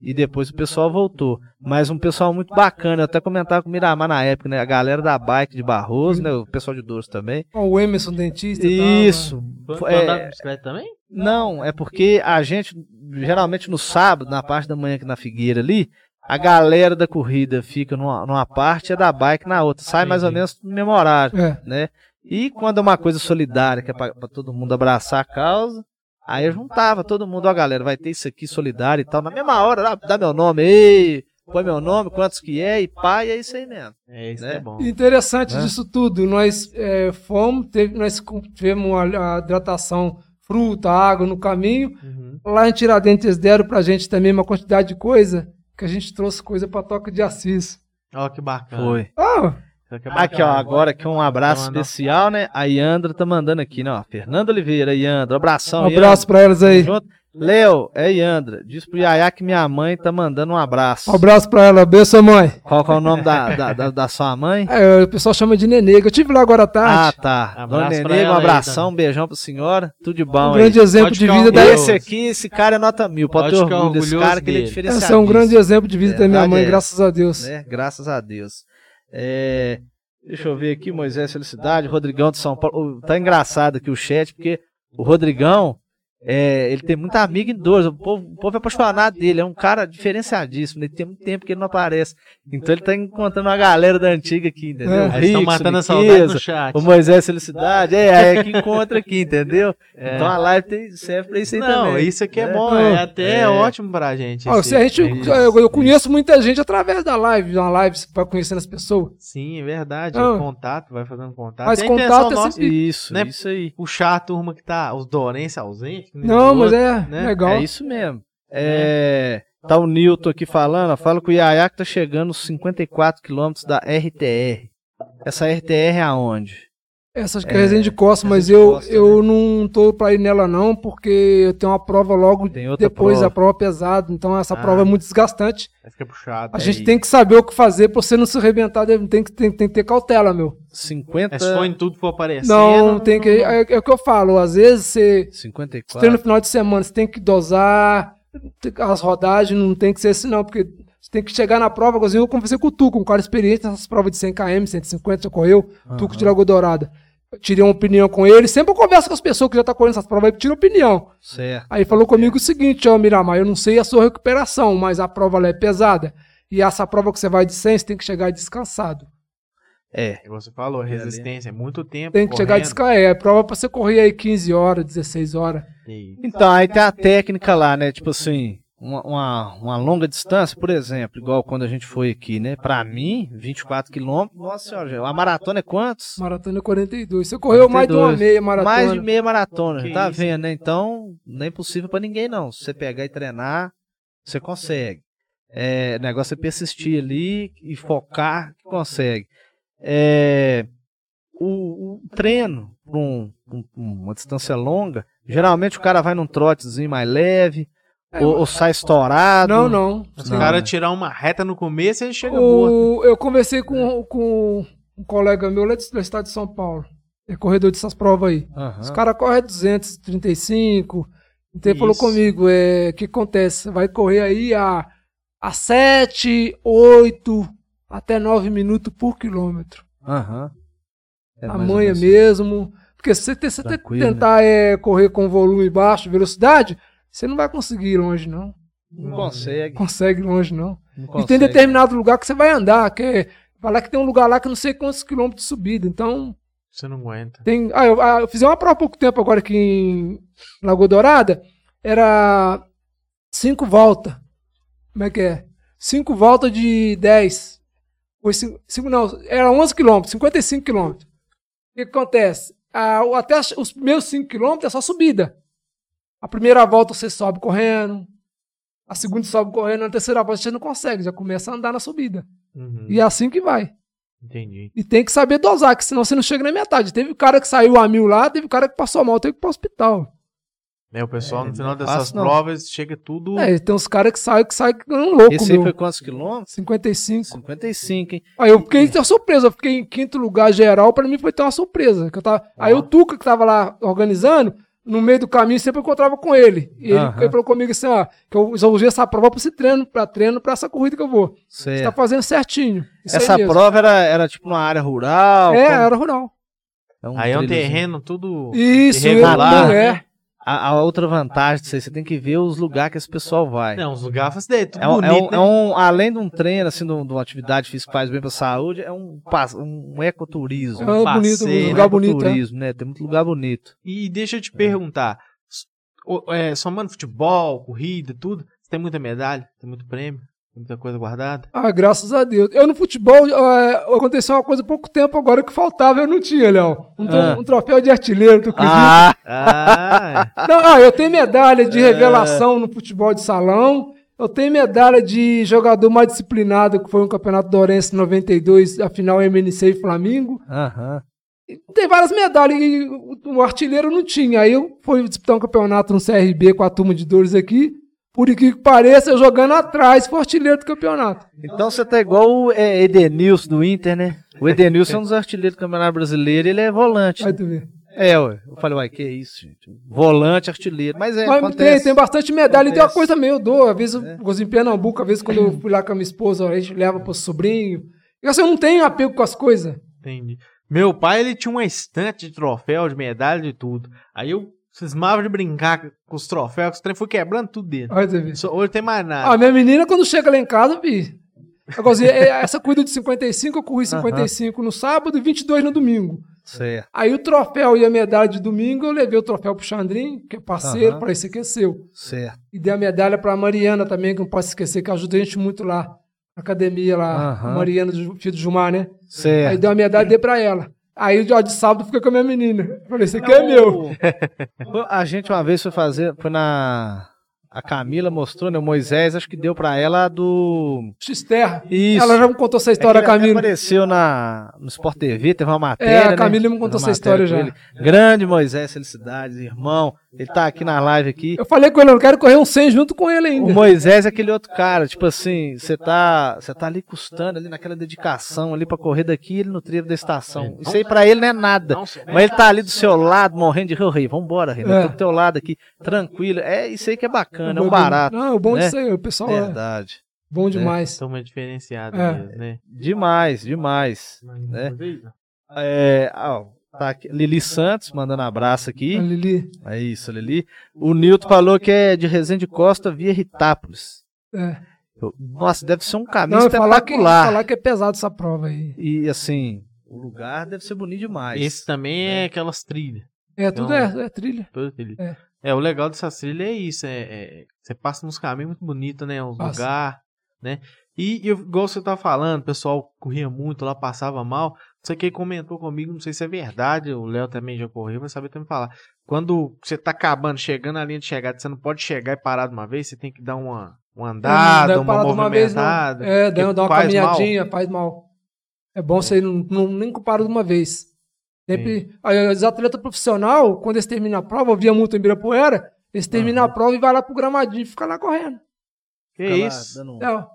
A: E depois o pessoal voltou. Mas um pessoal muito bacana. Eu até comentava com o Miramar na época, né? A galera da bike de Barroso, né? O pessoal de Douro também.
C: Ó, o Emerson, dentista. e tal, né?
A: Isso.
D: Foi
A: É,
D: andar de bicicleta também?
A: Não, é porque a gente, geralmente no sábado, na parte da manhã aqui na Figueira ali, a galera da corrida fica numa, numa parte e a da bike na outra. Sai mais ou
B: Entendi.
A: menos no mesmo horário,
C: É.
A: né? E quando é uma coisa solidária, que é pra, pra todo mundo abraçar a causa, aí eu juntava todo mundo, ó galera, vai ter isso aqui solidário e tal. Na mesma hora, dá, dá meu nome, ei, põe meu nome, quantos que é, e pá, e é isso aí mesmo.
B: É, isso
A: Né?
B: que é bom.
C: Interessante
A: Né?
C: disso tudo. Nós é, fomos, teve, nós com- tivemos a, a hidratação, fruta, água no caminho.
B: Uhum.
C: Lá em Tiradentes eles deram pra gente também uma quantidade de coisa que a gente trouxe coisa pra Toca de Assis.
B: Ó, que bacana.
A: Foi.
C: Ah,
B: Isso aqui é
A: Aqui, ó, agora aqui um abraço
B: Então, a nossa-
A: especial, né? A Yandra tá mandando aqui, né? Ó, Fernando Oliveira, Yandra, abração,
C: um
A: Yandra.
C: abraço pra elas aí.
A: Junto. Léo, é Yandra. Diz pro Yaya que minha mãe tá mandando um abraço.
C: Um abraço pra ela. Beijo, mãe.
A: Qual que é o nome da, da, da- da sua mãe?
C: É, o pessoal chama de Nenê. que Eu tive lá agora à
A: Ah,
C: tarde.
A: tá.
B: Abraço
A: Dona
B: pra
A: Nenê, um
B: ela aí,
A: abração, um beijão pra senhora. Tudo de
C: um
A: bom aí.
C: grande exemplo
B: Pode
C: de
B: ficar
C: vida
B: um-
C: da.
A: Esse aqui, esse cara é nota mil. Pode ter
B: Pode ficar
A: orgulho desse
B: orgulhoso
A: cara que ele é
B: dele.
A: diferenciado.
C: Esse é um grande exemplo de vida da minha
A: Verdade
C: mãe,
A: é.
C: graças a Deus.
A: né? Graças a Deus. É, deixa eu ver aqui, Moisés Felicidade, Rodrigão de São Paulo. Tá engraçado aqui o chat, porque o Rodrigão, é, ele tem muita amiga em Douro. O povo, o povo é apaixonado dele, é um cara diferenciadíssimo. Ele tem muito tempo que ele não aparece. Então ele tá encontrando uma galera da antiga aqui, entendeu?
C: É.
A: O
B: Eles estão
A: Rickson,
B: matando a
A: Niqueza,
B: saudade no chat.
A: o Moisés Felicidade, é, é que encontra aqui, entendeu? Então a live tem, serve pra isso aí
B: É. Não,
A: também.
B: isso aqui é
A: né?
B: bom, é até ótimo pra gente. É
C: Ó,
B: esse-
C: se a
A: É
C: gente,
B: esse-
C: eu, eu conheço muita gente através da live, na live, pra conhecendo as pessoas.
B: Sim, é verdade.
C: Ah.
B: O contato, vai fazendo contato.
C: Mas
B: E a intenção
C: contato é
B: nossa
C: sempre-
A: Isso,
B: Né?
A: isso aí.
B: puxar a turma que tá, os Dorense ausente. que nem
C: Não,
B: os
C: mas
B: outros.
C: é
B: né?
C: legal.
A: É isso mesmo. É, Tá o Newton aqui falando, ó, fala que o Yaya que tá chegando aos 54 quilômetros da RTR. Essa RTR é aonde?
C: Essa acho que
A: É,
C: é Resende Costa, mas
A: Resende
C: eu,
A: Costa,
C: eu não tô pra ir nela não, porque eu tenho uma prova logo
A: Tem outra
C: depois,
A: prova.
C: a prova pesada, então essa
B: Ah.
C: prova é muito desgastante.
B: Aí fica puxado.
C: A
A: É,
B: é aí.
C: gente tem que saber o que fazer pra você não se arrebentar, deve- tem que, tem, tem que ter cautela, meu.
A: 50...
B: É só em tudo for
A: Assim
B: aparecendo.
C: não, tem que... É, é o que eu falo, às vezes você, você tem
A: 54.
C: no final de semana, você tem que dosar, tem- as rodagens não tem que ser assim não, porque você tem que chegar na prova, igualzinho eu conversei com o Tuco, um cara experiente nessas provas de 100 km, 150, já correu, Tuco de Lagoa Dourada. Eu tirei uma opinião com ele. Sempre eu converso com as pessoas que já estão correndo essas provas aí, tira opinião.
A: Certo.
C: Aí falou comigo o seguinte, ó, Miramar, eu não sei a sua recuperação, mas a prova lá é pesada. E essa prova que você vai de 100, você tem que chegar descansado.
A: É.
B: Igual Você falou, resistência, é muito tempo.
C: Tem que chegar
B: correndo.
C: descansado. É, prova pra você correr aí 15 horas, 16 horas.
B: E-
A: Então, aí tem a técnica lá, né? Tipo assim, uma, uma, uma longa distância, por exemplo, igual quando a gente foi aqui, né? Pra mim, 24 quilômetros, nossa senhora, gente, a maratona é quantos?
C: Maratona é 42. Você correu mais de uma
A: 42.
C: meia maratona.
A: Mais de meia maratona,
B: Que
A: tá
B: isso.
A: vendo, né? Então, não é impossível pra ninguém, não. Se você pegar e treinar, você consegue. É, o negócio é persistir ali e focar que consegue. É, o, o treino pra um- um- uma distância longa, geralmente o cara vai num trotezinho mais leve, ou, ou sai estourado.
C: É, Não, não.
B: Se
A: Não,
B: o cara
A: né?
B: tirar uma reta no começo, ele chega morto.
C: O- eu conversei com, com um colega meu lá do do estado de São Paulo. É corredor dessas provas aí.
A: Aham.
C: Os caras correm 235. Então ele falou
B: Isso.
C: comigo, é, o que acontece? Vai correr aí a, a 7, 8, até 9 minutos por quilômetro.
A: Aham. É mais ou
C: Amanhã
A: menos.
C: mesmo. Porque se você, te- se você
A: Tranquilo, né?"
C: tentar é, correr com volume baixo, velocidade, você não vai conseguir ir longe, não.
A: Não consegue.
C: Consegue ir longe, não.
A: Não
C: E tem
A: consegue.
C: determinado lugar que você vai andar, que é, falar que tem um lugar lá que eu não sei quantos quilômetros de subida. Então,
B: Você não aguenta.
C: Tem, ah, eu, ah, eu fiz uma prova há pouco tempo agora aqui em Lagoa Dourada. Era cinco voltas. Como é que é? Cinco voltas de 10. Foi cinco, cinco- não, era 11 quilômetros, 55 quilômetros. O que que acontece? Ah, o- até as- os primeiros 5 quilômetros é só subida. A primeira volta você sobe correndo. A segunda sobe correndo. Na terceira volta você não consegue, já começa a andar na subida.
B: Uhum.
C: E é assim que vai.
B: Entendi.
C: E tem que saber dosar, que senão você não chega na metade. Teve o cara que saiu a mil lá, teve o cara que passou mal, teve que ir pro hospital.
B: É, o pessoal,
A: É,
B: no final
A: não é
B: dessas
A: fácil, não.
B: provas, chega tudo.
C: É, e tem uns caras que saem que saem ganhando louco,
A: Esse aí
C: meu.
A: foi quantos quilômetros?
C: 55.
A: 55, hein?
C: Aí eu fiquei é. surpresa, eu fiquei em quinto lugar geral, pra mim foi ter uma surpresa. Que eu tava... Aí o Tuca, que tava lá organizando, no meio do caminho sempre eu encontrava com ele. E ele,
A: Aham.
C: ele falou comigo assim, ó, que eu já usei essa prova pra esse treino, pra treino, pra essa corrida que eu vou. Você tá
A: Certo.
C: fazendo certinho. Isso aí
A: É. Essa
C: mesmo.
A: prova era, era tipo uma área rural.
C: É,
A: como-
C: era rural.
A: é um
B: aí
C: assim.
B: é um
A: trilhozinho.
B: terreno tudo.
C: Isso,
B: irregular,
C: eu-
A: né?
C: é.
A: A, a outra vantagem disso aí, você tem que ver os lugares que esse pessoal vai.
B: Não, os lugares dele, tudo
A: É um, é um-
B: bonito. né?
C: né?
A: é um- além de um treino, assim, de, um- de uma atividade física que faz bem pra saúde, é um, pas- um ecoturismo.
C: É
A: Um
C: um bonito,
B: passeio,
C: um lugar bonito. é.
A: ecoturismo, né? Tem muito lugar bonito.
B: E deixa eu te perguntar: s- o- é, somando futebol, corrida, tudo, você tem muita medalha? Tem muito prêmio? Tem muita coisa guardada?
C: Ah, graças a Deus. Eu no futebol, é, aconteceu uma coisa há pouco tempo agora que faltava, eu não tinha, Léo. Um, tro-
A: Ah.
C: um troféu de artilheiro do Cruzeiro.
A: Ah,
B: Ah,
C: Não, ah, eu tenho medalha de revelação no futebol de salão. Eu tenho medalha de jogador mais disciplinado, que foi um campeonato do Orense 92, a final MNC e Flamengo.
A: aham.
C: E Tem várias medalhas e o o artilheiro não tinha. Aí eu fui disputar um campeonato no CRB com a turma de dores aqui. Por incrível que pareça, eu jogando atrás, foi artilheiro do campeonato.
A: Então você tá igual o é, Edenilson do Inter, né? O Edenilson é um dos artilheiros do Campeonato Brasileiro, ele é volante.
C: Aí tu vê.
A: É, ué. Eu falei, uai, que isso, gente? Volante, artilheiro. Mas é,
C: Mas tem,
A: acontece.
C: tem bastante medalha. E tem uma
A: Acontece. É.
C: coisa também, eu dou. Às vezes, eu gosto em Pernambuco, às vezes quando eu fui lá com a minha esposa, a gente leva pro sobrinho. E assim, eu não tenho apego com as coisas.
B: entendi. Meu pai, ele tinha uma estante de troféu, de medalha, de tudo. Aí eu cismava de brincar com os troféus, que os trem foi quebrando tudo dele.
C: Olha, TV.
B: Só- Hoje tem mais nada.
C: Ah, minha menina, quando chega lá em casa, vi. Agora, assim, é- essa cuida de 55, eu corri 55 no sábado e 22 no domingo.
A: Certo.
C: Aí o troféu e a medalha de domingo, eu levei o troféu pro Xandrin, que é parceiro,
A: Aham.
C: para esse que é seu.
A: Certo.
C: E dei a medalha pra Mariana também, que não posso esquecer, que ajuda a gente muito lá, na academia lá.
A: Aham.
C: Mariana, do filho do Gilmar, né? Aí
A: Certo.
C: deu a medalha e dei pra ela. Aí ó, de sábado fica com a minha menina. Falei, esse aqui é meu.
A: Foi- A gente uma vez foi fazer, foi na. A Camila mostrou, né? O Moisés, acho que deu pra ela a do.
C: X-Terra.
A: Isso.
C: Ela já me contou essa história,
A: É que ele
C: Camila.
A: Apareceu na, no Sport TV, teve uma matéria.
C: É, a
A: né?
C: Camila me
A: Teve
C: contou
A: uma
C: essa
A: matéria
C: história já.
A: com ele. Grande Moisés Felicidades, irmão. Ele tá aqui na live aqui.
C: Eu falei com ele, eu quero correr um 100 junto com ele ainda.
A: O Moisés é aquele outro cara, tipo assim, você tá, você tá ali custando ali naquela dedicação ali pra correr daqui, ele no trevo da estação. Isso aí pra ele não é nada.
B: Não, senhor.
A: Mas ele tá ali do seu lado, morrendo de rir, rei, vambora, Renan,
C: É.
A: tô do teu lado aqui, tranquilo. É isso aí que é bacana, é um
C: Bom,
A: barato.
C: Não, o bom
A: né?
C: disso aí, o pessoal é
A: Verdade. né? Então,
C: bom demais.
B: São mais diferenciados
C: É.
B: mesmo, né?
A: Demais, demais. É. É, ó, tá aqui, Lili Santos mandando um abraço aqui.
C: A Lili,
A: É isso, Lili. O Nilton falou que é de Resende Costa via Ritápolis.
C: é.
A: Eu- Nossa, deve ser um caminho
C: Não, eu ia falar que,
A: espetacular.
C: falar que é pesado essa prova aí.
A: E assim, o lugar deve ser bonito demais.
B: Esse também é aquelas trilhas.
C: É, tudo
B: Então-
C: é, é trilha.
B: toda trilha.
C: É.
B: É. o legal dessas trilhas é isso. É, é- você passa nos caminhos muito bonitos, né? Uns
C: Passa.
B: lugares, né? E, e eu- igual você tá falando, o pessoal corria muito lá, passava mal. Você que comentou comigo, não sei se é verdade, o Léo também já correu, vai saber também falar. Quando você tá acabando, chegando na linha de chegada, você não pode chegar e parar de uma vez, você tem que dar uma, uma andada,
C: Não, não dá
B: uma
C: parada
B: movimentada.
C: não. É, dá,
B: porque
C: dá uma
B: faz mal.
C: caminhadinha, faz mal. É bom você não, não- nem comparar de uma vez. Sempre, aí, os atletas profissionais, quando eles terminam a prova, eu via muito em Birapuera, eles terminam a prova e vai lá pro gramadinho e fica lá correndo.
B: Que
A: Fica lá
B: isso?
A: dando um-
C: É, ó.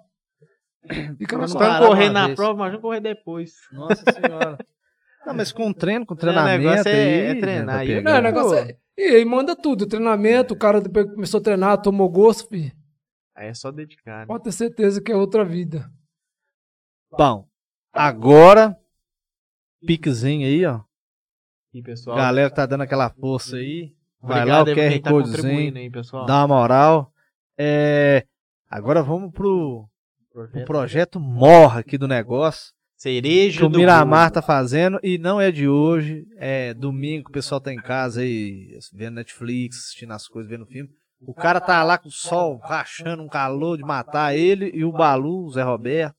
C: Fica lá
A: Mas tá-
C: correndo.
B: Então
A: Parar
B: correr
A: uma
B: na
A: vez.
B: prova, imagina correr depois.
A: Nossa senhora. Não, mas com treino, com
B: É, o
A: treinamento.
B: negócio é-
A: aí,
B: é
A: né,
B: treinar
A: tá
B: aí.
A: pegando.
C: Não, o negócio é. E aí manda tudo, treinamento, o cara depois que começou a treinar, tomou gosto, filho.
B: Aí é só dedicar. Né?
C: Pode ter certeza que é outra vida.
B: é-
A: Bom, agora, piquezinho aí, ó.
B: E, pessoal,
A: Galera tá dando aquela força aí. Vai
B: obrigado
A: lá
B: aí
A: o
B: pra quem
A: QR
B: tá
A: Codezinho,
B: contribuindo aí, pessoal.
A: dá uma moral. É, agora vamos pro,
B: um
A: pro projeto Morra aqui do negócio.
B: Cereja
A: que o
B: do
A: Miramar
B: Bolo.
A: tá fazendo e não é de hoje. É domingo, o pessoal tá em casa aí vendo Netflix, assistindo as coisas, vendo filme. O cara tá lá com o sol rachando, um calor de matar ele e o Balu, o Zé Roberto,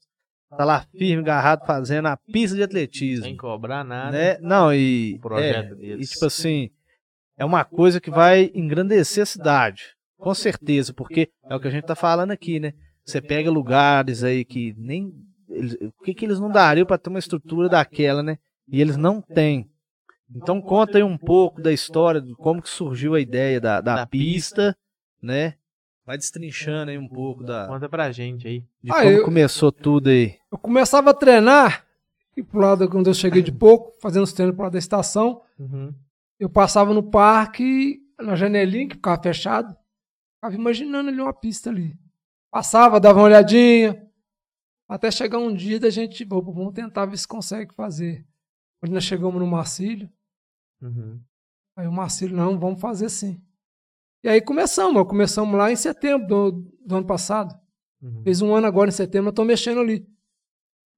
A: tá lá firme, agarrado, fazendo a pista de
B: Sem
A: atletismo.
B: cobrar nada.
A: Né? Não, e,
B: O projeto
A: é,
B: deles.
A: e tipo assim, é uma coisa que vai engrandecer a cidade, com certeza, porque é o que a gente tá falando aqui, né? Você pega lugares aí que nem eles- o que, que eles não dariam para ter uma estrutura daquela, né? E eles não têm. Então conta aí um pouco da história, de como que surgiu a ideia da, da,
B: Da
A: pista, né? Vai destrinchando aí um pouco da,
B: Conta pra gente aí.
A: de
C: Ah,
A: como
C: eu-
A: começou tudo aí.
C: Eu começava a treinar, e pro lado, quando eu cheguei de pouco, fazendo os treinos pro lado da estação,
B: Uhum.
C: eu passava no parque, na janelinha, que ficava fechado, ficava imaginando ali uma pista ali. Passava, dava uma olhadinha, até chegar um dia da gente, "Vou- vamos tentar ver se consegue fazer. Quando nós chegamos no Marcílio,
B: Uhum.
C: Aí o Marcelo, não, vamos fazer sim. E aí começamos, ó, começamos lá em setembro do, do ano passado.
B: Uhum.
C: Fez um ano agora em setembro, eu tô mexendo ali.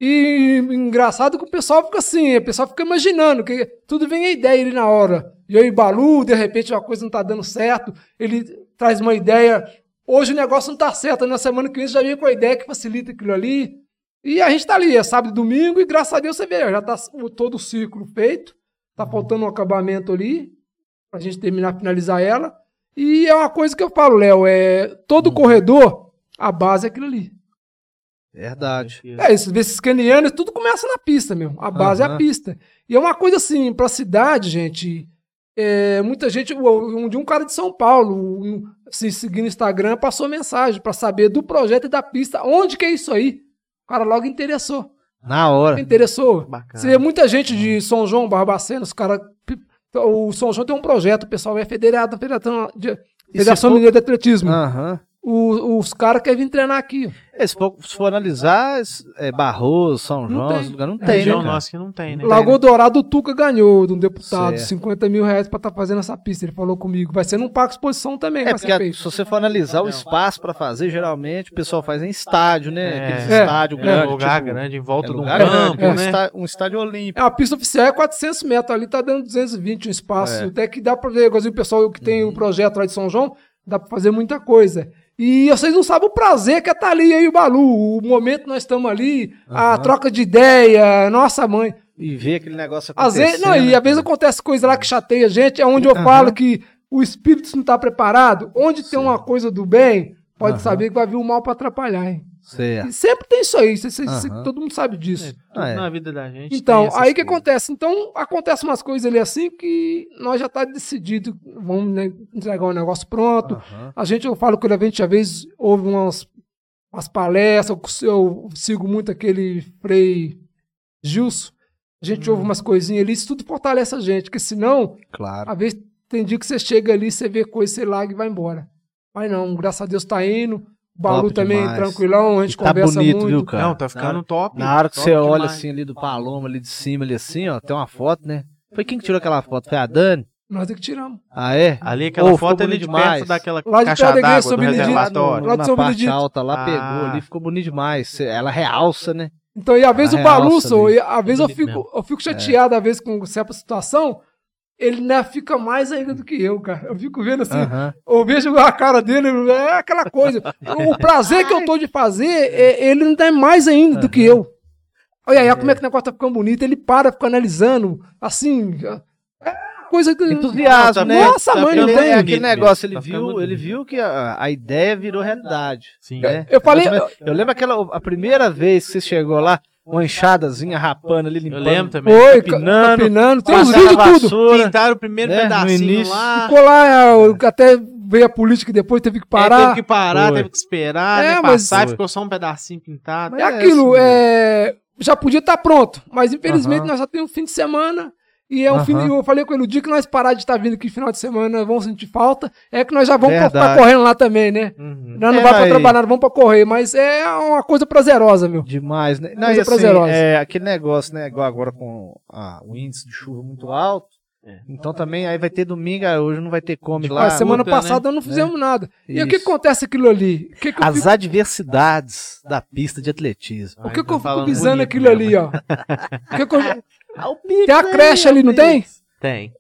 C: E engraçado que o pessoal fica assim, o pessoal fica imaginando, que tudo vem a ideia ali na hora. E aí Balu, de repente, uma coisa não tá dando certo, ele traz uma ideia. Hoje o negócio não tá certo, na semana que vem você já vem com a ideia que facilita aquilo ali. E a gente tá ali, é sábado e domingo, e graças a Deus você vê, ó, já tá o- todo o ciclo feito, tá faltando um acabamento ali, pra gente terminar, finalizar ela. E é uma coisa que eu falo, Léo, é todo corredor, a base é aquilo ali.
A: Verdade.
C: É isso, desses canianos, tudo começa na pista mesmo. A base é
A: Aham.
C: a pista. E é uma coisa assim, pra cidade, gente. é, muita gente, um de um cara de São Paulo, um, se seguindo no Instagram, passou mensagem pra saber do projeto e da pista, onde que é isso aí. O cara logo interessou.
A: Na
C: Então,
A: hora.
C: Interessou.
B: Bacana.
C: Você vê muita gente de São João, Barbacena, os caras. O São João tem um projeto, o pessoal é federado, federação,
A: se
C: de- Federação
A: for- Ah.
C: Mineira de Atletismo.
A: Aham.
C: O- os caras querem vir treinar aqui. ó.
A: É, se, for, se for analisar, es- é, Barroso, São
C: Não
A: João,
C: tem.
A: esse lugar não
B: Tem
A: tem, né?
B: região
A: cara?
B: nossa que não tem, né?
C: Lagoa Dourado, o Tuca ganhou de um deputado,
A: Certo.
C: 50 mil reais pra estar fazendo essa pista. Ele falou comigo. Vai ser num parque de exposição também,
A: É,
C: vai
A: porque
C: ser
A: a-
C: feito.
A: se você for analisar o espaço pra fazer, geralmente o pessoal faz em estádio, né?
B: É.
A: Aqueles
C: É.
A: estádio
B: É,
A: grande.
B: lugar
A: tipo,
B: grande em
A: é
B: volta de um
A: lugar grande,
B: campo,
A: um,
B: né?
A: está- um estádio olímpico.
C: É, a pista oficial é 400 metros, ali tá dando 220 um espaço.
A: É. Uhum.
C: Até que dá pra ver, igualzinho o pessoal que tem o projeto lá de São João, dá pra fazer muita coisa. E vocês não sabem o prazer que é estar ali, aí o Balu, o momento que nós estamos ali, a
A: Aham.
C: troca de ideia, nossa mãe.
A: E ver aquele negócio
C: Às
A: acontecendo.
C: vezes, não, e
A: né,
C: às vezes
A: cara?
C: acontece coisa lá que chateia a gente, é onde eu
A: Aham.
C: falo que o espírito não está preparado. Onde tem
A: Sim.
C: uma coisa do bem, pode
A: Aham.
C: saber que vai vir o mal para atrapalhar, hein?
A: Certo.
C: E sempre tem isso aí, cê- cê- cê-
A: Aham.
C: todo mundo sabe disso.
B: É, tudo
A: Ah, é.
B: na vida da gente.
C: Então,
B: tem essas
C: aí que
B: coisas.
C: acontece? Então, acontece umas coisas ali assim que nós já tá decidido, vamos né, entregar um negócio pronto.
A: Aham.
C: A gente, eu falo que o Levante, às vezes, houve umas, umas palestras, eu, eu sigo muito aquele Frei Gilson. A gente
A: Hum.
C: ouve umas coisinhas ali, isso tudo fortalece a gente, porque senão,
A: Claro.
C: às vezes, tem dia que você chega ali, você vê coisa, você larga e vai embora. Mas não, graças a Deus tá indo. O Balu
A: Top
C: também, é
A: demais.
C: tranquilão, a gente
A: E tá
C: conversa
A: bonito,
C: muito.
A: viu, cara?
B: Não, tá ficando top.
A: Na hora que
B: top
A: você
B: demais.
A: olha assim ali do Paloma, ali de cima, ali assim, ó, tem uma foto, né? Foi quem que tirou aquela foto? Foi a Dani?
C: Nós é que tiramos.
A: Ah, é?
B: Ali aquela
A: Ô, ficou
B: foto ali
A: bonito
B: de
A: demais.
B: perto daquela
C: Lá de
B: caixa
C: perto da igreja,
B: d'água do
C: sobre Benedito.
B: reservatório.
C: Lá do
A: na
C: São
A: parte
C: Benedito.
A: alta lá,
B: Ah.
A: pegou ali, ficou bonito demais. Cê- Ela realça, né?
C: Então, e às vezes o
A: real,
C: Balu,
A: sabe?
C: sou, e às vezes eu
B: bonito
C: fico, eu
A: É.
C: fico chateado, às vezes, com certa situação, ele né, fica mais ainda do que eu, cara. Eu fico vendo assim,
A: Aham.
C: eu vejo a cara dele, é aquela coisa. O prazer que eu tô de fazer, é- ele não tem mais ainda do que eu. Olha aí, olha como é que o negócio tá ficando bonito. Ele para, fica analisando, assim, é uma coisa que...
A: Entusiasmo,
C: tá
B: Nossa,
A: né?
C: nossa, mãe,
A: Porque
C: não tem
A: é aquele
B: bonito
A: negócio,
B: mesmo.
A: ele
B: Tá
A: viu,
B: ficando
A: ele
B: bonito.
A: viu que a, a ideia virou realidade.
B: Sim.
A: né?
C: Eu falei-
A: Eu, lembro aquela a primeira vez que você chegou lá, uma enxadazinha rapando ali,
B: Eu
A: limpando.
B: lembro também.
C: Oi,
A: Capinando,
C: capinando, tem uns
A: passando
C: vídeos
A: a
C: tudo.
A: vassoura.
B: Pintaram o primeiro
A: Né? No
B: pedacinho
A: início.
B: lá.
C: Ficou lá, eu- até veio a política e depois teve que
B: É,
C: parar.
B: teve que parar,
A: Foi.
B: teve que esperar,
C: É,
B: né,
C: mas-
B: passar,
A: Foi.
B: ficou só um pedacinho pintado.
A: Mas
C: É
A: é
C: aquilo,
A: assim
C: é, já podia estar pronto, mas infelizmente
A: Aham.
C: nós só temos um fim de semana. E é um
A: Aham.
C: fim, eu falei com ele, o dia que nós parar de estar vindo aqui final de semana, nós vamos sentir falta, é que nós já vamos
A: Verdade.
C: estar correndo lá também, né?
B: Uhum.
C: Nós não
A: É,
C: vamos pra
A: aí.
C: trabalhar, nós vamos pra correr, mas é uma coisa prazerosa, meu.
A: Demais, né? Não,
C: Coisa
A: e assim,
C: prazerosa.
A: é aquele negócio, né? Igual agora com ah, o índice de chuva muito alto.
B: É.
A: Então também aí vai ter domingo, ah, hoje não vai ter come lá. né?
C: Mas semana
B: luta,
C: passada nós não fizemos nada. Tipo, E o que
A: É. Isso.
C: acontece aquilo ali? O que, que eu
A: As
C: fico,
A: adversidades da pista de atletismo.
C: o
B: Ai,
C: que que
B: tá
C: eu fico
B: falando
C: visando
B: bonito
A: né,
C: aquilo ali,
B: mesmo.
C: ó? O que que eu- Tem a creche ali, não tem?
B: Tem.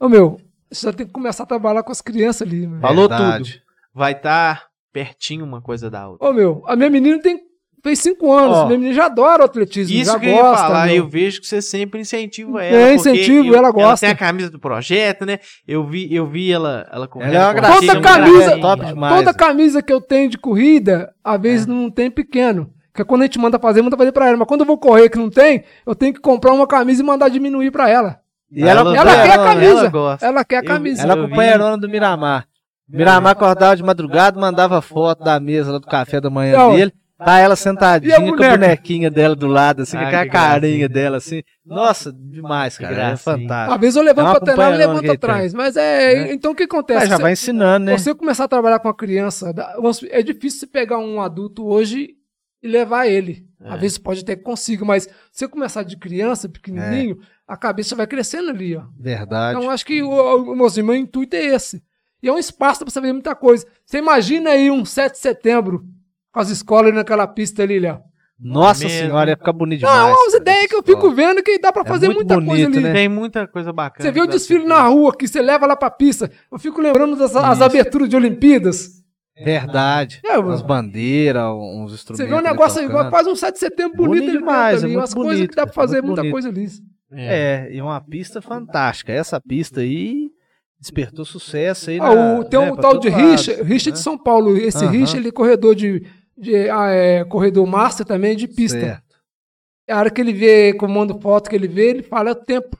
C: Ô meu, você já tem que começar a trabalhar com as crianças ali, meu.
B: Falou
A: Verdade.
B: tudo. Vai estar pertinho uma coisa da outra.
C: Ô meu, a minha menina tem, fez 5 anos,
A: Ó.
C: minha menina já adora o atletismo,
B: Isso
C: já
B: que eu ia
C: gosta.
B: falar,
C: meu.
B: eu vejo que você sempre incentiva ela.
C: É,
B: porque
C: incentivo,
B: eu-
C: ela gosta.
B: Ela tem a camisa do projeto, né? Eu vi, eu vi ela, ela correndo.
A: é uma
B: com um
A: gracinha,
C: Toda
B: uma
C: camisa-
B: gracinha.
A: top demais. né?
C: Toda camisa que eu tenho de corrida, às vezes não tem pequeno. Porque quando a gente manda fazer, manda fazer pra ela. Mas quando eu vou correr que não tem, eu tenho que comprar uma camisa e mandar diminuir pra ela.
A: E ela,
B: Ela-
C: Ela quer a
A: companheirona,
C: camisa.
B: ela gosta.
C: Ela quer a
B: Eu-
C: camisa.
A: Ela
B: Eu vi.
A: companheirona do Miramar. Miramar acordava de madrugada, mandava foto da mesa lá do café da manhã
C: Não.
A: dele. Tá ela sentadinha
C: E a
A: com a
C: boneca?
A: bonequinha dela do lado, assim, com
B: Ah,
A: aquela
B: que
A: carinha
B: gracinha.
A: dela, assim. Nossa, demais,
B: Que
A: cara. É
B: gracinha.
C: Às
A: fantástico.
C: vezes eu levanto
A: É uma
C: pra treinar e
A: companheirona que
C: levanto
A: ele
C: atrás. Mas é. Então o que acontece?
A: Ela já
C: Você-
A: vai ensinando, né?
C: Você começar a trabalhar com a criança, dá- vamos supor, é difícil você pegar um adulto hoje e levar ele.
B: É.
C: Às vezes pode até que consiga, mas se você começar de criança,
A: É.
C: pequenininho, a cabeça vai crescendo ali, ó.
A: Verdade.
C: Então acho que o, o- o- assim, meu intuito é esse. E é um espaço pra você ver muita coisa. Você imagina aí um 7 de setembro com as escolas naquela pista ali, Léo.
A: Nossa
B: Mesmo.
A: senhora, ia ficar bonito
C: Não,
A: demais.
C: é umas
A: cara,
C: ideias que eu
A: essa
C: fico vendo que dá pra
A: É
C: fazer
A: muito
C: muita coisa
A: bonito,
C: ali.
A: né?
B: Tem muita coisa bacana.
C: Você vê o
B: da
C: desfile
B: cultura.
C: na rua que você leva lá pra pista. Eu fico lembrando das as
B: Isso.
C: aberturas de Olimpíadas.
A: história. Verdade.
C: É, mano.
A: Umas bandeiras, uns instrumentos.
C: Você vê um
A: ali
C: negócio aí,
A: tocando.
C: faz um 7 de setembro bonito,
A: Bonito
C: ele
A: demais,
C: canta ali,
A: é muito
C: umas coisas que
A: bonito,
C: dá pra
A: cara,
C: fazer
A: muito
C: muita
A: bonito.
C: coisa ali.
B: É.
A: É, e uma pista fantástica. Essa pista aí despertou sucesso aí.
C: Ah,
A: na-
C: o- tem
A: né,
C: um
A: pra
C: tal
A: todo
C: de
A: lado,
C: Rich,
A: né?
C: Rich de São Paulo. Esse
A: Aham.
C: Rich, ele é corredor de, de, ah, é, corredor master também de pista.
A: Certo.
C: A hora que ele vê, comando foto que ele vê, ele fala, é o tempo,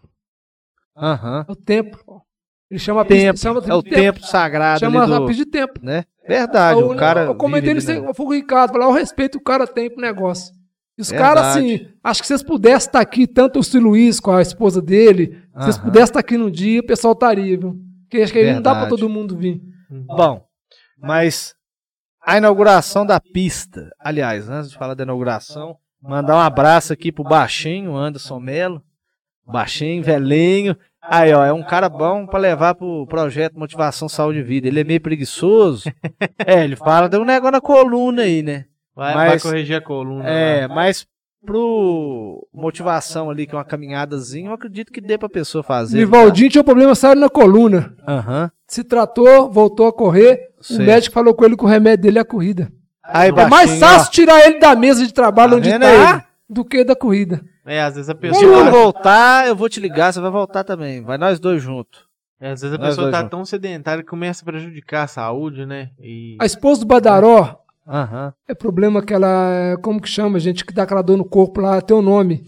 A: Aham.
C: é o tempo. Ele chama a pista,
A: Tempo,
C: chama
A: é o tempo sagrado
C: um chama
A: ali
C: a
A: do,
C: pista de tempo.
A: né? Verdade,
C: Eu-
A: o cara
C: eu comentei
A: vive,
C: nisso,
A: né?
C: eu fui com o Ricardo, falar o respeito que o cara tem pro negócio. E os
A: Verdade.
C: caras, assim, acho que vocês pudessem estar aqui, tanto o Silvio Luiz com a esposa dele, se vocês
A: Aham.
C: pudessem estar aqui num dia, o pessoal estaria, viu? Porque acho que aí não dá pra
A: Verdade.
C: todo mundo vir.
A: Bom, mas a inauguração da pista, aliás, antes de falar da inauguração, mandar um abraço aqui pro baixinho, Anderson Melo. Baixinho, velhinho. Aí, ó, é um cara bom pra levar pro projeto Motivação Saúde e Vida. Ele é meio preguiçoso. é, ele fala, deu um negócio na coluna aí, né?
B: Vai,
A: Mas-
B: vai corrigir a coluna.
C: Ah.
A: É,
B: lá.
A: mas pro motivação ali, que é uma caminhadazinha, eu acredito que dê pra pessoa fazer. né?
C: Nivaldinho tinha um problema sério na coluna.
A: Aham.
C: Se tratou, voltou a correr, o
A: Certo.
C: um médico falou com ele que o remédio dele é a corrida.
A: Aí,
C: É mais
A: baixinho, ó.
C: fácil tirar ele da mesa de trabalho
A: Tá
C: onde
A: vendo
C: tá
A: aí?
C: do que da corrida.
B: É, às vezes a
A: Se
B: pessoa.
A: eu voltar, eu vou te ligar, você vai voltar também. Vai nós dois juntos.
B: É, às vezes a
A: Nós
B: pessoa
A: dois
B: tá
A: juntos.
B: tão sedentária que começa a prejudicar a saúde, né? E
C: A esposa do Badaró,
A: Aham.
C: É problema que ela. Como que chama, gente? Que dá aquela dor no corpo lá, tem um nome.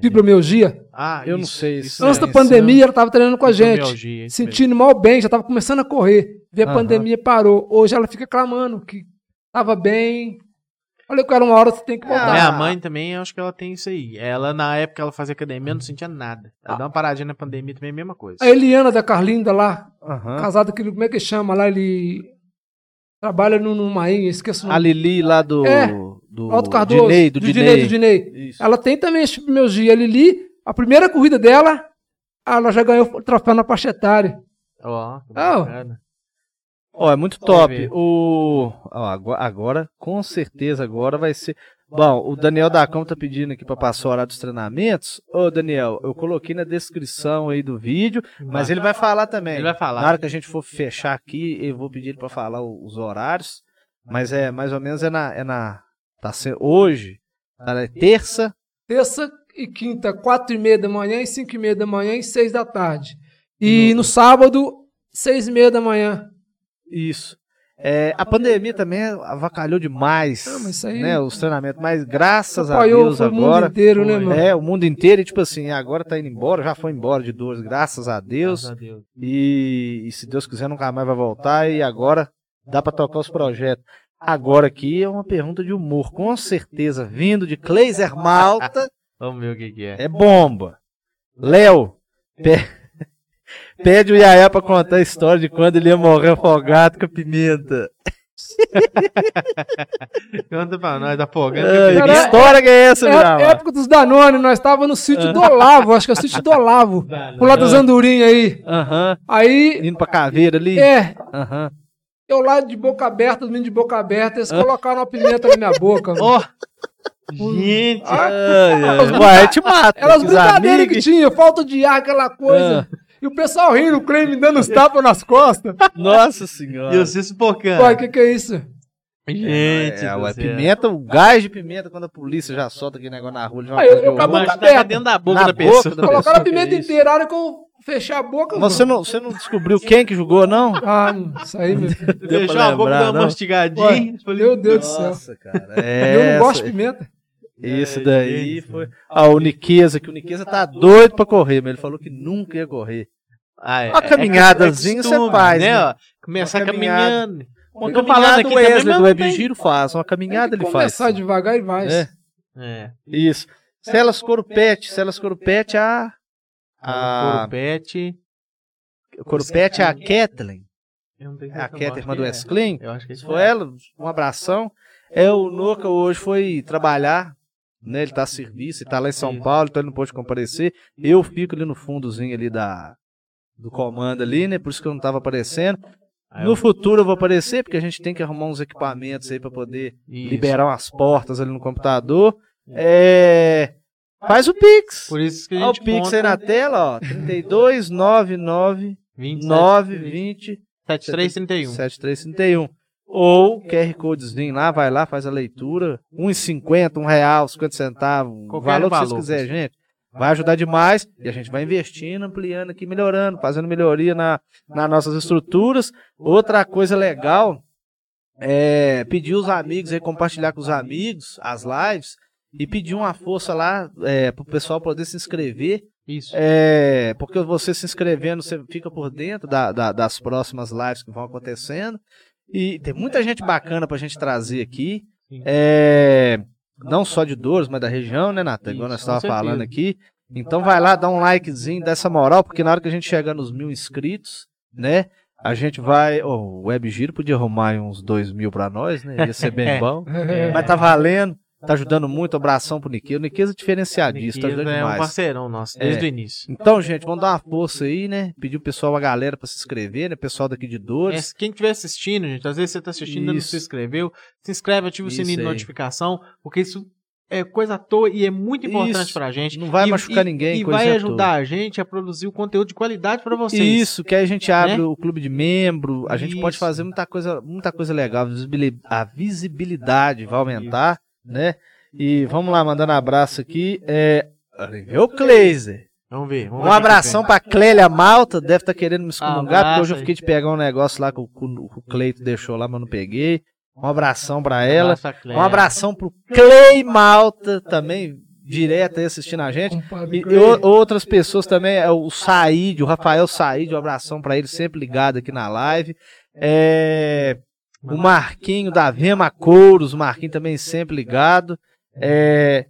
C: Fibromialgia.
B: ah,
A: Eu não sei se-
B: é
C: Antes da
A: isso
C: pandemia, ela estava treinando com a gente.
B: fibromialgia, isso é mesmo.
C: Sentindo mal bem, já estava começando a correr. Veio a
A: Aham.
C: pandemia, parou. Hoje ela fica clamando que estava bem. Olha com ela uma hora, você tem que
A: Ah.
C: voltar.
B: Minha Né, mãe também, acho que ela tem isso aí. Ela, na época, ela fazia academia, não sentia nada. Ela deu uma paradinha na pandemia também, é a mesma coisa.
C: A Eliana da Carlinda lá,
A: Aham.
C: casada, que, ele- como é que chama lá? Ele trabalha no- numa inha, esqueço o
A: A
C: nome.
A: Lili lá do.
C: É,
A: Do
C: Alto Cardoso.
A: Dinei, do
C: do Dinei, do
A: Dinei.
C: Dinei.
A: Isso.
C: Ela tem também esse fibromialgia. A Lili, a primeira corrida dela, ela já ganhou o troféu na faixa etária.
B: Ó, que
C: Ah, ó.
B: bacana.
A: Ó, é muito
B: Vamos
A: top.
B: ver.
A: O. ó, agora, agora, com certeza, agora vai ser. Bom, o Daniel da Cama tá pedindo aqui pra passar o horário dos treinamentos. Ô, Daniel, eu coloquei na descrição aí do vídeo, mas ele vai falar também.
B: Ele vai falar.
A: Na hora que a gente for fechar aqui, eu vou pedir ele pra falar o- os horários. Mas é mais ou menos é na. É na tá sendo, hoje, tá, é terça,
C: Terça e quinta, quatro e meia da manhã, e cinco e meia da manhã e seis da tarde. E no sábado, seis e meia da manhã.
A: Isso. É, a pandemia também avacalhou demais
C: Ah, mas isso aí-
A: né, os treinamentos, mas graças a
C: Apoiou
A: Deus
C: foi o mundo
A: agora.
C: inteiro, né,
B: foi.
C: mano?
A: É, o mundo inteiro, e tipo assim, agora tá indo embora, já foi embora de dores, graças a Deus.
B: Graças a Deus.
A: E, e se Deus quiser, nunca mais vai voltar. E agora dá pra tocar os projetos. Agora aqui é uma pergunta de humor, com certeza, vindo de Kleiser Malta.
B: Vamos ver o que, que é.
A: É bomba. Léo, pe- pede o Yaya pra contar a história de quando ele ia morrer afogado com a pimenta.
B: Canta pra nós, afogando.
A: Ai,
C: Cara,
A: que história que é essa,
C: É,
A: Mirama?
C: época dos Danone, nós estávamos no sítio do Olavo, acho que é o sítio do Olavo. Por lá dos Andorinhas aí.
A: Aham.
C: Aí,
A: Indo pra caveira ali?
C: é,
A: Aham.
C: eu lá de boca aberta, os meninos de boca aberta, eles colocaram uma pimenta na minha boca. mano.
B: Ó! Gente!
C: Ah,
A: Os boiados te matam.
C: Eram as
A: os
C: brincadeiras
A: amigos. Ah.
C: que tinha, falta de ar, aquela coisa. E o pessoal rindo, o Clem me dando os tapas nas costas.
A: Nossa senhora.
B: E você sufocando.
C: Pô, o que, que é isso?
B: Gente!
A: É,
B: do
A: ué,
B: céu.
A: pimenta, o gás de pimenta, quando a polícia já solta aquele negócio na rua, ele já
C: Aí Ah, eu- eu
A: joga
C: acabo-
B: Mas
C: boca
B: tá
C: aberta.
B: dentro da boca
A: Na
B: da
A: boca
B: pessoa.
A: da
C: Colocaram a
A: pessoa, que é
C: pimenta
A: isso?
C: inteira, a hora que eu fechar a boca.
A: Mas você
C: mano.
A: não, você não descobriu quem que jogou, não?
C: Ah, mano, isso aí, meu filho.
A: Deu pra
B: Deixou a boca
A: lembrar,
B: dar uma
A: não?
B: mastigadinha.
C: Ué,
B: falei,
C: meu Deus do céu.
A: Nossa, cara.
C: Eu
A: É,
C: não gosto de pimenta.
A: Isso
B: É,
A: daí
B: gente.
A: foi. Ah, o Niqueza, que o Niqueza tá doido pra correr, mas ele falou que nunca ia correr.
B: Ah, é-
A: Uma
B: é-
A: caminhadazinha você
B: costume,
A: faz, né?
B: ó? Começar
A: Uma caminhada.
B: caminhando.
A: Eu
B: Uma
A: tô falando
B: caminhada
A: aqui do
B: também,
A: Wesley
B: mas
A: do
B: não
A: Web
B: tem-
A: Giro faz, uma caminhada
C: Tem que
A: ele faz.
C: Começar devagar e mais.
A: É.
B: É.
A: Isso. Celas Corupete, Celas Corupete a a
B: Corpete.
A: Corupete a Kathleen,
B: Eu não tenho
A: a
B: certeza, eu acho
A: Kathleen irmã
B: que
A: do
B: é.
A: Wesclin.
B: Eu acho que é isso
A: Foi ela, um abração. É o Noca hoje foi trabalhar, né? Ele tá a serviço, ele tá lá em São
B: Isso.
A: Paulo, então ele não pôde comparecer. Eu fico ali no fundozinho ali da do comando ali, né? Por isso que eu não tava aparecendo.
B: Aí Ah, eu-
A: No futuro eu vou aparecer, porque a gente tem que arrumar uns equipamentos aí pra poder
B: Isso. Hum.
A: liberar umas portas ali no computador. É, Faz o Pix.
B: Por isso que a
A: Olha o
B: gente
A: Pix aí na tela, ó. 32 999 20
B: 7331.
A: 7331. Ou QR Codezinho lá, vai lá, faz a leitura. 1,50, 1 real, 50 centavos. O
B: Qualquer
A: valor que vocês
B: valor.
A: quiserem, gente. Vai ajudar demais e a gente vai investindo, ampliando aqui, melhorando, fazendo melhoria na, nas nossas estruturas. Outra coisa legal é pedir os amigos aí, compartilhar com os amigos as lives e pedir uma força lá é, pro pessoal poder se inscrever
B: Isso.
A: é, porque você se inscrevendo, você fica por dentro da- da- das próximas lives que vão acontecendo. E tem muita gente bacana pra gente trazer aqui.
B: Sim.
A: É, não só de Douros, mas da região, né, Natan? Igual
B: Isso,
A: nós
B: com
A: estávamos
B: certeza.
A: falando aqui. Então vai lá, dá um likezinho, dá essa moral, porque na hora que a gente chegar nos mil inscritos, né? A gente vai. Ô, o Web Giro podia arrumar uns dois mil pra nós, né? Ia ser bem bom.
B: É.
A: Mas tá valendo, tá ajudando muito. Abração pro Niqueza. O Niqueza é diferenciadíssimo, tá
B: Niqueza
A: ajudando
B: é um
A: demais.
B: parceirão nosso,
A: É.
B: desde o início.
A: Então, gente, vamos dar uma força aí, né? Pedir o pessoal, a galera pra se inscrever, né? Pessoal daqui de
B: É,
A: Dores.
B: se quem estiver assistindo, gente, às vezes você está assistindo e ainda não
A: Isso.
B: se inscreveu, se inscreve, ativa o
A: Isso
B: sininho de
A: aí.
B: notificação, porque isso é coisa à toa e é muito importante
A: Isso.
B: pra gente.
A: Não vai
B: E-
A: machucar
B: e-
A: ninguém,
B: E
A: coisa
B: vai
A: à
B: ajudar a gente a produzir o conteúdo de qualidade pra vocês.
A: Isso, que aí a gente abre
B: Né?
A: o clube de membro, a gente pode
B: Isso.
A: fazer muita coisa, muita coisa legal, a visibili- a visibilidade vai aumentar, né? E vamos lá, mandando abraço aqui. É... O Cleiser.
B: Vamos ver. é vamos
A: Um
B: ver quem
A: abração
B: vem.
A: pra Clélia Malta, deve estar querendo me excomungar, porque
B: Abraço
A: hoje eu
B: aí.
A: fiquei de pegar um negócio lá que o, que o Cleito deixou lá, mas não peguei. Um abração pra ela.
B: Abraço, Cléia.
A: Um abração pro Clay Malta, também direto aí assistindo a gente. E,
C: Compadre.
A: É. e o- outras pessoas também, é o Said, o Rafael Said, um abração pra ele, sempre ligado aqui na live. É, o Marquinho da Vema Couros, o Marquinho também sempre ligado. É,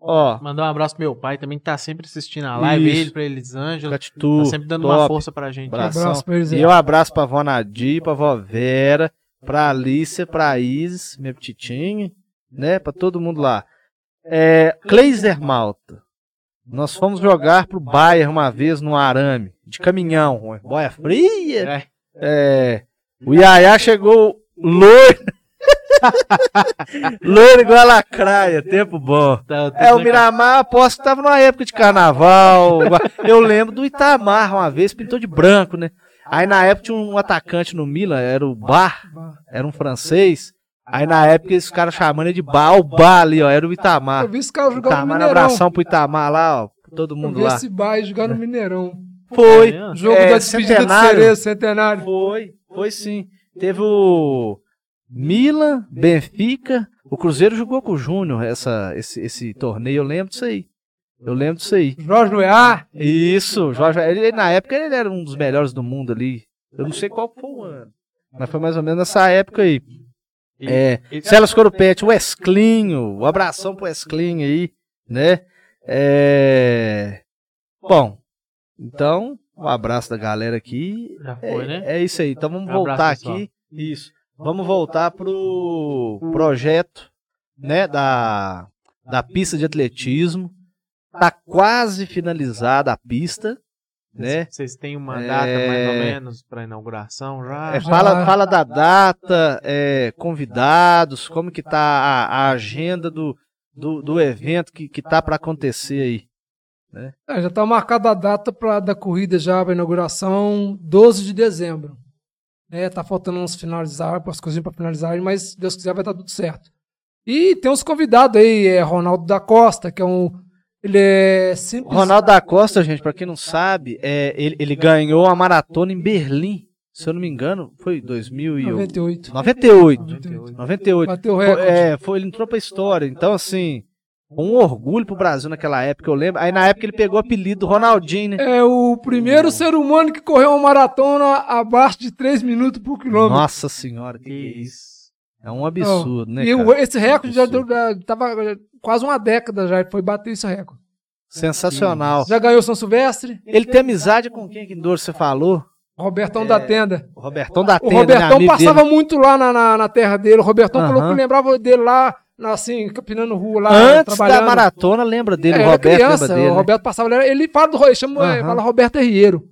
A: ó,
B: Mandar um abraço pro meu pai também, que tá sempre assistindo a live,
A: Isso.
B: ele, pra Elisângela. Tá
A: Catitu,
B: sempre dando uma
A: top.
B: força pra gente.
A: Abraço.
C: Abraço pra eles aí.
A: E um abraço pra vó Nadir, pra vó Vera, pra Alícia, pra Isis, minha petitinha, né? Pra todo mundo lá. É, Kleiser Malta. Nós fomos jogar pro Bayern uma vez no arame, de caminhão. Boia fria.
B: É.
A: É, o Yaya chegou loiro. loiro igual a lacraia, tempo bom.
B: Tá- tá
A: É, o
B: tranquilo.
A: Miramar, aposto que tava numa época de carnaval. Eu lembro do Itamar uma vez, pintou de branco, né? Aí na época tinha um atacante no Milan, era o Bar, era um francês. Aí na época esses caras chamando ele de Bar, ó, o Bar ali, ó, era o
C: Eu
A: Itamar.
C: vi esse cara jogar
A: Itamar, um
C: no Mineirão.
A: abração pro Itamar lá, ó, pra todo
C: Eu
A: mundo
C: vi
A: lá.
C: esse bairro jogar no Mineirão.
A: Foi,
C: Jogo
A: É,
C: da despedida
A: centenário.
C: do Cerezo, centenário.
A: foi, foi sim. Teve o Milan, Benfica, o Cruzeiro jogou com o Júnior essa, esse, esse torneio, eu lembro disso aí. Eu lembro disso aí.
C: Jorge Noé. ah,
A: Isso, Jorge. Ele, na época ele era um dos melhores do mundo ali. Eu não sei qual foi o ano. Mas foi mais ou menos nessa época aí.
B: E-
A: É,
B: e-
A: Celas Coropete, o Esclinho, um abração pro Esclinho aí, né? É... Bom, então, um abraço da galera aqui.
B: Já
A: É,
B: foi, né?
A: é isso aí, então vamos
B: Um abraço,
A: voltar
B: pessoal.
A: aqui. Isso. Vamos voltar pro projeto, né, da, da pista de atletismo. Tá quase finalizada a pista, né?
B: Vocês têm uma
A: É.
B: data mais ou menos pra inauguração Ah, já?
A: É, fala, fala da data, é, convidados, como que tá a, a agenda do, do, do evento que, que tá para acontecer aí.
C: É, já tá marcada a data pra, da corrida já, pra inauguração, 12 de dezembro. É, tá faltando uns finalizar, umas coisinhas pra finalizarem, mas se Deus quiser vai dar tudo certo. E tem uns convidados aí, é Ronaldo da Costa, que é um Ele é simples.
A: Ronaldo da Costa, gente, pra quem não sabe, é, ele, ele ganhou a maratona em Berlim. Se eu não me engano, foi 2098.
C: 98.
A: 98.
B: 98.
A: 98.
C: Bateu o
A: Foi-
C: recorde.
A: é, foi, ele entrou pra história. Então, assim, um orgulho pro Brasil naquela época, eu lembro. Aí na época ele pegou o apelido do Ronaldinho, né?
C: É o primeiro ser humano que correu uma maratona abaixo de 3 minutos por quilômetro.
A: Nossa senhora, que que é isso?
B: Isso.
A: É um absurdo, né?
C: e o-
A: cara?
C: esse recorde já deu,
A: Absurdo.
C: já tava já- quase uma década já, foi bater esse recorde.
A: Sensacional.
C: Já ganhou São Silvestre,
A: Ele tem amizade com quem que Douro você falou?
C: Robertão da
A: É.
C: Tenda.
A: O Robertão da
C: O
A: Tenda, né?
C: Robertão
A: Amigo
C: passava
A: dele.
C: muito lá na, na- na terra dele. O Robertão
A: Aham.
C: falou que lembrava dele lá, na- assim, capinando rua lá,
A: Antes da
C: trabalhando.
A: maratona, lembra dele,
C: É,
A: o
C: era
A: Roberto
C: criança,
A: lembra dele.
C: o
A: né?
C: Roberto passava, ele, era- ele fala do ele chama,
A: Aham.
C: ele fala Roberto Herrieiro.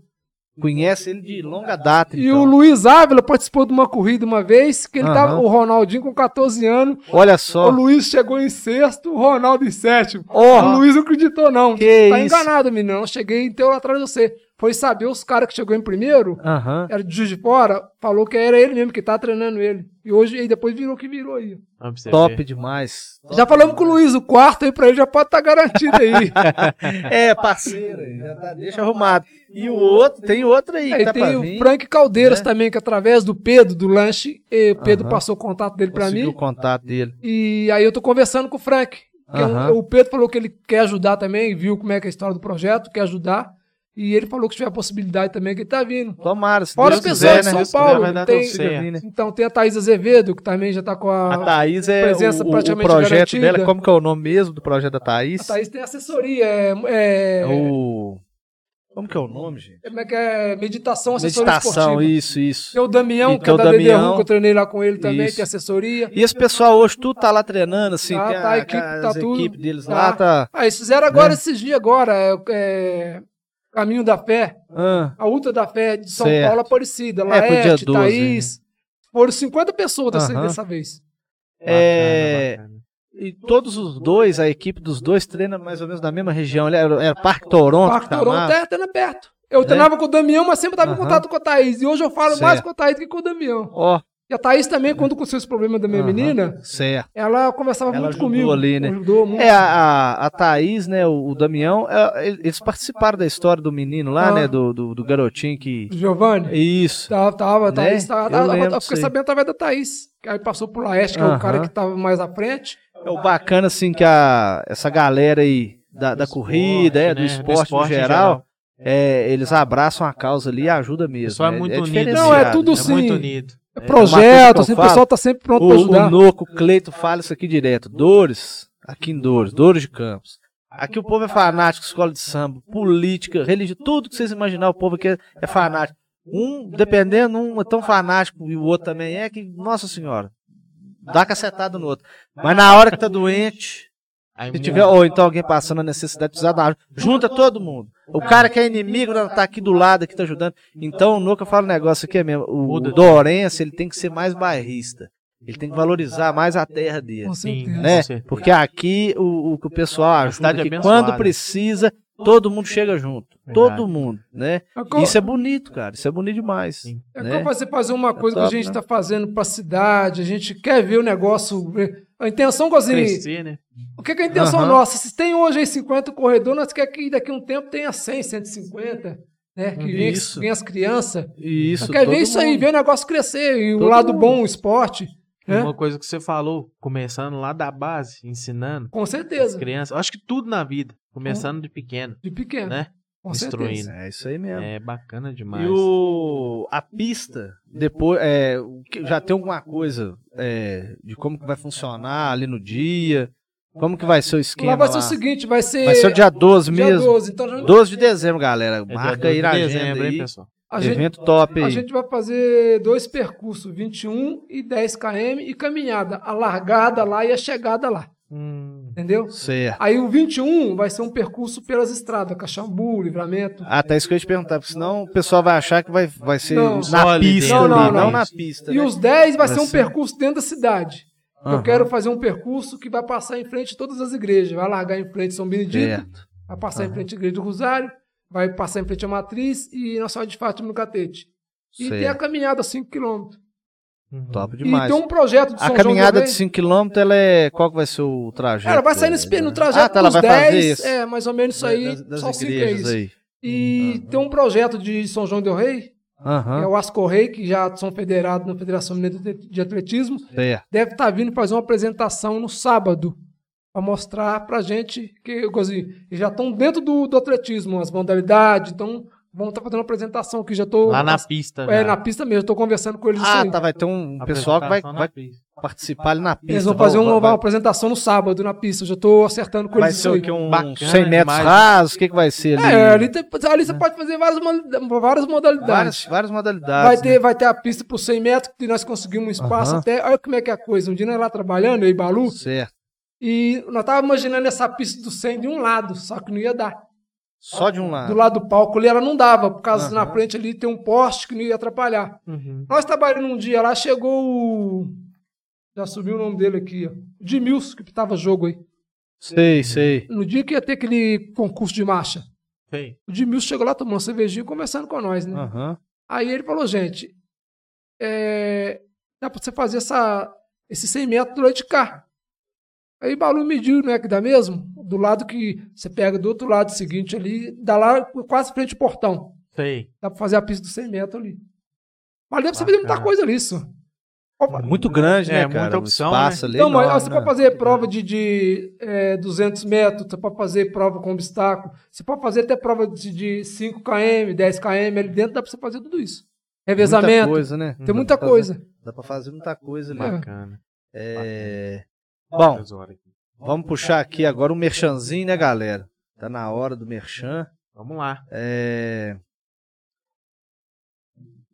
A: Conhece ele de longa data,
C: E
A: então.
C: o Luiz Ávila participou de uma corrida uma vez, que ele
A: Aham.
C: tava, o Ronaldinho com 14 anos,
A: Olha
C: O
A: só.
C: Luiz chegou em sexto, o Ronaldo em sétimo. O
A: Ó,
C: Luiz não acreditou, não.
A: Que
C: tá
A: isso?
C: enganado, menino. Eu cheguei em teu lá atrás de você. Foi saber os caras que chegou em primeiro,
A: Aham.
C: era de Juiz de Fora, falou que era ele mesmo que tá treinando ele. E hoje, e depois virou que virou aí.
B: Ó, pra você
A: Top
B: ver.
A: demais.
C: já falamos com o Luiz, o quarto aí pra ele já pode estar garantido aí.
A: É, parceiro, já tá- deixa arrumado. E o outro, tem outro aí, que
C: aí
A: tá
C: tem
A: pra
C: o
A: vir.
C: Frank Caldeiras
A: né?
C: também, que através do Pedro, do lanche, e o Pedro
A: Aham.
C: passou o contato dele pra
A: Conseguiu
C: mim.
A: o contato dele.
C: E aí eu tô conversando com o Frank. que é um-
A: Aham.
C: o Pedro falou que ele quer ajudar também, viu como é que é a história do projeto, quer ajudar. E ele falou que se tiver a possibilidade também, que ele tá vindo.
A: Tomara, se
C: Fora
A: Deus
C: as
A: quiser,
C: pessoas de
A: né?
C: São
B: Deus
C: Paulo,
B: quiser, vai dar
C: tem-
B: tudo certo.
A: né?
C: Então tem a Thaís Azevedo, que também já tá com a.
A: A Thaís é
C: Presença
A: o, o
C: praticamente
A: projeto
C: garantida.
A: dela, como que é o nome mesmo do projeto da Thaís?
C: a Thaís tem assessoria, é. é-
A: É o... Como que é o nome, gente?
C: Como é que é? Meditação, assessoria
A: Meditação,
C: esportiva.
A: isso, isso.
C: Tem o Damião,
A: E
C: que
A: tem
C: é
A: o
C: da DDRU,
A: Damião.
C: que eu treinei lá com ele também,
A: Isso.
C: tem assessoria.
A: E esse pessoal hoje, tudo tá lá treinando, assim,
C: Tá,
A: tem a,
C: tá, a equipe tá
A: as
C: tudo.
A: equipes deles
C: Tá.
A: lá, tá...
C: Ah, eles fizeram agora,
A: Né?
C: esses dias agora, é, é, Caminho da Fé.
A: Ah,
C: A Ultra da Fé de São
A: Certo.
C: Paulo Aparecida,
A: É, pro dia
C: Laerte,
A: 12,
C: Thaís. Foram 50 pessoas dessa,
A: Aham.
C: dessa vez.
A: é...
B: Bacana, bacana.
A: E todos os dois, a equipe dos dois treina mais ou menos na mesma região. ali, Era, era Parque Toronto.
C: Parque
A: que
C: Toronto
A: chamava.
C: tá treinando perto. Eu treinava com o Damião, mas sempre tava em
A: Aham.
C: contato com a Thaís. E hoje eu falo
A: Certo.
C: mais com a Thaís do que com o Damião.
A: Ó,
C: E a Thaís também, quando com seus problemas da minha
A: Aham.
C: menina,
A: certo.
C: ela conversava
A: Ela
C: muito
A: ajudou
C: comigo.
A: ali, né?
C: Ajudou muito.
A: É, a, a, a Thaís, né, o, o Damião, é, ele- eles participaram da história do menino lá,
C: Ah.
A: né, do, do, do garotinho que...
C: Giovanni.
A: Isso.
C: Tava, tava,
A: Né?
C: Thaís. Tava,
A: Eu
C: tava- eu,
A: lembro
C: fiquei
A: disso aí.
C: sabendo através da Thaís. que Aí passou pro Laeste, que é o
A: Aham.
C: cara que tava mais à frente.
A: É o bacana, assim, que a, essa galera aí da, da
B: Do
A: corrida, é, do,
B: né?
A: esporte em geral, é, eles abraçam a causa ali e ajudam
B: O
A: mesmo.
B: pessoal é
A: né?
B: muito unido.
A: diferenciado.
C: Não, é tudo
B: é
C: sim.
B: muito unido.
C: É
A: uma coisa que
C: projeto,
A: eu
C: assim, o
A: falo.
C: pessoal tá sempre pronto pra
A: O, o
C: ajudar.
A: Noco, o Cleito fala isso aqui direto. Dores, aqui em Dores, Dores de Campos. Aqui o povo é fanático, escola de samba, política, religião, tudo que vocês imaginar, o povo aqui é, é fanático. Um, dependendo, um é tão fanático e o outro também é que, nossa senhora, dá cacetada no outro. Mas na hora que tá doente,
B: Aí
A: se
B: muda.
A: tiver, ou então alguém passando a necessidade, precisar da ajuda, junta todo mundo. O cara que é inimigo não, tá aqui do lado, aqui tá ajudando. Então, o Nuca fala um negócio aqui mesmo. O,
B: Muda
A: o
B: tudo.
A: Dorense, ele tem que ser mais bairrista. Ele tem que valorizar mais a terra dele.
C: Com
B: Sim,
C: certeza.
A: Né?
B: com certeza.
A: Porque aqui o, o que o pessoal ajuda,
B: cidade é
A: que
B: abençoada.
A: quando precisa, todo mundo chega junto. Todo mundo, né?
C: É co-
A: Isso é bonito, cara. Isso é bonito demais.
B: Sim.
C: É
A: né?
C: como você fazer uma coisa que a
A: top,
C: gente
A: né?
C: está fazendo para a cidade, a gente quer ver o negócio. A intenção, Gozinho,
B: Crescer, né?
C: o que, que é a intenção
A: Aham.
C: nossa? Se tem hoje aí 50 corredor, nós queremos que daqui a um tempo tenha 100, 150, né? Que venha,
A: Isso.
C: venha as crianças.
A: E Isso,
C: Nós quer
A: todo
C: ver isso aí,
A: mundo.
C: ver o negócio crescer e o
A: Todo
C: lado
A: mundo.
C: bom, o esporte. né?
B: Uma coisa que você falou, começando lá da base, ensinando
C: Com
B: as
C: certeza.
B: crianças. Acho que tudo na vida, começando de pequeno,
C: De pequeno.
B: né?
C: Com
B: Instruindo.
C: certeza.
A: É isso aí mesmo.
B: É bacana demais.
A: E o, a pista, depois, é, o que- já tem alguma coisa é, de como que vai funcionar ali no dia? Como que vai ser o esquema
C: Lá vai ser
A: lá?
C: o seguinte: vai ser.
A: Vai ser o dia 12
C: dia
A: mesmo.
C: 12. Então, a gente-
A: 12 de dezembro, galera.
B: É dia
A: Marca
B: 12
A: aí
B: de
A: na
B: dezembro,
A: agenda
B: hein,
A: aí.
B: pessoal?
C: a gente
A: Evento top
C: A
A: aí.
C: gente vai fazer dois percursos, 21 e 10 km e caminhada, a largada lá e a chegada lá,
B: Hum,
C: entendeu?
A: Certo.
C: Aí o 21 vai ser um percurso pelas estradas, Caxambu, Livramento.
A: Ah, tá isso que eu ia te perguntar, porque senão o pessoal vai achar que vai, vai ser
C: Não,
B: só
A: na
B: ali
A: pista,
C: dentro,
A: ali,
C: não,
A: não,
C: não.
A: na pista.
C: E
A: né?
C: os 10 vai
A: Vai
C: ser um
A: ser.
C: percurso dentro da cidade. Eu
A: Aham.
C: quero fazer um percurso que vai passar em frente a todas as igrejas. Vai largar em frente São Benedito,
A: Certo.
C: vai passar em
A: É. Aham.
C: frente à Igreja do Rosário, vai passar em frente à Matriz e Nossa Senhora de Fátima no Catete. E tem a
A: certo.
C: caminhada 5 km.
B: Uhum.
A: é Top
C: E
A: demais.
C: tem um projeto de São
A: a
C: João
A: caminhada
C: também.
A: de 5km, ela é. Qual que vai ser o trajeto?
C: Cara, vai sair nesse, pe- no trajeto
A: Ah, tá, ela
C: dos
A: vai fazer
C: 10,
A: isso.
C: é, mais ou menos isso aí,
A: das, das
C: só cinco é
A: igrejas
C: isso.
A: aí.
C: E tem um projeto de São João del Rei, que é
A: Aham.
C: o Asco Rei, que já são federados na Federação Mineira de de Atletismo,
A: Certo.
C: deve estar vindo fazer uma apresentação no sábado para mostrar pra gente que assim, eles já estão dentro do, do atletismo, as modalidades, então vão estar fazendo uma apresentação aqui, já tô
B: Lá na pista. né?
C: é,
B: já.
C: na pista mesmo, tô conversando com eles
A: né? Ah,
C: aí.
A: tá. Vai ter um
B: A
A: pessoal que vai,
B: apresentação na
A: vai
B: pista.
A: participar ali na pista.
C: Eles vão fazer
A: Vai-
C: uma,
A: vai-
C: uma apresentação no sábado na pista, eu já tô acertando com
A: Vai
C: eles
A: ser
C: isso
A: o
C: aí.
A: que? Um
B: Bacana
A: 100 metros
B: demais.
A: rasos? O que, que vai ser ali?
C: É, ali, tem- ali você pode fazer várias, mo- várias modalidades.
A: várias, várias modalidades.
C: Vai ter,
A: né?
C: vai ter a pista por 100 metros, que nós conseguimos um espaço
A: Aham.
C: até. Olha como é que é a coisa. Um dia nós lá trabalhando, eu e Balu,
A: Certo.
C: e nós tava imaginando essa pista do 100 de um lado, só que não ia dar.
A: Só de um lado.
C: Do lado do palco ali ela não dava, por causa que na
A: Aham.
C: frente ali tem um poste que não ia atrapalhar.
B: Uhum.
C: Nós trabalhando um dia lá, chegou o. Já subiu o nome dele aqui, ó. O Dimilson, que tava jogo aí.
A: Sei, sei.
C: No dia que ia ter aquele concurso de marcha.
B: Sei.
C: O Dimilson chegou lá, tomou uma cervejinha e conversando com nós, né?
A: Aham.
C: Aí ele falou, gente, é, dá pra você fazer essa, esse 100 metros do lado de cá. Aí o Balu mediu, não é que dá mesmo? Do lado que você pega do outro lado seguinte ali, dá lá quase frente ao portão.
B: Sei.
C: Dá pra fazer a pista do 100 metros ali. Mas dá pra você fazer muita
B: Bacana.
C: coisa nisso. Opa.
A: Muito grande, né,
B: É,
A: cara?
B: muita
A: O
B: opção,
A: espaço ali é
C: Então, mas
A: enorme,
C: você
A: né?
C: pode fazer prova de, de é, 200 metros, você pode fazer prova com obstáculo, você pode fazer até prova de, de 5 km, 10 km, ali dentro dá pra você fazer tudo isso.
A: Muita
C: Revezamento,
A: coisa, né?
C: tem muita
A: Dá pra
C: coisa.
A: fazer- Dá pra fazer muita coisa ali.
C: É.
B: Bacana.
A: É... Bom,
B: Tesoura aqui.
A: vamos puxar aqui agora o merchanzinho, né, galera? Tá na hora do merchan.
B: Vamos lá.
A: É...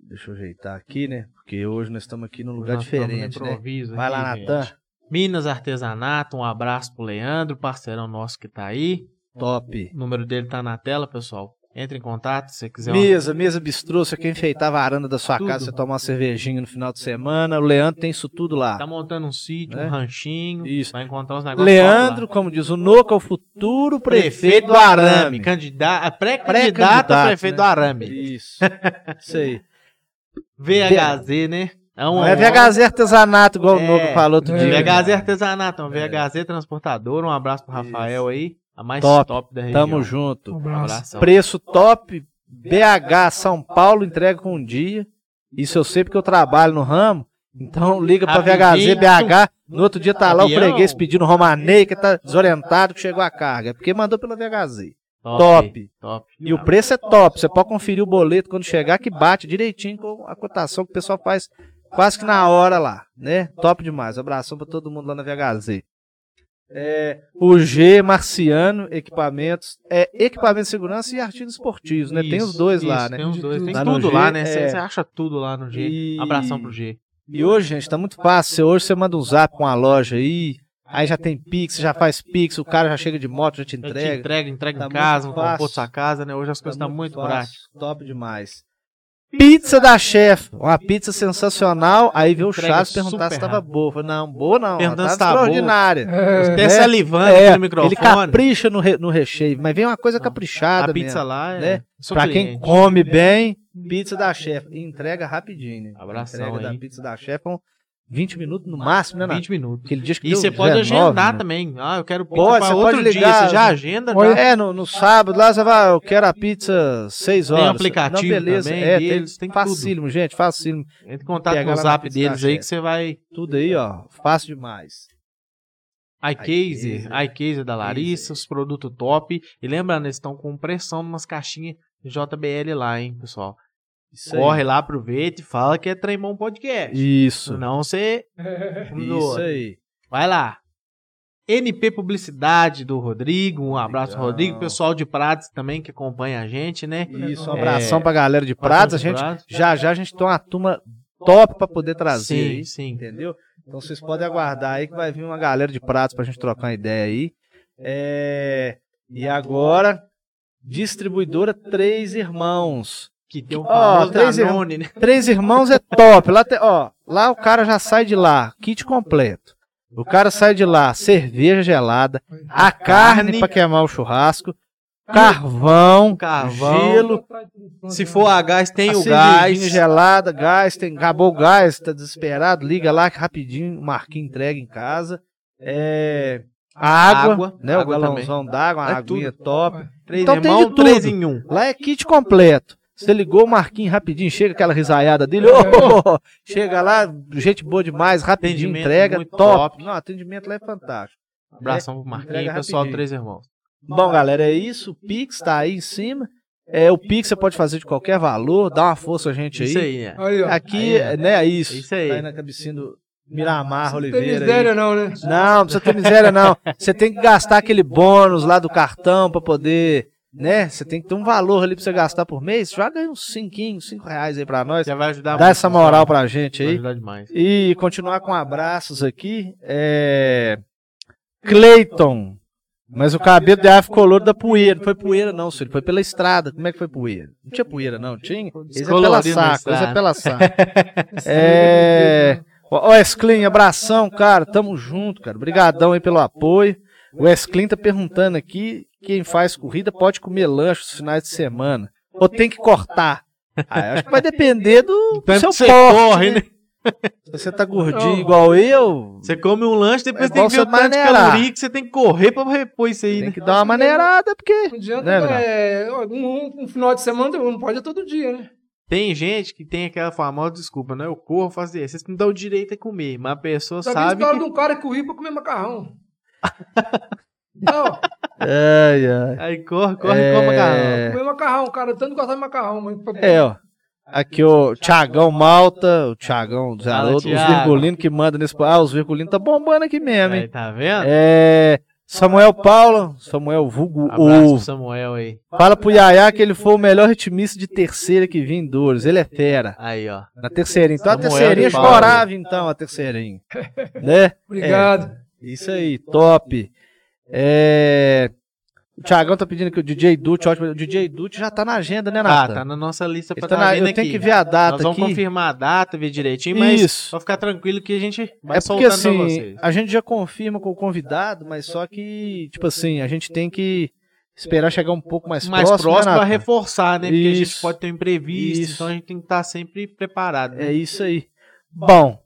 A: Deixa eu ajeitar aqui, né? Porque hoje nós estamos aqui num lugar
B: Nós estamos no
A: diferente, né?
B: improviso
A: Vai lá,
B: aqui,
A: Natan.
B: gente. Minas Artesanato, um abraço pro Leandro, parceirão nosso que tá aí.
A: Top.
B: O número dele tá na tela, pessoal. Entre em contato se você quiser. é uma-
A: Mesa, mesa bistrô, você quer enfeitar a varanda da sua
B: Tudo.
A: casa, você tomar uma cervejinha no final de semana. O Leandro tem isso tudo lá.
B: Tá montando um sítio,
A: Né?
B: um ranchinho.
A: Isso.
B: Vai encontrar os negócios.
A: Leandro, como diz o Noca, é o futuro prefeito do Arame.
B: Candidato, pré-candidato
A: Pré-candidato,
B: a prefeito
A: né?
B: do Arame.
A: Isso. Isso aí.
B: VHZ, né? É um
A: Não é VHZ artesanato, igual o
B: É.
A: Noca falou outro
C: É.
A: dia.
B: VHZ Artesanato, um VHZ Transportador. Um abraço pro Rafael aí. A mais
A: Top.
B: top, da região.
A: Tamo junto.
C: Um
B: Um
C: abraço.
B: abraço.
A: Então, Preço top, BH, São Paulo, entrega com um dia. Isso eu sei porque eu trabalho no ramo. Então liga pra VHZ,
B: Rapidinho.
A: BH. No outro dia tá lá o
B: Avião.
A: freguês pedindo Romanei, que tá desorientado, que chegou a carga. É porque mandou pela VHZ. Top.
B: Top.
A: E o preço é top. Você pode conferir o boleto quando chegar, que bate direitinho com a cotação que o pessoal faz quase que na hora lá, né? Top demais. Abração pra todo mundo lá na VHZ. É, o G Marciano Equipamentos. É equipamento de segurança e artigos esportivos, né? tem os
B: Isso,
A: dois
B: isso,
A: lá, né?
B: Tem os dois. Tem
A: Lá no
B: tudo
A: G,
B: lá, né?
A: é.
B: Você acha tudo lá no G.
A: E-
B: Abração pro G.
A: E hoje, gente, tá muito fácil. Você- Hoje você manda um zap com a loja aí, aí já tem Pix, já faz Pix, o cara já chega de moto, já te
B: Eu te
A: entrega.
B: entrega, entrega
A: Tá
B: em casa, no
A: muito
B: conforto
A: fácil. Tá
B: da sua casa, né? Hoje as coisas estão muito práticas.
A: fácil, Top demais. Pizza da chefe, uma pizza sensacional. Aí veio o
B: Entrega
A: Chaves perguntar
B: super
A: se tava
B: rápido.
A: boa. Eu Falei, não, boa não, ela
B: Perguntando
A: tá
B: se tá boa.
A: extraordinária.
C: É,
B: Até
A: né?
B: salivando
A: É,
B: aqui no
A: ele
B: microfone.
A: capricha no, re- no recheio, mas vem uma coisa
B: Não,
A: caprichada
B: a pizza
A: mesmo.
B: lá é.
A: né?
B: sou
A: Pra quem
B: cliente.
A: come bem, pizza da chefe. E entrega rapidinho, né?
B: Abração
A: entrega
B: aí.
A: da pizza da chefe é um 20 minutos no máximo, né, Nath?
B: 20 minutos.
A: Aquele dia que
B: E
A: deu
B: você pode
A: 19,
B: agendar
A: né?
B: também. Ah, eu quero pizza
A: Pode,
B: pra
A: você
B: outro
A: pode
B: dia.
A: ligar.
B: Você já agenda, já.
A: É, no, no sábado lá você vai, "Ah, eu quero a pizza 6
B: Tem um
A: horas.
B: aplicativo
A: Não, beleza.
B: também
A: é,
B: deles, tem tudo.
A: facílimo, gente, facílimo.
B: Entra em contato
A: Pega
B: com o
A: lá na
B: zap
A: pizza
B: deles
A: da
B: aí
A: chefe.
B: que você vai.
A: Tudo aí, ó, fácil demais.
B: iCase,
A: iCase.
B: iCase é
A: é.
B: da Larissa, os produtos top. E lembrando, eles estão com pressão numas caixinhas JBL lá, hein, pessoal.
A: Isso aí.
B: Corre lá, aproveita e fala que é Tremão Podcast.
A: Isso.
B: Senão você.
A: Isso aí.
B: Vai lá. NP Publicidade do Rodrigo. Um abraço,
A: Legal.
B: Rodrigo. Pessoal de Prados também que acompanha a gente, né?
A: Isso, um
B: É,
A: abração pra galera de Prados. A gente, é
B: Prados.
A: já já a gente tem uma turma top pra poder trazer
B: Sim,
A: aí,
B: sim.
A: entendeu? Então vocês podem aguardar aí que vai vir uma galera de Prados pra gente trocar uma ideia aí. É, E agora, distribuidora Três Irmãos.
B: Que deu um
A: Ó,
B: famoso
A: três
B: Danone, né?
A: Três Irmãos é top. Lá, tem- ó, lá o cara já sai de lá, kit completo. O cara sai de lá, cerveja gelada, a carne, pra queimar o churrasco, Carvão,
B: Carvão.
A: gelo.
C: É,
B: Se for a gás, tem
A: a
B: o
A: cervejinha
B: gás.
A: gelada, gás, tem, acabou o gás, tá desesperado, liga lá que rapidinho, o Marquinho entrega em casa. É, a água,
B: Água,
A: né,
B: água
A: o galãozão d'água, uma
B: É
A: aguinha
B: tudo.
A: top.
B: Três
A: Então
B: então
A: tem de tudo.
B: três em um.
A: Lá é kit completo. Você ligou o Marquinho rapidinho, chega aquela risaiada dele, ô, ô, ô, ô. chega lá, gente boa demais, rapidinho
B: Atendimento
A: entrega,
B: muito
A: top.
B: top.
A: Não, atendimento lá é fantástico.
B: Abração pro Marquinhos,
A: É, Entrega
B: pessoal do
A: rapidinho.
B: Três Irmãos.
A: Bom, galera, é isso. O Pix tá aí em cima. É, o Pix você pode fazer de qualquer valor, dá uma força a gente
B: Isso aí, é.
C: Aí, ó.
A: Aqui,
B: Aí, ó.
A: né, é isso.
B: Isso aí.
A: Tá aí na cabecinha do Miramar
C: Não tem
A: Oliveira. aí.
C: miséria, não, né?
A: Não, não precisa ter miséria, não. Você tem que gastar aquele bônus lá do cartão pra poder, né? Você tem que ter um valor ali pra você gastar por mês. Já ganha uns cinquinhos, cinco reais aí pra nós.
B: Já vai ajudar
A: é. Dá
B: muito,
A: essa
B: pessoal.
A: moral pra gente
B: Vai
A: aí.
B: ajudar demais.
A: E continuar com abraços aqui. É... Cleiton. Mas o cabelo de ave color da poeira. Não foi poeira, não, senhor. Foi pela estrada. Como é que foi poeira? Não tinha poeira, não. Tinha? Isso é pela
B: Descolorido na
A: saco. Isso é
B: estrada.
A: pela saco. É. Ó, Wesclin, abração, cara. Tamo junto, cara. Obrigadão aí pelo apoio. O Wesclin tá perguntando aqui: quem faz corrida pode comer lanche nos finais de semana? Ou tem que cortar? Ah, eu acho que vai depender do, do
B: Tanto
A: seu
B: que você
A: porte.
B: corre,
A: né?
B: né?
A: Se você tá gordinho igual eu,
B: Você come um lanche, depois
A: É
B: tem
A: igual
B: que ver o
A: você
B: tanto de
A: maneirar.
B: caloria que você tem que correr pra repor isso aí,
A: tem
B: né?
A: que dar uma maneirada, porque.
C: Não adianta,
A: Né, Leonardo?
C: é, um, um final de semana não pode é todo dia, né?
B: Tem gente que tem aquela famosa desculpa, né? Eu corro, faço isso. Vocês não dão o direito a comer, mas a pessoa
C: Só vi
B: sabe
C: história
B: que...
C: de um cara que corria pra comer macarrão. não,
A: Ai, ai.
B: Aí corre, corre e
A: É.
B: come macarrão.
C: comer macarrão, cara. Tanto gostar de macarrão, mas.
A: É, ó. Aqui o Tiagão Malta, o Tiagão dos
B: Fala,
A: Haroldo, os
B: Thiago.
A: Virgulino que manda nesse. Ah, os Virgulino tá bombando aqui mesmo, hein?
B: Aí, tá vendo?
A: É, Samuel Paulo, Samuel Vulgo
B: Abraço pro
A: ou
B: Samuel aí.
A: Fala pro Yaya que ele foi o melhor ritmista de terceira que vinha em Douros. Ele é fera.
B: Aí, ó.
A: Na terceirinha. Então a
B: Samuel
A: terceirinha
B: de Paula.
A: chorava, então, a terceirinha. né?
C: Obrigado.
A: Isso aí, top. É, O Thiagão tá pedindo que o DJ Dut, ótimo. O DJ Dut já tá na agenda, né,
B: Ah,
A: Nata?
B: tá na nossa lista pra
A: Ele
B: tá
A: tá na-
B: vindo
A: Eu
B: aqui.
A: tenho que ver a
B: Nós
A: data
B: vamos
A: aqui.
B: confirmar a data, ver direitinho, mas
A: Isso.
B: só ficar tranquilo que a gente vai
A: É porque
B: soltando pra
A: assim,
B: vocês.
A: a gente já confirma com o convidado, mas só que, tipo assim, a gente tem que esperar chegar um pouco mais,
B: Mais próximo, é
A: né,
B: pra
A: Nata?
B: reforçar, né? Porque a gente
A: Isso.
B: pode ter um imprevisto,
A: Isso.
B: então a gente tem que estar sempre preparado. né?
A: É isso aí. Bom,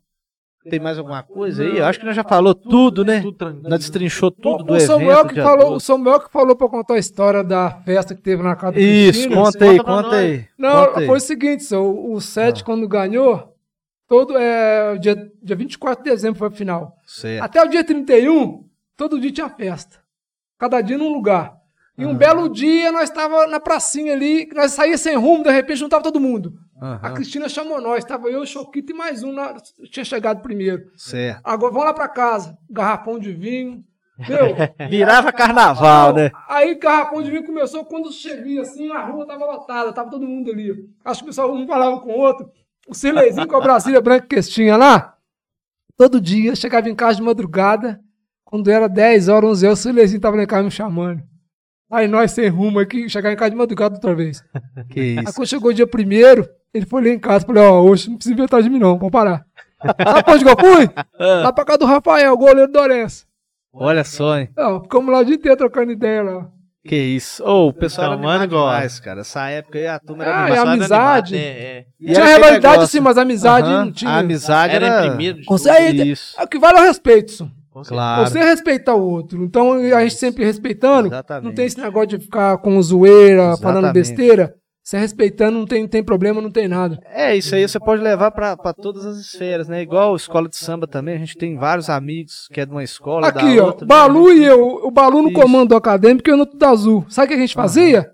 A: tem mais alguma coisa aí? Eu acho que nós já falou tudo, né?
B: Tudo tranquilo.
A: Nós destrinchou tudo do
C: o, Samuel
A: evento.
C: que
A: dia
C: falou, o
A: 12.
C: Samuel que falou pra contar a história da festa que teve na casa do
A: Isso,
C: Cristina.
A: conta aí,
B: Conta pra
A: conta
B: nós.
A: aí.
C: Não,
A: conta aí.
C: foi o seguinte, senhor, o, o
A: Ah.
C: Sete, quando ganhou, todo, é, dia, dia 24 de dezembro foi a final.
A: Certo.
C: Até o dia 31, todo dia tinha festa. Cada dia num lugar. E um
A: Ah.
C: belo dia, nós estava na pracinha ali, nós saía sem rumo, de repente juntava todo mundo. A
A: Aham,
C: Cristina chamou nós, tava eu, o Choquito e mais um, na- tinha chegado primeiro.
A: certo.
C: Agora vamos lá pra casa, garrafão de vinho, meu,
A: Virava carnaval, né?
C: Aí garrafão de vinho começou, quando cheguei assim, a rua tava lotada, tava todo mundo ali. Acho que o pessoal um falava com o outro. O Silezinho com a Brasília branca que eles tinham lá, todo dia, chegava em casa de madrugada, quando era 10 horas, 11 horas, o Silezinho tava lá em casa me chamando. Aí nós sem rumo aqui, chegar em casa de madrugada outra vez.
A: Que
C: Aí
A: isso.
C: quando chegou o dia primeiro, ele foi lá em casa e falou, ó, hoje não precisa inventar de mim não, vamos parar. Sabe pra onde que eu fui?
A: Ah.
C: Lá pra casa do Rafael, goleiro do Orense.
A: Olha só, hein?
C: Não, ficamos lá o dia inteiro trocando ideia lá.
A: Que isso. Ô, o pessoal era
B: Tomando
A: animado
B: gosta.
A: demais, cara. Essa época aí a turma era
C: Ah,
A: animada.
C: é
B: Pessoal era
C: amizade.
B: animado, né? É.
A: E
C: Tinha
A: era aquele
C: rivalidade
A: negócio.
C: sim, mas a amizade
A: Aham,
C: não tinha.
A: A amizade
B: Era
A: era...
B: em primeiro de tudo.
C: Consegue-
A: Isso,
C: É O que vale é o respeito. senhor.
B: Com certeza.
A: claro.
C: Você respeitar o outro. Então a gente sempre respeitando.
A: Exatamente.
C: Não tem esse negócio de ficar com zoeira, falando
A: Exatamente.
C: besteira. Você é respeitando, não tem, não tem problema, não tem nada.
A: É, isso aí você pode levar pra pra todas as esferas, né? Igual escola de samba também, a gente tem vários amigos que é de uma escola,
C: Aqui,
A: da
C: ó.
A: outra. né?
C: Balu e eu. O Balu no
A: Isso.
C: comando acadêmico e eu no Tudo Azul. Sabe o que a gente fazia?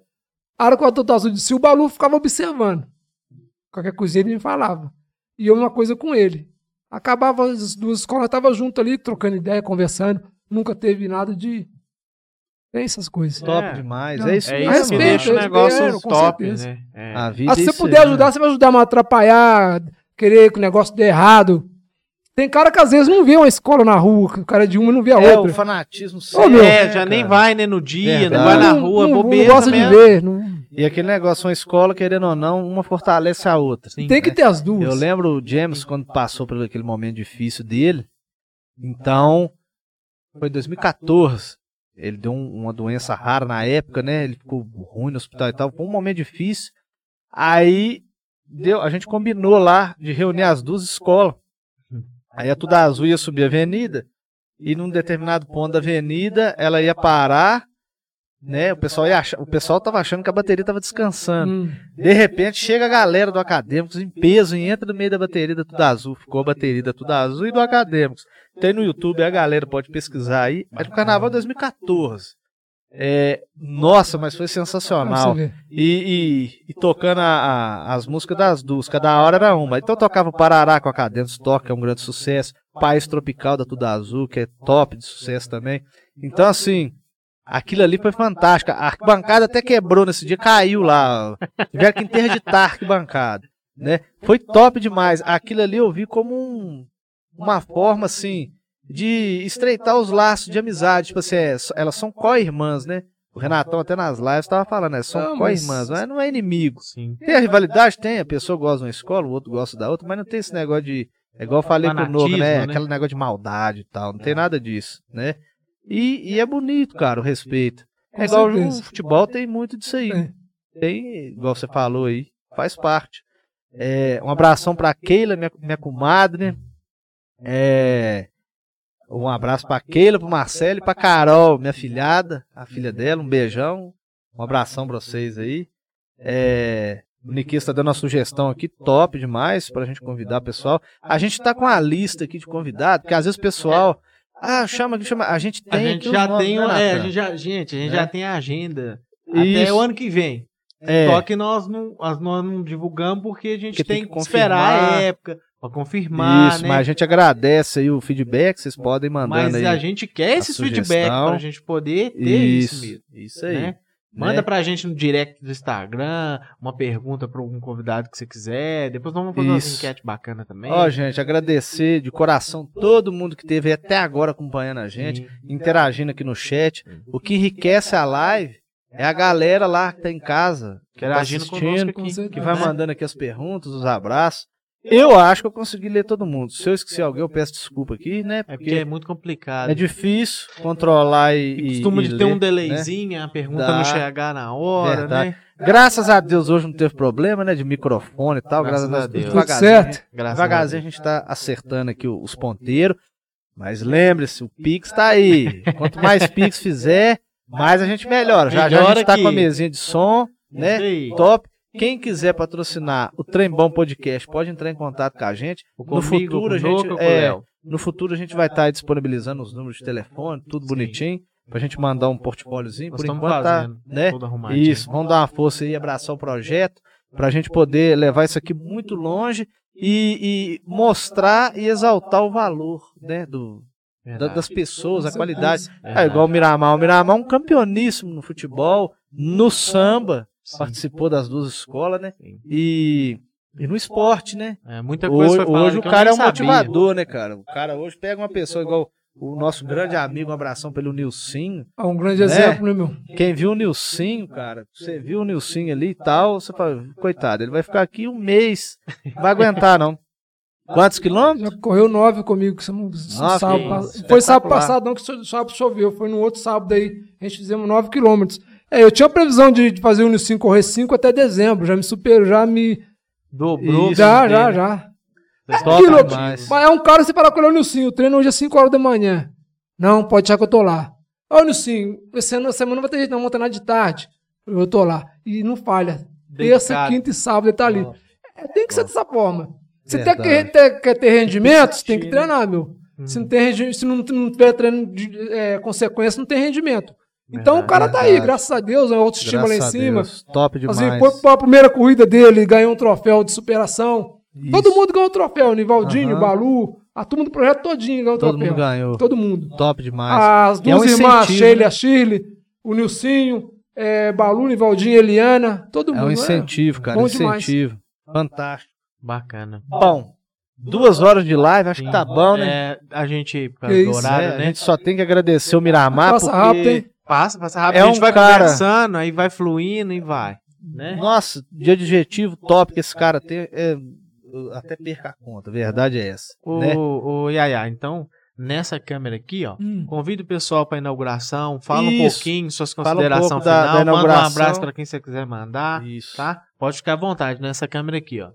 C: A hora que o Tudo Azul disse, o Balu ficava observando. Qualquer coisinha ele me falava. E eu uma coisa com ele. Acabava as duas escolas, tava junto ali, trocando ideia, conversando. Nunca teve nada de. Tem essas coisas.
A: Top
B: É.
A: demais,
C: Não,
A: é isso
B: É
A: mesmo.
B: isso que
C: Respeito,
B: deixa o
C: respeito,
B: negócio
C: com
B: top,
C: certeza.
B: né? É.
A: A vida
C: né? Ah, se
A: é
C: você
A: isso
C: puder
A: aí,
C: ajudar, você vai ajudar, mas atrapalhar, querer que o negócio dê errado. Tem cara que às vezes não vê uma escola na rua, que o cara de uma não vê a
A: né? É, o
C: outra.
A: fanatismo
C: Ô, meu.
B: É,
A: né,
B: já nem
A: cara?
B: vai, né, no dia,
A: Verdade.
B: não vai na
C: Não-
B: rua,
C: não, não
B: bobeira
C: gosta
B: mesmo.
C: de ver. não-
A: E aquele negócio, uma escola, querendo ou não, uma fortalece a outra.
B: Sim. é.
C: Tem que ter as duas.
A: né? Eu lembro o James quando passou por aquele momento difícil dele. Então, foi 2014. ele deu um- uma doença rara na época, né? Ele ficou ruim no hospital e tal. Foi um momento difícil. Aí deu, a gente combinou lá de reunir as duas escolas. Aí a Tuda Azul ia subir a avenida e num determinado ponto da avenida ela ia parar, né? O pessoal ia achar, o pessoal tava achando que a bateria tava descansando.
C: Hum.
A: De repente chega a galera do Acadêmicos em peso e entra no meio da bateria da Tudo Azul. Ficou a bateria da Tudo Azul e do Acadêmicos. Tem no YouTube, a galera pode pesquisar aí. Mas no Carnaval 2014. É, nossa, mas foi
C: Pra você
A: sensacional.
C: ver.
A: E, e- e tocando a- a- as músicas das duas, cada hora era uma. Então eu tocava o Parará com a Cadence Toca, que é um grande sucesso. País Tropical da Tudo Azul, que é top de sucesso também. Então, assim, aquilo ali foi fantástico. A arquibancada até quebrou nesse dia, caiu lá. Tiveram que interditar a arquibancada. Né? Foi top demais. Aquilo ali eu vi como um- uma forma, assim, de estreitar os laços de amizade. Tipo assim, é, elas são co-irmãs, né? O Renatão até nas lives tava falando, né? São
C: Não, mas-
A: co-irmãs, mas não é inimigo.
B: Sim.
A: Tem a rivalidade? Tem. A pessoa gosta de uma escola, o outro gosta da outra, mas não tem esse negócio de. É igual eu falei com o Novo,
B: Fanatismo,
A: né?
B: né?
A: Aquele negócio de maldade e tal.
C: É.
A: Não tem nada disso, né? E, e é bonito, cara, o respeito. É
C: Com
A: igual o
C: certeza.
A: futebol, tem muito disso aí.
C: É.
A: Tem, igual você falou aí, faz parte. É, um abração pra Keila, minha, minha comadre. É, um abraço pra Keila, pro Marcelo e pra Carol, minha filhada, a filha dela. Um beijão. Um abração pra vocês aí. É, o Niquês tá dando uma sugestão aqui, top demais, pra gente convidar o pessoal. A gente tá com uma lista aqui de convidados, porque às vezes o pessoal. Ah, chama, chama. A gente tem.
B: A gente
A: aqui o
B: já
A: nome,
B: tem,
A: né,
B: é, a
A: Natan?
B: gente já, gente, a gente
A: Né?
B: já tem a agenda até
A: Isso.
B: o ano que vem.
A: É.
B: Só que nós não, as- nós não divulgamos porque a gente
A: Porque tem
B: tem,
A: que
B: que, esperar a
A: confirmar.
B: época pra confirmar,
A: Isso,
B: né?
A: mas a gente agradece aí o feedback, vocês podem mandando
B: Mas
A: aí.
B: a gente quer
A: a
B: esses
A: sugestão.
B: feedbacks pra gente poder ter isso,
A: isso,
B: mesmo.
A: isso aí.
B: né?
A: né?
B: Manda pra gente no direct do Instagram, uma pergunta pra algum convidado que você quiser. Depois nós vamos fazer umas
A: Isso.
B: enquete bacana também.
A: Ó, gente, agradecer de coração todo mundo que teve até agora acompanhando a gente,
B: Sim.
A: Então, interagindo aqui no chat. O que enriquece a live é a galera lá que tá em casa, que tá
B: interagindo
A: assistindo,
B: conosco aqui.
A: que vai
B: né?
A: mandando aqui as perguntas, os abraços. Eu acho que eu consegui ler todo mundo. Se eu esqueci alguém, eu peço desculpa aqui, né?
B: É porque é
A: Porque
B: muito complicado.
A: é difícil controlar e.
B: E
A: e-
B: costuma
A: e
B: de ter
A: ler, né?
B: um delayzinho, a pergunta
A: Dá.
B: não chegar na hora,
A: Verdade.
B: né?
A: Graças a Deus hoje não teve problema, né? De microfone e tal. Graças, a Deus.
C: Tudo
A: Devagarzinho,
C: certo.
B: Graças
A: Devagarzinho a gente tá acertando aqui o- os ponteiros. Mas lembre-se, o Pix tá aí. Quanto mais Pix fizer, mais a gente melhora. Já já a gente
B: Melhora
A: tá
B: aqui.
A: com a mesinha de som,
B: a Deus.
A: né? Top. Quem quiser patrocinar o Trem Bom Podcast, pode entrar em contato com a gente.
B: No futuro, a gente...
A: é, no futuro a gente vai estar disponibilizando os números de telefone, tudo
B: Sim.
A: bonitinho, pra gente mandar um portfóliozinho.
B: Nós
A: Por
B: estamos
A: enquanto tá,
B: fazendo.
A: né?
B: Tudo arrumadinho.
A: Isso, vamos dar uma força aí, abraçar o projeto, pra gente poder levar isso aqui muito longe e, e mostrar e exaltar o valor né, do, da-
B: Verdade.
A: das pessoas, a
C: Com
A: qualidade.
C: certeza.
A: É igual o Miramar. O Miramar é um campeoníssimo no futebol, no samba,
B: Sim.
A: participou das duas escolas, né?
B: Sim.
A: E, e no esporte, né?
B: É, muita coisa
A: Hoje,
B: foi falada
A: hoje o
B: que eu
A: cara é
B: nem
A: um
B: sabia.
A: motivador, né, cara? O cara hoje pega uma pessoa igual o nosso grande amigo, um abração pelo Nilcinho.
C: É um grande
A: Né?
C: exemplo, né, meu?
A: Quem viu o Nilcinho, cara, você viu o Nilcinho ali e tal, você fala, coitado, ele vai ficar aqui um mês, não vai aguentar não. Quantos quilômetros?
C: Já correu nove comigo, você não
A: Nossa,
C: sábado
B: que
C: pas-
A: isso.
C: Foi sábado
A: Espetacular.
C: passado, não, que só- sábado choveu. Foi no outro sábado aí, a gente fizemos nove quilômetros. É, eu tinha a previsão de, de fazer o Unicim correr cinco até dezembro. Já me superou, já me.
B: Dobrou.
A: Isso,
C: já,
A: não
C: já,
A: tem,
C: já.
A: Top
C: Quilo-
A: demais.
C: Mas é um cara separar com ele, Nilson, o treino hoje é 5 horas da manhã. Não, pode deixar que eu tô lá. Ô, Nilson, esse ano, semana não vai ter jeito, não, vou treinar de tarde. Eu tô lá. E não falha. Terça,
B: Dedicado.
C: quinta e sábado ele tá ali. É, tem que ser dessa forma. Se tem
A: Verdade. né? Hum.
C: que ter, quer ter rendimento, você tem que
B: Tira.
C: treinar, meu. Se não, tem, rendi- se não, não tiver treino de é, consequência, não tem rendimento. Então o
B: Verdade.
C: cara tá aí,
A: Verdade.
C: graças a Deus, é autoestima
A: Graças
C: lá em
A: a
C: cima.
A: Deus, top demais.
C: Assim, foi pra primeira corrida dele, ganhou um troféu de superação.
A: Isso,
C: Todo mundo ganhou o troféu, Nivaldinho,
A: Aham.
C: Balu, a turma do projeto todinho ganhou o
A: todo
C: troféu.
A: mundo ganhou.
C: Todo mundo. Ah,
A: Top demais.
C: As
A: que é um
C: duas irmãs,
A: incentivo,
C: Sheila e
A: né?
C: a Shirley, o Nilcinho, é, Balu, Nivaldinho, Eliana, todo
A: é
C: mundo.
A: um
C: né?
A: incentivo, cara,
C: Bom demais.
A: incentivo. Fantástico.
B: Bacana.
A: Bom, duas horas de live, acho que tá bom, né?
B: É, a gente, por causa
C: Que
B: do
C: isso,
A: É,
B: horário,
A: a
B: né?
A: gente só tem que agradecer o Miramar
C: Passa
A: Ah, porque-
C: rápido, hein?
B: Passa, passa rápido.
A: É
B: a gente
A: um
B: vai
A: cara-
B: conversando, aí vai fluindo e vai. Né?
A: Nossa, de adjetivo top que esse cara tem. é, eu até perca a conta, a verdade é essa.
B: O,
A: né?
B: o Yaya, então, nessa câmera aqui, ó.
C: Hum.
B: Convido o pessoal para inauguração, fala um
A: Isso.
B: pouquinho, suas
A: um
B: considerações
A: pouco da-
B: final,
A: da
B: manda um
A: inauguração.
B: abraço para quem você quiser
C: ah,
B: mandar,
A: Isso.
B: tá? Pode ficar à vontade nessa câmera aqui, ó.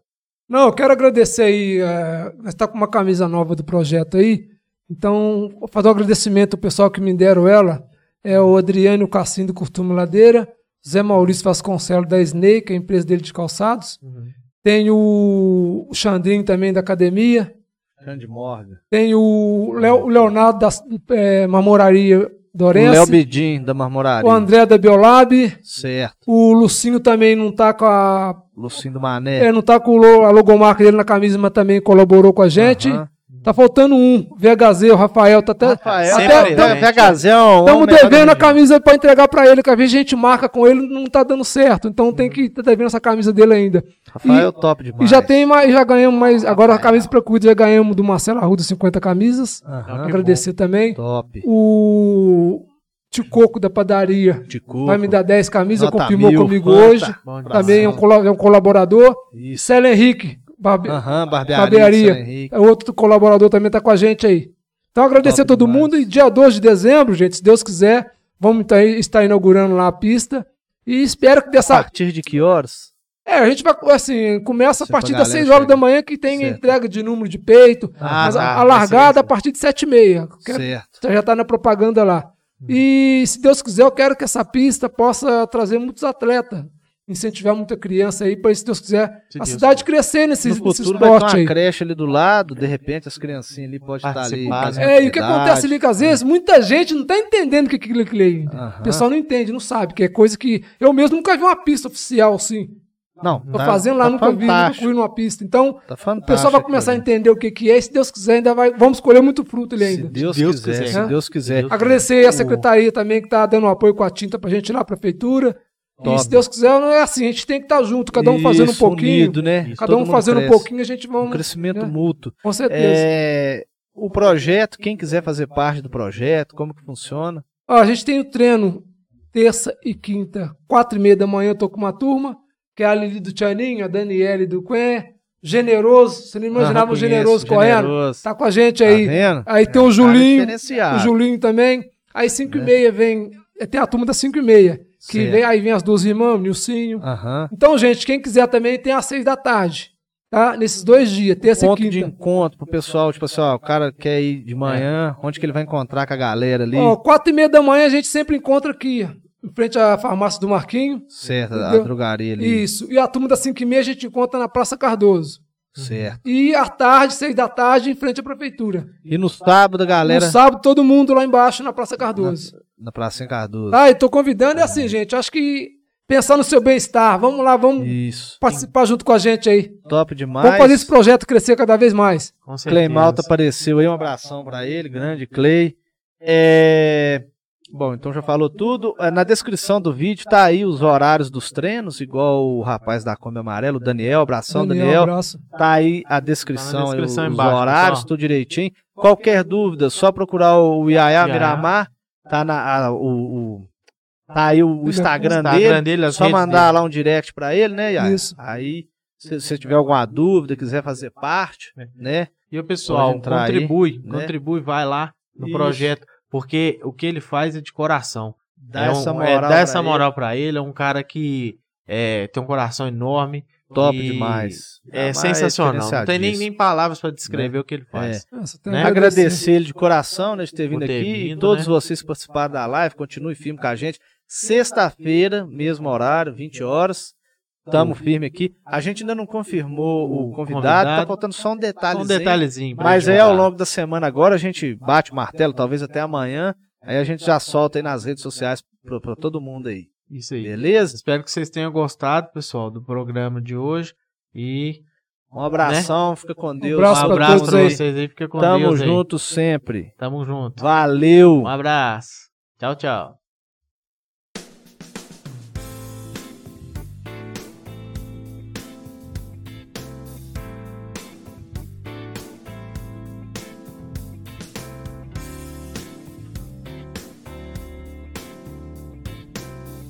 C: Não, eu quero agradecer aí. eh, Nós tá com uma camisa nova do projeto aí. Então, vou fazer um agradecimento ao pessoal que me deram ela. É o Adriano Cassim do Curtume Ladeira, Zé Maurício Vasconcelos da Snake, a empresa dele de calçados.
A: Uhum.
C: Tem o o Xandrinho também da academia.
A: Grande Morgan.
C: Tem o, Leo- o Leonardo da eh, Mamoraria
A: O Léo
C: Dorense.
A: Bidim, da Marmoraria.
C: O André da Biolab.
A: Certo.
C: O Lucinho também não tá com a
A: Lucindo Mané.
C: É, não tá com o lo- a logomarca dele na camisa, mas também colaborou com a gente.
A: Aham.
C: Tá faltando um. VHZ, o Rafael tá até.
A: Rafael,
B: Sempre
A: até, até
B: presente.
A: VHZ é um
C: Estamos
A: homem,
C: devendo a
A: tá no-
C: camisa pra entregar pra ele, que às vezes a gente marca com ele não tá dando certo. Então tem que tá devendo essa camisa dele ainda.
A: Rafael top demais.
C: E já tem mais, já ganhamos mais. Agora a camisa pra cuida, já ganhamos do Marcelo Arruda 50 camisas.
A: Aham.
B: Que
C: Agradecer também.
A: Top.
C: O Ticoco da padaria
A: De coco.
C: vai me dar 10 camisas,
A: Nota
C: confirmou
A: mil.
C: comigo
A: Quanta.
C: hoje.
B: Bom demais.
C: Também é um, colo- é um colaborador.
A: Isso.
C: Célio Henrique, barbe...
A: Aham, barbearia. São
C: Barbearia.
A: Henrique.
C: É Outro colaborador também tá com a gente aí. Então agradecer
A: Top
C: a todo
A: demais.
C: mundo e dia 2 de dezembro, gente, se Deus quiser, vamos tá- estar inaugurando lá a pista. E espero que
A: A
C: dessa.
A: partir de que horas?
C: É, a gente vai, assim, começa a
A: Se
C: partir
A: pra
C: das
A: galera
C: 6 horas
A: chegar.
C: da manhã, que tem
A: né, Certo.
C: entrega de número de peito.
A: Ah,
C: mas a-
B: tá.
C: a largada
B: Excelente.
C: a partir de 7 e meia. Quero-
A: Certo. Hum.
C: Já tá na propaganda lá. E se Deus quiser, eu quero que essa pista possa trazer muitos atletas. Incentivar muita criança aí, para se Deus quiser,
B: Se
C: a
B: Deus
C: cidade crescer nesse,
A: No
C: nesse
A: futuro vai ter
C: esporte
A: uma
C: aí.
A: creche ali do lado, de repente as criancinhas ali podem estar ali.
B: Participar,
A: fazendo
C: É, e o que
A: atividade.
C: acontece ali que às vezes muita gente não tá entendendo o que é aquilo que lê ainda.
A: Aham.
C: O pessoal não entende, não sabe, que é coisa que. Eu mesmo nunca vi uma pista oficial assim.
A: Não,
C: Tô fazendo lá, nunca vi, nunca fui numa pista. Então,
A: Tá
C: o
A: fantástico.
C: pessoal vai começar a
A: aquilo
C: entender o que, que é, e se Deus quiser, ainda vai. Vamos escolher muito fruto ali
A: ali. Se
C: ainda.
A: Deus,
B: Deus
A: quiser,
B: quiser.
A: se Deus quiser.
C: Agradecer a secretaria também que tá dando um apoio com a tinta pra gente lá, a prefeitura. E
A: Top.
C: se Deus quiser, não é assim, a gente tem que estar junto, cada um fazendo um
A: Isso,
C: pouquinho.
A: unido, né? Isso,
C: Cada
A: todo
C: um
A: mundo
C: fazendo um
A: cresce.
C: pouquinho, a gente
A: Um
C: vamos.
A: crescimento
C: né?
A: mútuo.
C: Com certeza.
A: É, o projeto, quem quiser fazer parte do projeto, como que funciona?
C: Ó, a gente tem o treino terça e quinta, quatro e meia da manhã, eu tô com uma turma, que é a Lili do Tchaninho, a Daniele do Quen, Generoso, você não imaginava o
A: Aham,
C: Generoso
A: conheço,
C: correndo?
A: Generoso.
C: Tá com a gente
A: Tá
C: aí.
A: vendo?
C: aí tem o
A: Cara
C: Julinho,
A: diferenciado. Né?
C: o Julinho também. Aí cinco e meia vem, é, tem a turma das cinco e meia, que
A: Certo.
C: vem, aí vem as duas irmãs, o Nilcinho.
A: Aham.
C: Então, gente, quem quiser também tem às seis da tarde, tá? Nesses dois dias, terça
A: Um Ponto
C: e
A: de
C: quinta.
A: encontro pro pessoal, tipo assim, ó, o cara quer ir de manhã, onde que ele vai encontrar com a galera ali?
C: É. Ó, quatro e meia da manhã a gente sempre encontra aqui, em frente à farmácia do Marquinho.
A: certo, a
C: entendeu?
A: drogaria ali.
C: Isso. E a turma das 5 e meia a gente encontra na Praça Cardoso.
A: Certo.
C: E à tarde, 6 da tarde, em frente à prefeitura.
A: E no sábado, a galera,
C: No sábado, todo mundo lá embaixo na Praça Cardoso.
A: na Praça Cardoso.
C: Tá, e tô convidando, é assim, gente. Acho que pensar no seu bem-estar. Vamos lá, vamos
A: Isso.
C: participar junto com a gente aí.
A: Top demais.
C: Vamos fazer esse projeto crescer cada vez mais.
B: Com
A: Clay
B: certeza.
A: Malta apareceu aí, um abração pra ele, grande Clay. É, Bom, então já falou tudo. É, Na descrição do vídeo tá aí os horários dos treinos, igual o rapaz da Kombi Amarelo, o Daniel, abração Daniel.
C: um abraço.
A: Tá aí a descrição,
B: Tá na descrição
A: aí, os
B: embaixo,
A: horários,
B: pessoal.
A: tudo direitinho. Qualquer dúvida, só procurar o Iaia
B: Yaya.
A: Miramar, tá na a- o, o- tá aí o, o Instagram, dele.
B: Instagram dele, as
A: Só
B: redes
A: mandar
B: dele.
A: lá um direct pra ele, né, Iaia?
C: Isso.
A: Aí, se você tiver alguma dúvida, quiser fazer parte,
B: É.
A: né?
B: E o pessoal,
A: Pode entrar aí,
B: contribui,
A: né?
B: contribui, vai lá no
A: Isso.
B: projeto, porque o que ele faz é de coração.
A: Dá
B: É um-
A: essa
B: é,
A: moral.
B: dá
A: pra
B: essa
A: ele.
B: moral pra ele. É um cara que é, tem um coração enorme.
A: Top
B: e
A: demais.
B: É
A: Jamais
B: sensacional. Não tem nem,
A: diferenciadíssimo. Né?
B: nem palavras pra descrever o que ele faz.
C: É, só tenho
B: Né?
C: a
A: Agradecer ele de coração né, de ter vindo
B: Por ter
A: aqui. e
B: vindo,
A: todos
B: né?
A: vocês que participaram da live, continue firme com a gente. Sexta-feira, mesmo horário, 20 horas. Tamo firme aqui. A gente ainda não confirmou o
B: O
A: convidado, tá
B: convidado.
A: faltando só um
B: Só
A: detalhe.
B: Um detalhezinho. pra
A: Mas
B: gente
A: aí ao
B: mandar.
A: longo da semana agora a gente bate o martelo, talvez até amanhã. Aí a gente já solta aí nas redes sociais pra, pra todo mundo aí.
B: Isso aí.
A: Beleza?
B: Espero que vocês tenham gostado, pessoal, do programa de hoje. E
A: Um abração, fica com Deus.
B: Né? um
C: abraço pra
B: abraço
C: todos
B: pra
C: aí.
B: vocês aí. Fica com
A: Tamo
B: Deus aí.
A: junto sempre.
B: Tamo junto.
A: Valeu!
B: Um abraço. Tchau, tchau.